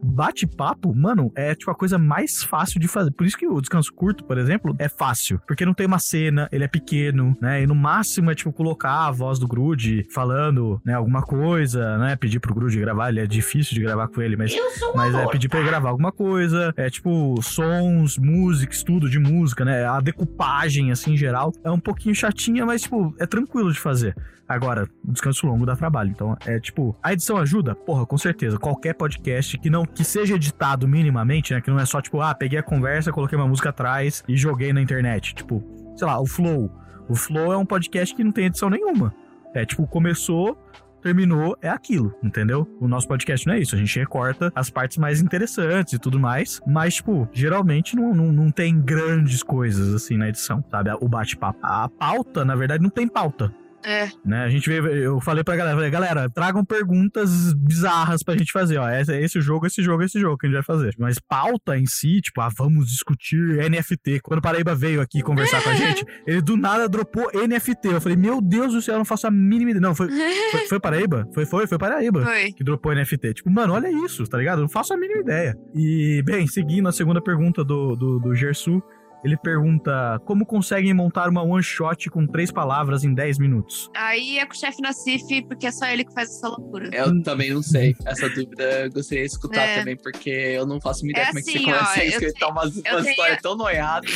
Bate-papo, mano, é tipo a coisa mais fácil de fazer. Por isso que o descanso curto, por exemplo, é fácil. Porque não tem uma cena, ele é pequeno, né? E no máximo é tipo colocar a voz do Grude falando, né, alguma coisa, né? Pedir pro Grude gravar, ele é difícil de gravar com ele, mas, um mas é pedir pra ele gravar alguma coisa. É tipo sons, música, estudo de música, né? A decupagem, assim, em geral, é um pouquinho chatinha, mas, tipo, é tranquilo de fazer. Agora, o descanso longo dá trabalho. Então, é tipo, a edição ajuda? Porra, com certeza. Qualquer podcast que não que seja editado minimamente, né? Que não é só, tipo, ah, peguei a conversa, coloquei uma música atrás e joguei na internet. Tipo, sei lá, o Flow. O Flow é um podcast que não tem edição nenhuma. É tipo, começou, terminou, é aquilo, entendeu? O nosso podcast não é isso. A gente recorta as partes mais interessantes e tudo mais. Mas, tipo, geralmente não, não, não tem grandes coisas assim na edição, sabe? O bate-papo. A pauta, na verdade, não tem pauta. É. Né? A gente veio, eu falei pra galera, falei, galera, tragam perguntas bizarras pra gente fazer, ó, esse, esse jogo, esse jogo, esse jogo que a gente vai fazer. Mas pauta em si, tipo, ah, vamos discutir NFT. Quando o Paraíba veio aqui conversar com a gente, ele do nada dropou NFT. Eu falei, meu Deus do céu, eu não faço a mínima ideia. Não, foi, foi, foi Paraíba? Foi, foi, foi Paraíba Foi. que dropou NFT. Tipo, mano, olha isso, tá ligado? Eu não faço a mínima ideia. E, bem, seguindo a segunda pergunta do, do, do Gersu, ele pergunta como conseguem montar uma one shot com três palavras em 10 minutos? Aí é com o chefe Nassif, porque é só ele que faz essa loucura. Eu também não sei. Essa dúvida eu gostaria de escutar É. também, porque eu não faço uma ideia É como é que você assim, começa ó, a eu escritar tenho- umas, eu umas tenho- histórias tão noiadas.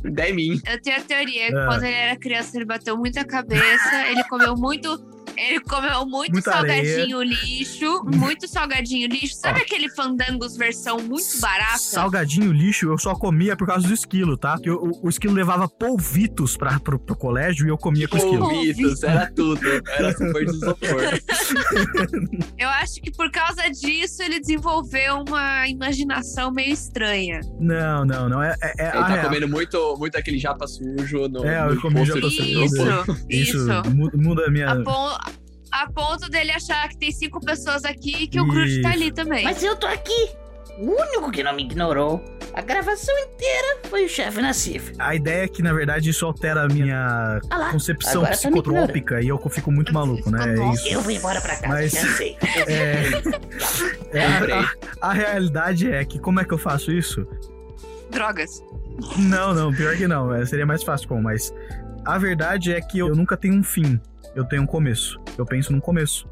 Ideia é em mim. Eu tenho a teoria que Ah. quando ele era criança, ele bateu muita cabeça, ele comeu muito. Ele comeu muito Muita areia. salgadinho lixo, muito salgadinho lixo. Sabe aquele fandangos versão muito barata? Salgadinho lixo eu só comia por causa do esquilo, tá? Que o, o esquilo levava polvitos pra, pro, pro colégio e eu comia com esquilo. Polvitos, Tipo, era tudo. Era supor de isopor. Eu acho que por causa disso ele desenvolveu uma imaginação meio estranha. Não, não, não. É, é, é Ele a tá real. comendo muito, muito aquele japa sujo no. É, no eu comi já posto de passei. suco. isso. isso. mu- Muda a minha. A, pon- a ponto dele achar que tem cinco pessoas aqui e que o Groot tá Isso. ali também. Mas eu tô aqui. O único que não me ignorou a gravação inteira foi o chefe Nassif. A ideia é que, na verdade, isso altera a minha Ah lá, concepção agora tá me Tá psicotrópica e eu fico muito maluco, né? É isso. Eu vou embora pra casa, Mas, já sei. é, é, a, a realidade é que como é que eu faço isso? Drogas. Não, não, pior que não. é, Seria mais fácil como, mas a verdade é que eu nunca tenho um fim. Eu tenho um começo. Eu penso num começo.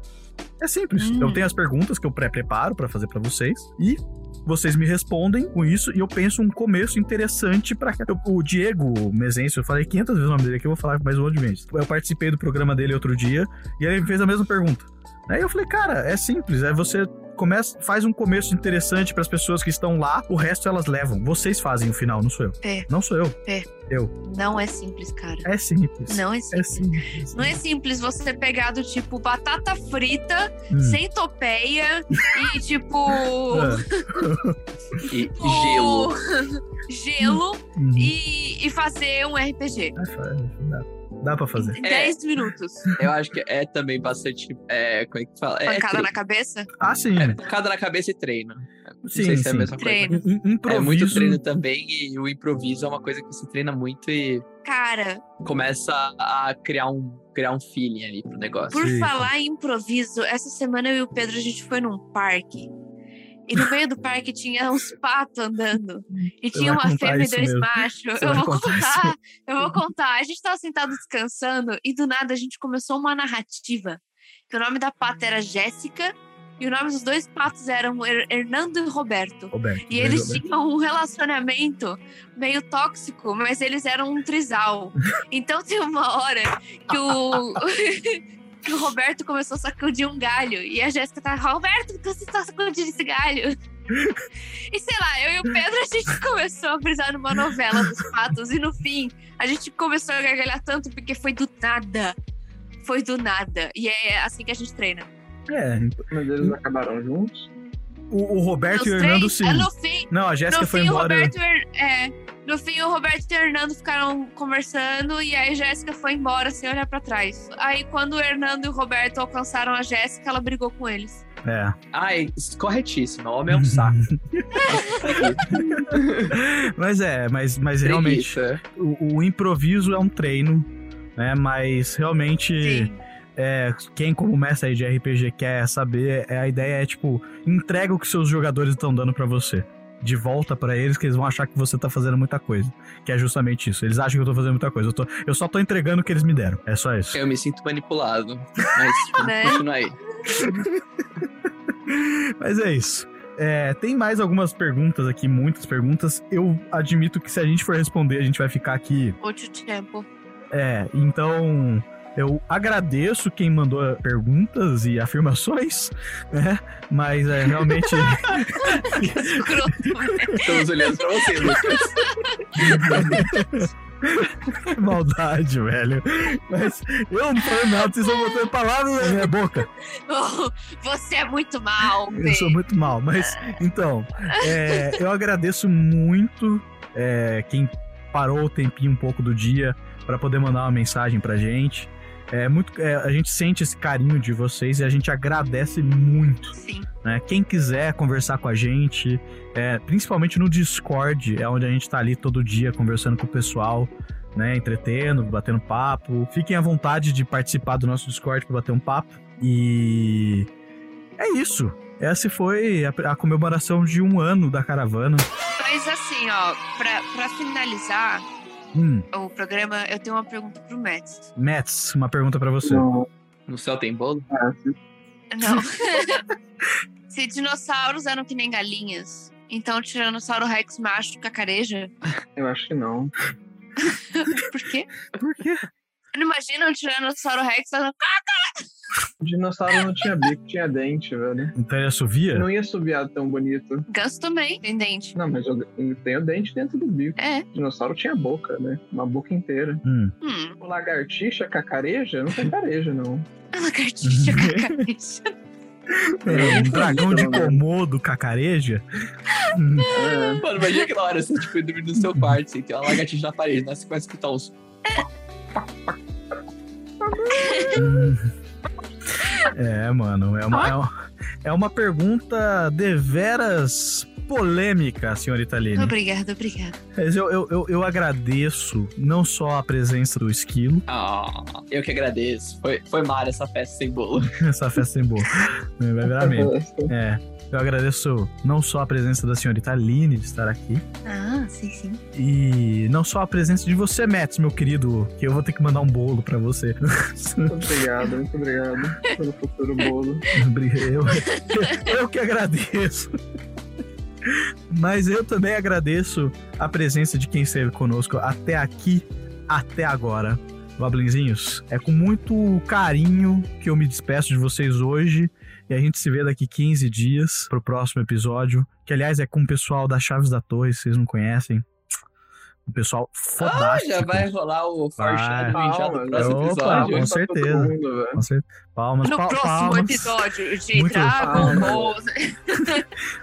É simples. Eu tenho as perguntas que eu pré-preparo pra fazer pra vocês e Vocês me respondem com isso e eu penso um começo interessante pra cá. Eu- O Diego Mezencio, eu falei 500 vezes o nome dele aqui, eu vou falar mais um monte de vezes. Eu participei do programa dele outro dia e ele me fez a mesma pergunta. Aí eu falei, cara, é simples, é você começa, faz um começo interessante pras pessoas que estão lá, o resto elas levam. Vocês fazem o final, não sou eu. É. Não sou eu. É. Eu. Não é simples, cara. É simples. Não é simples. É simples. Não é simples você pegar do tipo batata frita, Hum. É. sem topeia e tipo. E gelo. o- gelo e, e fazer um RPG. Uhum. É Dá, dá pra fazer. Em É. 10 minutos. Eu acho que é também bastante. É, como é que fala? É, Pancada tre- na cabeça? Ah, sim. É, pancada na cabeça e treino. Não Sim, sei se é a sim. mesma Treino. coisa. In- É muito improviso. treino também, e o improviso é uma coisa que você treina muito e Cara, começa a criar um, criar um feeling ali pro negócio. por falar em improviso, essa semana eu e o Pedro a gente foi num parque. E no meio do parque tinha uns patos andando. E Você tinha vai uma contar fêmea e isso dois mesmo. machos. Você Eu vai vou contar isso contar, mesmo. eu vou contar. A gente tava sentado descansando e do nada a gente começou uma narrativa. Que o nome da pata era Jéssica e o nome dos dois patos eram Her- Hernando e Roberto. Roberto, né? E dois eles Roberto. tinham um relacionamento meio tóxico, mas eles eram um trisal. Então tem uma hora que o. que o Roberto começou a sacudir um galho. E a Jéssica tá, Roberto, por que você tá sacudindo esse galho? E sei lá, eu e o Pedro, a gente começou a brisar numa novela dos patos. E no fim, a gente começou a gargalhar tanto porque foi do nada. Foi do nada. E é assim que a gente treina. É. Mas eles acabaram juntos? O, o Roberto Os e o Hernando, três, sim. é, no fim- não, a Jéssica no foi fim, o embora. Roberto e o Her- é, no fim, o Roberto e o Hernando ficaram conversando e aí a Jéssica foi embora sem olhar pra trás. Aí, quando o Hernando e o Roberto alcançaram a Jéssica, ela brigou com eles. É. Ai, corretíssimo. O homem é um saco. Hum, mas é, mas, mas realmente o, o improviso é um treino, né? Mas realmente é, quem como mestre aí de RPG quer saber, é, a ideia é tipo, entrega o que seus jogadores estão dando pra você. De volta pra eles, que eles vão achar que você tá fazendo muita coisa. Que é justamente isso. Eles acham que eu tô fazendo muita coisa. Eu, tô- eu só tô entregando o que eles me deram. É só isso. Eu me sinto manipulado. Mas Né? continua aí. Mas é isso. É, tem mais algumas perguntas aqui, muitas perguntas. Eu admito que se a gente for responder, a gente vai ficar aqui. Outro tempo. É, então eu agradeço quem mandou perguntas e afirmações, né? Mas é realmente. Estamos olhando pra você, Lucas. Maldade, velho. Mas eu não falei nada, vocês estão botando palavras na minha boca. Você é muito mal, Eu sou muito mal, mas então, é, eu agradeço muito é, quem parou o tempinho um pouco do dia para poder mandar uma mensagem pra gente. É muito, é, a gente sente esse carinho de vocês e a gente agradece muito. Sim. né? Quem quiser conversar com a gente, é, principalmente no Discord, é onde a gente tá ali todo dia conversando com o pessoal, né? Entretendo, batendo papo. Fiquem à vontade de participar do nosso Discord para bater um papo. E é isso. Essa foi a, a comemoração de um ano da caravana. Mas assim, ó, pra, pra finalizar Hum, o programa, eu tenho uma pergunta pro Matt. Mets, uma pergunta pra você. No céu tem bolo? Não. Se dinossauros eram que nem galinhas, então o Tiranossauro Rex macho cacareja? Eu acho que não. Por quê? Por quê? Não imagina um Tiranossauro Rex fazendo caca! O dinossauro não tinha bico, tinha dente, velho. Então ele assovia? Não ia assoviar tão bonito. Ganso também, tem dente. Não, mas eu, eu tenho dente dentro do bico. É. O dinossauro tinha boca, né? Uma boca inteira. Hum. O lagartixa cacareja? Não cacareja, não. Lagartixa cacareja. É, um dragão de Komodo, cacareja? Hum. Ah. Mano, imagina aquela hora você tipo, dormindo no seu quarto, assim, tem uma lagartixa na parede, né? Você começa a escutar uns. É, mano, é uma, é uma, é uma pergunta deveras polêmica, senhorita Aline. Obrigada, obrigada. Mas eu, eu, eu, eu agradeço não só a presença do esquilo, Ah, eu que agradeço. Foi, foi mara essa festa sem bolo. essa festa em boa, né, vai virar meme. É, eu agradeço não só a presença da senhorita Aline de estar aqui, Ah, sim, sim. e não só a presença de você, Mets, meu querido, que eu vou ter que mandar um bolo pra você. Muito obrigado, muito obrigado pelo futuro bolo. Eu, eu que agradeço. Mas eu também agradeço a presença de quem esteve conosco até aqui, até agora. Goblinzinhos, é com muito carinho que eu me despeço de vocês hoje. E a gente se vê daqui 15 dias pro próximo episódio. Que, aliás, é com o pessoal da Chaves da Torre, se vocês não conhecem. Um pessoal fodástico. Ah, já vai rolar o foreshadowing já no Vai. próximo É. Opa, episódio. com certeza. Com cer- Palmas, No pal- próximo palmas. episódio de Muito Dragon palmas. Ball.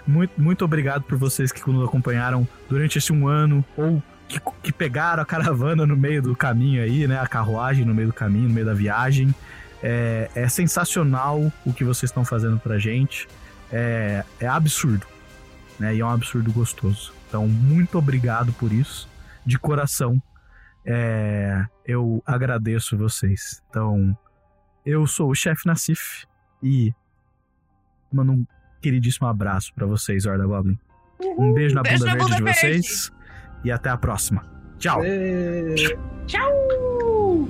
Muito, muito obrigado por vocês que nos acompanharam durante esse um ano ou que, que pegaram a caravana no meio do caminho aí, né? A carruagem no meio do caminho, no meio da viagem. É, é sensacional o que vocês estão fazendo pra gente. É, é absurdo, né? E é um absurdo gostoso. Então, muito obrigado por isso, de coração. É, eu agradeço vocês. Então, eu sou o chefe Nassif e mando um queridíssimo abraço pra vocês, Horda Goblin. Um beijo na Beijo bunda na verde de bunda verde. vocês e até a próxima. Tchau. Tchau!